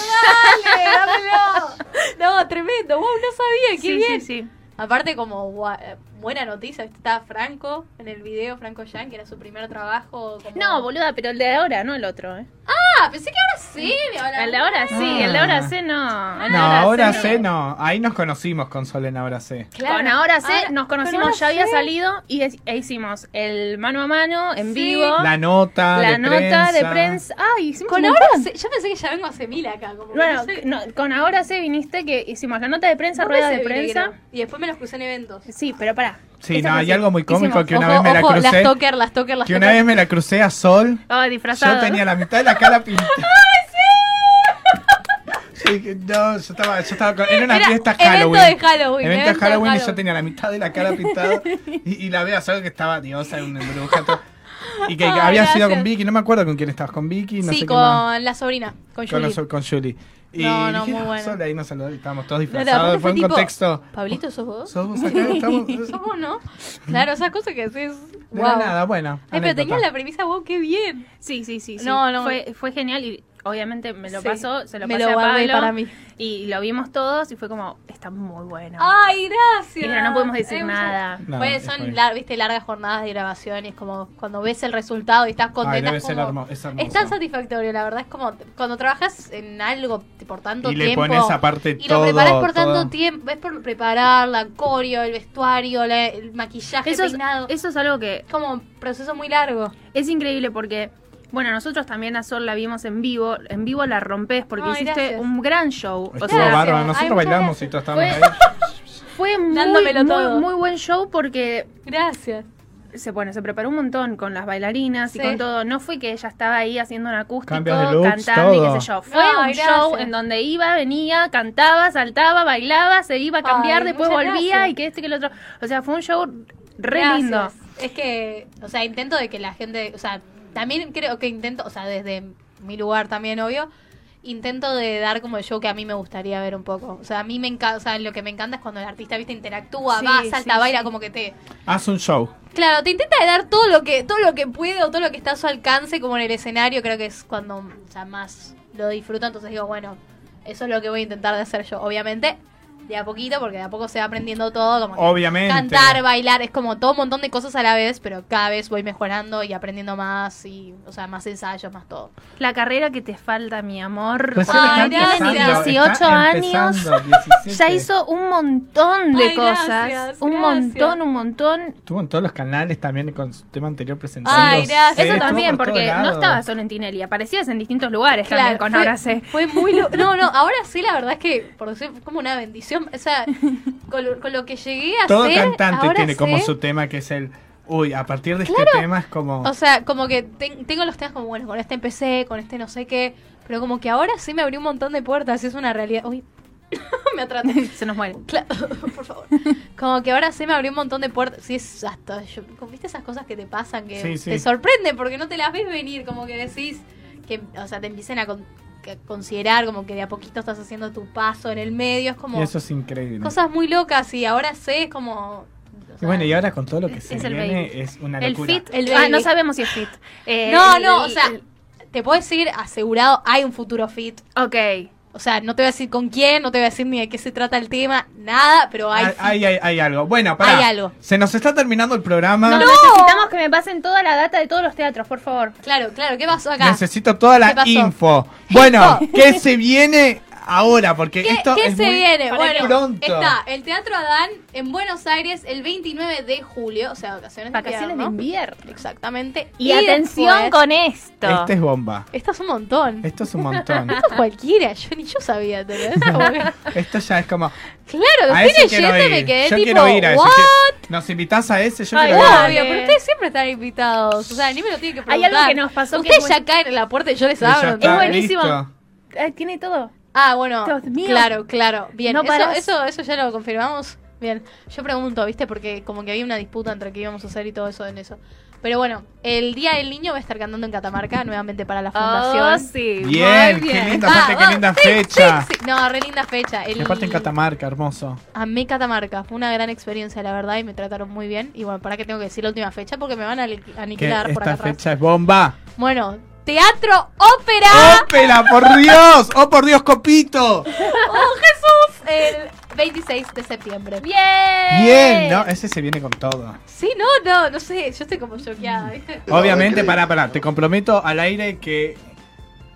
Speaker 3: dale, dámelo. No, tremendo. Wow, no sabía, qué
Speaker 2: Sí,
Speaker 3: bien.
Speaker 2: sí, sí.
Speaker 3: Aparte, como gua- eh, buena noticia, ¿viste? estaba Franco en el video, Franco Yang, que era su primer trabajo. Como...
Speaker 2: No, boluda, pero el de ahora, no el otro, ¿eh?
Speaker 4: Ah, pensé que ahora sí. Ahora
Speaker 2: El de ahora sí, el de ahora C Ah, no. El de
Speaker 1: Ah. No, ahora
Speaker 2: C
Speaker 1: sé no. Ahí nos conocimos con Sol en ahora sé.
Speaker 4: Claro.
Speaker 2: Con ahora C
Speaker 4: Ahora-
Speaker 2: nos conocimos,
Speaker 4: con ahora
Speaker 2: ya había
Speaker 4: C.
Speaker 2: salido y es- e hicimos el mano a mano en
Speaker 4: Sí.
Speaker 2: vivo,
Speaker 1: La
Speaker 2: la,
Speaker 1: nota, de
Speaker 2: nota
Speaker 1: prensa.
Speaker 2: de prensa. Ah, hicimos
Speaker 4: Con
Speaker 2: un
Speaker 4: ahora
Speaker 2: montón.
Speaker 4: sí. Yo pensé que ya vengo hace mil acá. Como que
Speaker 2: Bueno,
Speaker 4: no sé.
Speaker 2: no, con ahora C viniste que hicimos la nota de prensa,
Speaker 4: ¿Dónde
Speaker 2: rueda de
Speaker 4: se
Speaker 2: prensa.
Speaker 4: vieron? Y después me los crucé en eventos.
Speaker 2: Sí, pero pará.
Speaker 1: Sí,
Speaker 2: Esa
Speaker 1: no,
Speaker 2: fue
Speaker 1: hay
Speaker 2: así.
Speaker 1: algo muy cómico
Speaker 2: Hicimos-
Speaker 1: que una vez
Speaker 3: ojo,
Speaker 1: me
Speaker 3: ojo,
Speaker 1: la
Speaker 3: las
Speaker 1: crucé.
Speaker 3: toker, las toker, las
Speaker 1: Que
Speaker 3: toker.
Speaker 1: una vez me la crucé a Sol.
Speaker 3: Ah,
Speaker 2: Oh, disfrazado.
Speaker 1: Yo tenía la mitad de la cara pintada. ¡Ay, sí! no, yo estaba, yo estaba con- era una
Speaker 3: Era
Speaker 1: fiesta
Speaker 3: evento
Speaker 1: Halloween.
Speaker 3: de Halloween,
Speaker 1: Evento
Speaker 3: evento de
Speaker 1: Halloween y yo
Speaker 3: Halloween.
Speaker 1: tenía la mitad de la cara pintada. Y, y la veo a Sol que estaba diosa, una bruja. todo. Y que,
Speaker 3: Ay,
Speaker 1: había sido
Speaker 3: gracias.
Speaker 1: con Vicky, no me acuerdo con quién estabas, con Vicky, no sé
Speaker 3: sí,
Speaker 1: qué
Speaker 3: con
Speaker 1: más.
Speaker 3: la sobrina, con
Speaker 1: Con, la
Speaker 3: Julie.
Speaker 1: Sol- con Julie. Y
Speaker 3: No, no,
Speaker 1: dije,
Speaker 3: muy
Speaker 1: "Ah,
Speaker 3: bueno.
Speaker 1: Sol, ahí nos saludó y estábamos todos
Speaker 3: No, la
Speaker 1: disfrazados.
Speaker 3: parte
Speaker 1: Fue un
Speaker 3: tipo,
Speaker 1: contexto.
Speaker 3: ¿Pablito sos vos?
Speaker 1: ¿Somos acá? Estamos- No
Speaker 4: ¿Cómo no?
Speaker 3: Claro, esas cosas que haces.
Speaker 1: era
Speaker 3: Guau. Eh,
Speaker 1: nada, bueno.
Speaker 4: Ay, pero tenías
Speaker 1: anécdota.
Speaker 4: la premisa, wow, qué bien.
Speaker 2: Sí, sí, sí. sí.
Speaker 3: No, no.
Speaker 2: Fue, fue genial y obviamente me lo
Speaker 3: Sí.
Speaker 2: pasó, se lo
Speaker 3: Me
Speaker 2: pasé
Speaker 3: lo
Speaker 2: a
Speaker 3: guardé
Speaker 2: Pablo,
Speaker 3: para mí.
Speaker 2: Y lo vimos todos y fue como, está muy bueno.
Speaker 3: Ah,
Speaker 4: Ay, gracias.
Speaker 2: Y pero no podemos
Speaker 3: Eh,
Speaker 2: decir
Speaker 4: Ay, muchas-
Speaker 2: nada.
Speaker 1: No,
Speaker 3: Pues
Speaker 1: es por
Speaker 3: son
Speaker 1: ahí.
Speaker 3: lar- viste, largas jornadas de grabación y es como cuando ves el resultado y estás contenta.
Speaker 1: debe
Speaker 3: es
Speaker 1: ser
Speaker 3: como-
Speaker 1: hermo- es hermoso.
Speaker 3: tan satisfactorio, la verdad. Es como t- cuando trabajas en algo t- por tanto
Speaker 1: Y le
Speaker 3: tiempo.
Speaker 1: pones aparte
Speaker 3: y
Speaker 1: todo,
Speaker 3: lo preparas por tanto
Speaker 1: todo.
Speaker 3: tiempo. Es por preparar la coreo, el vestuario, la- el maquillaje,
Speaker 2: Eso es,
Speaker 3: peinado. Es
Speaker 2: eso es algo que
Speaker 3: como un proceso muy largo.
Speaker 2: es increíble porque, bueno, nosotros también a Sol la vimos en vivo. En vivo la rompes porque
Speaker 3: Ay,
Speaker 2: hiciste
Speaker 3: gracias.
Speaker 2: un gran show.
Speaker 1: Estuvo
Speaker 2: o sea,
Speaker 1: bárbaro.
Speaker 3: Ay,
Speaker 1: Nosotros
Speaker 3: muchas
Speaker 1: bailamos y
Speaker 3: gracias.
Speaker 1: todos estábamos
Speaker 2: Fue-
Speaker 1: ahí.
Speaker 2: fue muy,
Speaker 3: Dándomelo
Speaker 2: muy,
Speaker 3: todo.
Speaker 2: muy buen show porque
Speaker 3: Gracias.
Speaker 2: se bueno, se preparó un montón con las bailarinas y
Speaker 3: Sí.
Speaker 2: con todo. No fue que ella estaba ahí haciendo un acústico,
Speaker 1: Cambios de looks,
Speaker 2: cantando y
Speaker 1: todo.
Speaker 2: qué sé yo. Fue
Speaker 3: Ay,
Speaker 2: un
Speaker 3: gracias.
Speaker 2: show en donde iba, venía, cantaba, saltaba, bailaba, se iba a cambiar,
Speaker 3: Ay,
Speaker 2: después
Speaker 3: muchas
Speaker 2: volvía
Speaker 3: gracias.
Speaker 2: y que este que el otro. O sea, fue un show re
Speaker 3: Gracias.
Speaker 2: lindo.
Speaker 3: Es que, o sea, intento de que la gente, o sea, también creo que intento, o sea, desde mi lugar también, obvio, intento de dar como el show que a mí me gustaría ver un poco. O sea, a mí me encanta, o sea, lo que me encanta es cuando el artista, viste, interactúa,
Speaker 2: Sí,
Speaker 3: va, salta,
Speaker 2: sí,
Speaker 3: baila,
Speaker 2: sí.
Speaker 3: como que te...
Speaker 1: Haz un show.
Speaker 3: Claro, te intenta de dar todo lo que todo lo que puede o todo lo que está a su alcance como en el escenario, creo que es cuando o sea, más lo disfruto, entonces digo, bueno, eso es lo que voy a intentar de hacer yo, obviamente de a poquito, porque de a poco se va aprendiendo todo, como que
Speaker 1: Obviamente.
Speaker 3: cantar, bailar, es como todo un montón de cosas a la vez, pero cada vez voy mejorando y aprendiendo más y, o sea, más ensayos, más todo.
Speaker 2: La carrera que te falta, mi amor.
Speaker 1: Recién
Speaker 2: porque
Speaker 1: está
Speaker 2: no tiene ni
Speaker 1: Pues empezando, está
Speaker 2: 18 años.
Speaker 1: empezando, 17.
Speaker 2: Ya hizo un montón de
Speaker 4: Ay,
Speaker 2: cosas.
Speaker 4: gracias,
Speaker 2: un
Speaker 4: gracias.
Speaker 2: montón, un montón.
Speaker 1: Estuvo en todos los canales también con su tema anterior presentando.
Speaker 3: Ay, gracias. Sí,
Speaker 2: Eso
Speaker 3: estuvo
Speaker 2: también, porque no estabas solo en Tinelli, aparecías en distintos lugares también con
Speaker 3: fue,
Speaker 2: Ahora sé.
Speaker 3: Fue muy. lo- No, no, ahora sí, la verdad es que por decir, fue como una bendición. O sea, con, lo- con lo que llegué a
Speaker 1: Todo
Speaker 3: hacer.
Speaker 1: cantante
Speaker 3: ahora
Speaker 1: tiene como
Speaker 3: sé-
Speaker 1: su tema que es el. Uy, a partir de este tema es como.
Speaker 3: O sea, como que ten- tengo los temas como, bueno, con este empecé, con este no sé qué, pero como que ahora sí me abrió un montón de puertas, y es una realidad. Uy, me atraté.
Speaker 2: Se nos muere.
Speaker 3: Cla- Por favor. Como que ahora sí me abrió un montón de puertas. Sí, es hasta. yo- como, ¿Viste esas cosas que te pasan que
Speaker 1: Sí, sí.
Speaker 3: te sorprende porque no te las ves venir? Como que decís que, o sea, te empiecen a, con- que considerar como que de a poquito estás haciendo tu paso en el medio. Es como
Speaker 1: y eso es increíble.
Speaker 3: cosas muy locas y ahora sé, es como. o
Speaker 1: y
Speaker 3: sea,
Speaker 1: bueno, y ahora con todo lo que se
Speaker 2: es el
Speaker 1: viene
Speaker 2: baby.
Speaker 1: es una
Speaker 2: El
Speaker 1: locura.
Speaker 2: fit.
Speaker 3: El
Speaker 2: ah,
Speaker 3: baby.
Speaker 2: no sabemos si es fit. Eh,
Speaker 3: No,
Speaker 2: el-
Speaker 3: no, o sea,
Speaker 2: el-
Speaker 3: te puedo decir asegurado, hay un futuro fit.
Speaker 2: ok.
Speaker 3: O sea, no te voy a decir con quién, no te voy a decir ni de qué se trata el tema, nada, pero hay.
Speaker 1: Hay,
Speaker 3: fit.
Speaker 1: Ah, hay, hay- hay algo. Bueno, pará.
Speaker 3: Hay algo.
Speaker 1: Se nos está terminando el programa.
Speaker 2: No, necesitamos que me pasen toda la data de todos los teatros, por favor.
Speaker 3: Claro, claro, ¿qué pasó acá?
Speaker 1: Necesito toda
Speaker 3: ¿Qué
Speaker 1: la
Speaker 3: pasó?
Speaker 1: info. Bueno,
Speaker 3: Info.
Speaker 1: ¿qué se viene ahora? Porque
Speaker 3: ¿Qué,
Speaker 1: esto
Speaker 3: qué
Speaker 1: es
Speaker 3: se
Speaker 1: muy
Speaker 3: viene?
Speaker 1: para
Speaker 3: Bueno,
Speaker 1: pronto.
Speaker 3: está el Teatro Adán en Buenos Aires el 29 de julio, o sea, vacaciones de
Speaker 2: Vacaciones de
Speaker 3: invierno.
Speaker 2: invierno.
Speaker 3: Exactamente.
Speaker 2: Y, atención
Speaker 3: después-
Speaker 2: con esto.
Speaker 1: Esta Este es bomba.
Speaker 3: Esto es un montón.
Speaker 1: Esto es un montón.
Speaker 3: Esto es cualquiera, yo ni yo sabía, ¿te lo Como que-
Speaker 1: Esto ya es como.
Speaker 3: Claro,
Speaker 1: A
Speaker 3: fui
Speaker 1: ese
Speaker 3: leyendo
Speaker 1: quiero
Speaker 3: y
Speaker 1: ir.
Speaker 3: me quedé
Speaker 1: yo
Speaker 3: tipo,
Speaker 1: quiero ir a ese.
Speaker 3: ¿what?
Speaker 1: que- Nos invitás a ese, yo
Speaker 2: Ay,
Speaker 1: quiero ir.
Speaker 2: guau.
Speaker 3: Obvio,
Speaker 2: Dale.
Speaker 3: pero ustedes siempre están invitados. O sea, ni me lo tienen que
Speaker 2: Hay
Speaker 3: preguntar.
Speaker 2: algo que nos pasó que
Speaker 3: Ustedes
Speaker 2: es
Speaker 3: ya caen en la puerta y yo les
Speaker 1: Y ya
Speaker 3: abro.
Speaker 1: está,
Speaker 2: Es buenísimo.
Speaker 1: listo.
Speaker 2: Ay, tiene todo.
Speaker 3: Ah, bueno.
Speaker 2: Dios mío.
Speaker 3: Claro, claro. Bien,
Speaker 2: No
Speaker 3: eso,
Speaker 2: parás.
Speaker 3: eso, eso ya lo confirmamos. Bien, yo pregunto, ¿viste? Porque como que había una disputa entre qué íbamos a hacer y todo eso en eso. Pero bueno, el Día del Niño va a estar cantando en Catamarca nuevamente para la fundación.
Speaker 2: Oh, sí.
Speaker 1: Bien,
Speaker 2: muy
Speaker 1: qué linda,
Speaker 3: Ah,
Speaker 1: aparte,
Speaker 3: vamos.
Speaker 1: qué linda
Speaker 3: Sí,
Speaker 1: fecha.
Speaker 3: sí, sí. No, re linda fecha. El...
Speaker 1: Y aparte en Catamarca, hermoso.
Speaker 3: Amé Catamarca, fue una gran experiencia, la verdad, y me trataron muy bien. Y bueno, para que tengo que decir la última fecha porque me van a li-
Speaker 1: Que
Speaker 3: aniquilar por acá
Speaker 1: esta
Speaker 3: atrás.
Speaker 1: fecha es bomba.
Speaker 3: Bueno, teatro, ópera,
Speaker 1: ¡Ópera, por Dios! ¡Oh, por Dios, Copito!
Speaker 3: el 26 de septiembre.
Speaker 2: Bien.
Speaker 1: Bien, ¿no? Ese se viene con todo.
Speaker 3: Sí, no, no, no
Speaker 1: Mm,
Speaker 3: sé, yo estoy como choqueada, ¿viste?
Speaker 1: Obviamente, pará, pará. Te comprometo al aire que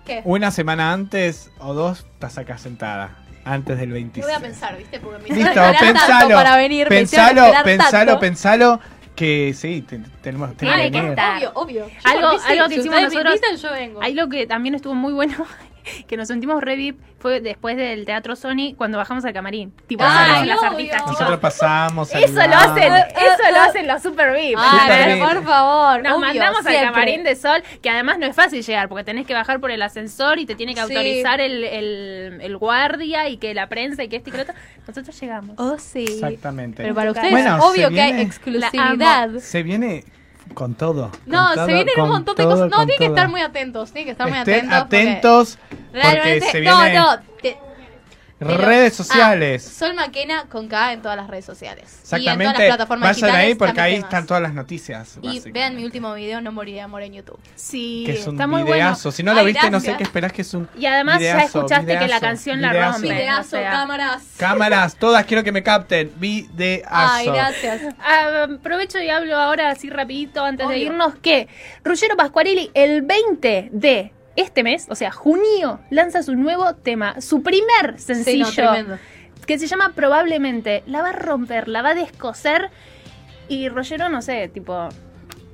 Speaker 3: ¿Qué?
Speaker 1: Una semana antes o dos estás acá sentada. Antes del 25.
Speaker 3: Lo voy a pensar, ¿viste? Porque me
Speaker 1: Listo,
Speaker 3: hicieron esperar tanto
Speaker 1: pensalo.
Speaker 3: para venir, me hicieron
Speaker 1: pensalo,
Speaker 3: esperar
Speaker 1: pensalo,
Speaker 3: tanto.
Speaker 1: pensalo. Que sí, te- tenemos tenés
Speaker 2: Tiene
Speaker 1: que
Speaker 2: que
Speaker 1: venir.
Speaker 2: estar.
Speaker 3: Obvio, obvio. Yo
Speaker 2: Algo-
Speaker 3: lo hice,
Speaker 2: algo que
Speaker 3: si
Speaker 2: hicimos
Speaker 3: ustedes me
Speaker 2: nosotros-
Speaker 3: invitan, yo vengo.
Speaker 2: Ahí lo que también estuvo muy bueno, que nos sentimos re VIP, fue después del Teatro Sony, cuando bajamos al camarín. Tipo,
Speaker 1: Ah,
Speaker 2: salimos
Speaker 1: sí,
Speaker 2: las
Speaker 3: obvio.
Speaker 2: artistas, chicos.
Speaker 1: Nosotros pasamos.
Speaker 2: Eso lo
Speaker 1: saludamos.
Speaker 2: hacen, eso lo hacen los super VIP.
Speaker 3: Ah,
Speaker 1: Súper
Speaker 2: ¿entendés?
Speaker 1: bien.
Speaker 3: pero por favor.
Speaker 2: Nos
Speaker 3: obvio,
Speaker 2: mandamos
Speaker 3: siempre.
Speaker 2: al camarín de sol, que además no es fácil llegar, porque tenés que bajar por el ascensor y te tiene que
Speaker 3: Sí.
Speaker 2: autorizar el, el- el guardia y que la prensa y que este y que lo otro. Nosotros llegamos.
Speaker 3: Oh, sí.
Speaker 1: Exactamente.
Speaker 3: Pero para ustedes,
Speaker 1: Bueno, se
Speaker 3: obvio que hay
Speaker 1: viene-
Speaker 2: La
Speaker 3: exclusividad.
Speaker 1: Se viene con todo.
Speaker 3: No,
Speaker 1: con todo,
Speaker 3: se vienen un
Speaker 1: con
Speaker 3: montón de
Speaker 1: todo,
Speaker 3: cosas. No,
Speaker 1: con
Speaker 3: tienen que
Speaker 1: todo.
Speaker 3: estar muy atentos. Tienen que estar muy
Speaker 1: Estén
Speaker 3: atentos. porque
Speaker 1: atentos porque
Speaker 3: realmente-
Speaker 1: se vienen
Speaker 3: No, no. te- pero-
Speaker 1: redes
Speaker 3: ah,
Speaker 1: sociales.
Speaker 3: Sol Maquena con K en todas las redes sociales. Y en todas
Speaker 1: Exactamente.
Speaker 3: las plataformas
Speaker 1: Vayan
Speaker 3: digitales
Speaker 1: ahí porque
Speaker 3: también
Speaker 1: ahí
Speaker 3: temas.
Speaker 1: están todas las noticias.
Speaker 3: Y vean mi último video, No moriré de amor en YouTube.
Speaker 2: Sí,
Speaker 1: Que es un
Speaker 2: está muy bueno.
Speaker 1: videazo. Si no lo
Speaker 3: Ay,
Speaker 1: viste, no sé
Speaker 3: gracias.
Speaker 1: qué esperás que es un.
Speaker 2: Y además ya
Speaker 1: Videazo,
Speaker 2: escuchaste que la
Speaker 1: videazo,
Speaker 2: canción la
Speaker 1: videazo.
Speaker 2: rompe.
Speaker 1: Videazo,
Speaker 2: o sea.
Speaker 3: cámaras.
Speaker 1: Cámaras, todas quiero que me capten. Videazo.
Speaker 3: Ay, gracias.
Speaker 2: Ah, Aprovecho y hablo ahora así rapidito antes de
Speaker 3: Obvio.
Speaker 2: irnos que Ruggero Pascuarelli el 20 de este mes, o sea, junio, lanza su nuevo tema, su primer
Speaker 3: Sí,
Speaker 2: sencillo,
Speaker 3: no, tremendo.
Speaker 2: que se llama Probablemente. La va a romper, la va a descoser y Ruggero, no sé, tipo,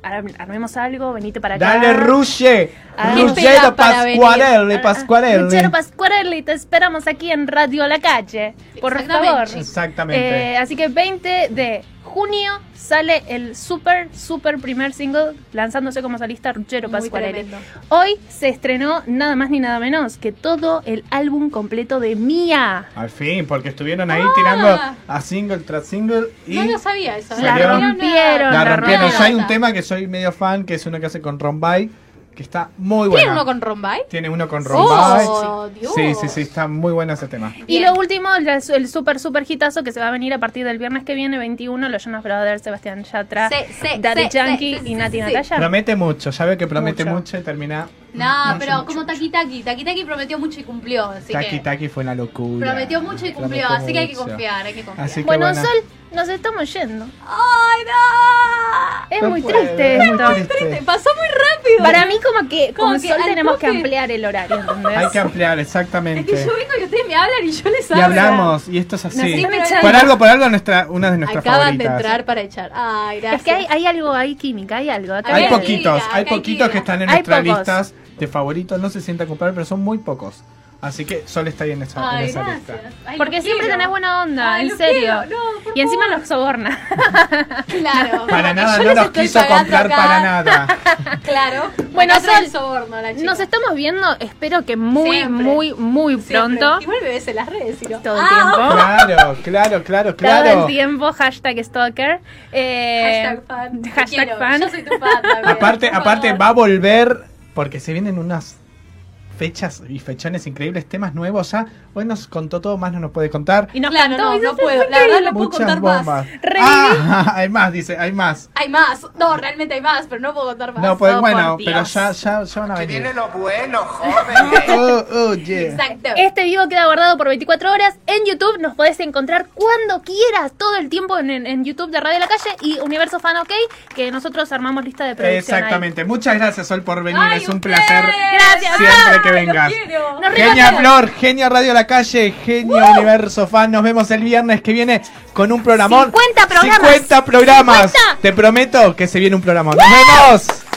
Speaker 2: ar- armemos algo, venite para acá.
Speaker 1: Dale, Ruge.
Speaker 2: Ah.
Speaker 3: ¿Quién pega
Speaker 1: Ruggero
Speaker 3: para venir?
Speaker 1: Pascuarelli,
Speaker 2: Ah, ah, Ruggero
Speaker 1: Pascuarelli.
Speaker 2: Pascuarelli, te esperamos aquí en Radio La Calle, por
Speaker 3: Exactamente.
Speaker 2: favor.
Speaker 1: Exactamente.
Speaker 2: Eh, así que 20 de junio sale el super, super primer single lanzándose como solista Ruggero
Speaker 3: Muy
Speaker 2: Pascuarelli.
Speaker 3: tremendo.
Speaker 2: Hoy se estrenó nada más ni nada menos que todo el álbum completo de Mía.
Speaker 1: Al fin, porque estuvieron ahí tirando a single tras single y
Speaker 3: Ah. No lo sabía eso. ¿eh?
Speaker 2: La
Speaker 1: Salió.
Speaker 2: rompieron,
Speaker 1: la
Speaker 2: la
Speaker 1: rompieron.
Speaker 2: rompieron.
Speaker 1: Ya hay un tema que soy medio fan, que es uno que hace con Rombay, que está muy bueno.
Speaker 3: ¿Tiene uno con Rombay?
Speaker 1: Tiene uno con
Speaker 3: Sí.
Speaker 1: Rombay.
Speaker 3: Oh, Dios.
Speaker 1: sí, sí, sí, está muy bueno ese tema.
Speaker 2: Y
Speaker 3: Bien.
Speaker 2: lo último, el, el super, super hitazo que se va a venir a partir del viernes que viene, 21, los Jonas Brothers, Sebastián Yatra,
Speaker 4: Sí, sí,
Speaker 2: Daddy
Speaker 4: sí,
Speaker 2: Yankee
Speaker 4: sí, sí,
Speaker 2: y
Speaker 4: sí,
Speaker 2: Nati
Speaker 4: sí.
Speaker 2: Natalia.
Speaker 1: Promete mucho, ya veo que promete
Speaker 2: Mucho.
Speaker 1: mucho, y termina.
Speaker 3: No,
Speaker 1: mucho,
Speaker 3: pero
Speaker 1: mucho.
Speaker 3: como Taki Taki. Taki Taki prometió mucho y cumplió. Así
Speaker 1: Taki
Speaker 3: que
Speaker 1: Taki fue una locura.
Speaker 3: prometió mucho y cumplió.
Speaker 1: Prometió
Speaker 3: Así que hay que
Speaker 1: mucho.
Speaker 3: confiar, hay que confiar.
Speaker 1: Así que
Speaker 2: Bueno,
Speaker 1: bueno.
Speaker 2: Sol, nos estamos yendo.
Speaker 3: ¡Ay, no!
Speaker 2: Es
Speaker 1: No
Speaker 2: muy
Speaker 1: puedo,
Speaker 2: triste
Speaker 1: es muy
Speaker 2: esto.
Speaker 1: triste.
Speaker 3: Pasó muy rápido.
Speaker 2: Para mí como que
Speaker 3: Como
Speaker 2: con
Speaker 3: que
Speaker 2: Sol
Speaker 3: al
Speaker 2: tenemos que
Speaker 3: toque.
Speaker 2: ampliar el horario, ¿entendés?
Speaker 1: Hay que ampliar,
Speaker 3: Es
Speaker 1: exactamente.
Speaker 3: que yo vengo y ustedes me hablan y yo les
Speaker 1: y
Speaker 3: hablo.
Speaker 1: hablamos, y esto es
Speaker 2: Nos
Speaker 1: así.
Speaker 2: están
Speaker 3: Por
Speaker 2: echando.
Speaker 1: Por algo, por algo, nuestra, una de nuestras
Speaker 3: Acaban
Speaker 1: favoritas.
Speaker 3: de entrar para echar. Ay, gracias.
Speaker 2: Es que hay, hay algo, hay química, hay algo. Acá
Speaker 1: Hay
Speaker 3: Acá hay
Speaker 1: poquitos,
Speaker 3: química,
Speaker 1: hay
Speaker 3: acá hay
Speaker 1: poquitos que
Speaker 3: química.
Speaker 1: están en
Speaker 2: Hay
Speaker 1: nuestras
Speaker 2: pocos.
Speaker 1: listas de favoritos. No se sienta a comprar, pero son muy pocos. Así que Sol está ahí en esa, en
Speaker 3: Ay,
Speaker 1: esa
Speaker 3: gracias.
Speaker 1: lista.
Speaker 3: Ay,
Speaker 2: Porque
Speaker 3: lo
Speaker 2: siempre
Speaker 3: quiero.
Speaker 2: tenés buena onda,
Speaker 3: Ay,
Speaker 2: en
Speaker 3: lo
Speaker 2: serio.
Speaker 3: quiero. No, por
Speaker 2: y encima
Speaker 3: favor.
Speaker 2: los soborna.
Speaker 3: Claro.
Speaker 1: Para nada,
Speaker 3: Yo
Speaker 1: no
Speaker 3: les
Speaker 1: nos
Speaker 3: estoy
Speaker 1: quiso
Speaker 3: pagando
Speaker 1: comprar
Speaker 3: acá.
Speaker 1: para nada.
Speaker 3: Claro.
Speaker 2: Bueno,
Speaker 3: Acá trae
Speaker 2: Sol,
Speaker 3: el soborno a la chica.
Speaker 2: Nos estamos viendo, espero que muy,
Speaker 3: Siempre.
Speaker 2: muy, muy
Speaker 3: Siempre.
Speaker 2: pronto.
Speaker 3: Igual me ves en las redes, si no.
Speaker 2: Todo el
Speaker 3: Ah,
Speaker 2: tiempo.
Speaker 1: Claro, claro, claro,
Speaker 2: Todo
Speaker 1: claro.
Speaker 2: el tiempo, hashtag stalker. Eh,
Speaker 3: Hashtag fan. Te
Speaker 2: hashtag
Speaker 3: quiero.
Speaker 2: fan.
Speaker 3: Yo soy tu fan también.
Speaker 1: Aparte,
Speaker 3: por
Speaker 1: aparte
Speaker 3: favor.
Speaker 1: va a volver porque se vienen unas fechas y fechones increíbles, temas nuevos ya. Hoy nos contó todo, más no nos puede contar.
Speaker 2: Y nos
Speaker 3: Claro,
Speaker 2: cantó,
Speaker 3: no,
Speaker 2: eso
Speaker 3: no
Speaker 2: fue
Speaker 3: puedo. La verdad,
Speaker 2: increíble.
Speaker 3: no puedo contar más.
Speaker 2: Reviví.
Speaker 1: Ah, hay más, dice, hay más.
Speaker 3: Hay más. No, realmente hay más, pero no puedo contar más.
Speaker 1: No, pues
Speaker 2: Oh,
Speaker 1: bueno,
Speaker 2: por
Speaker 1: pero
Speaker 2: Dios.
Speaker 1: ya, ya, ya van a
Speaker 5: Que
Speaker 1: venir.
Speaker 5: viene lo bueno, jóvenes.
Speaker 1: Oh, oh, yeah.
Speaker 3: Exacto.
Speaker 2: Este vivo queda guardado por 24 horas en YouTube. Nos podés encontrar cuando quieras, todo el tiempo en, en- en YouTube de Radio La Calle y Universo Fan OK, que nosotros armamos lista de producción. ahí.
Speaker 1: Exactamente. Muchas gracias, Sol, por venir.
Speaker 3: Ay,
Speaker 1: es un
Speaker 3: ustedes.
Speaker 1: placer
Speaker 2: Gracias,
Speaker 1: siempre que
Speaker 3: Ay, los
Speaker 1: vengas.
Speaker 3: quiero.
Speaker 2: Nos vemos
Speaker 1: Genia
Speaker 2: el-
Speaker 1: Flor, Genia Radio La Calle, Genio Universo Fan. Nos vemos el viernes que viene con un programón.
Speaker 2: 50 programas.
Speaker 1: 50 programas.
Speaker 2: 50.
Speaker 1: Te prometo que se viene un programón. ¡Nos vemos!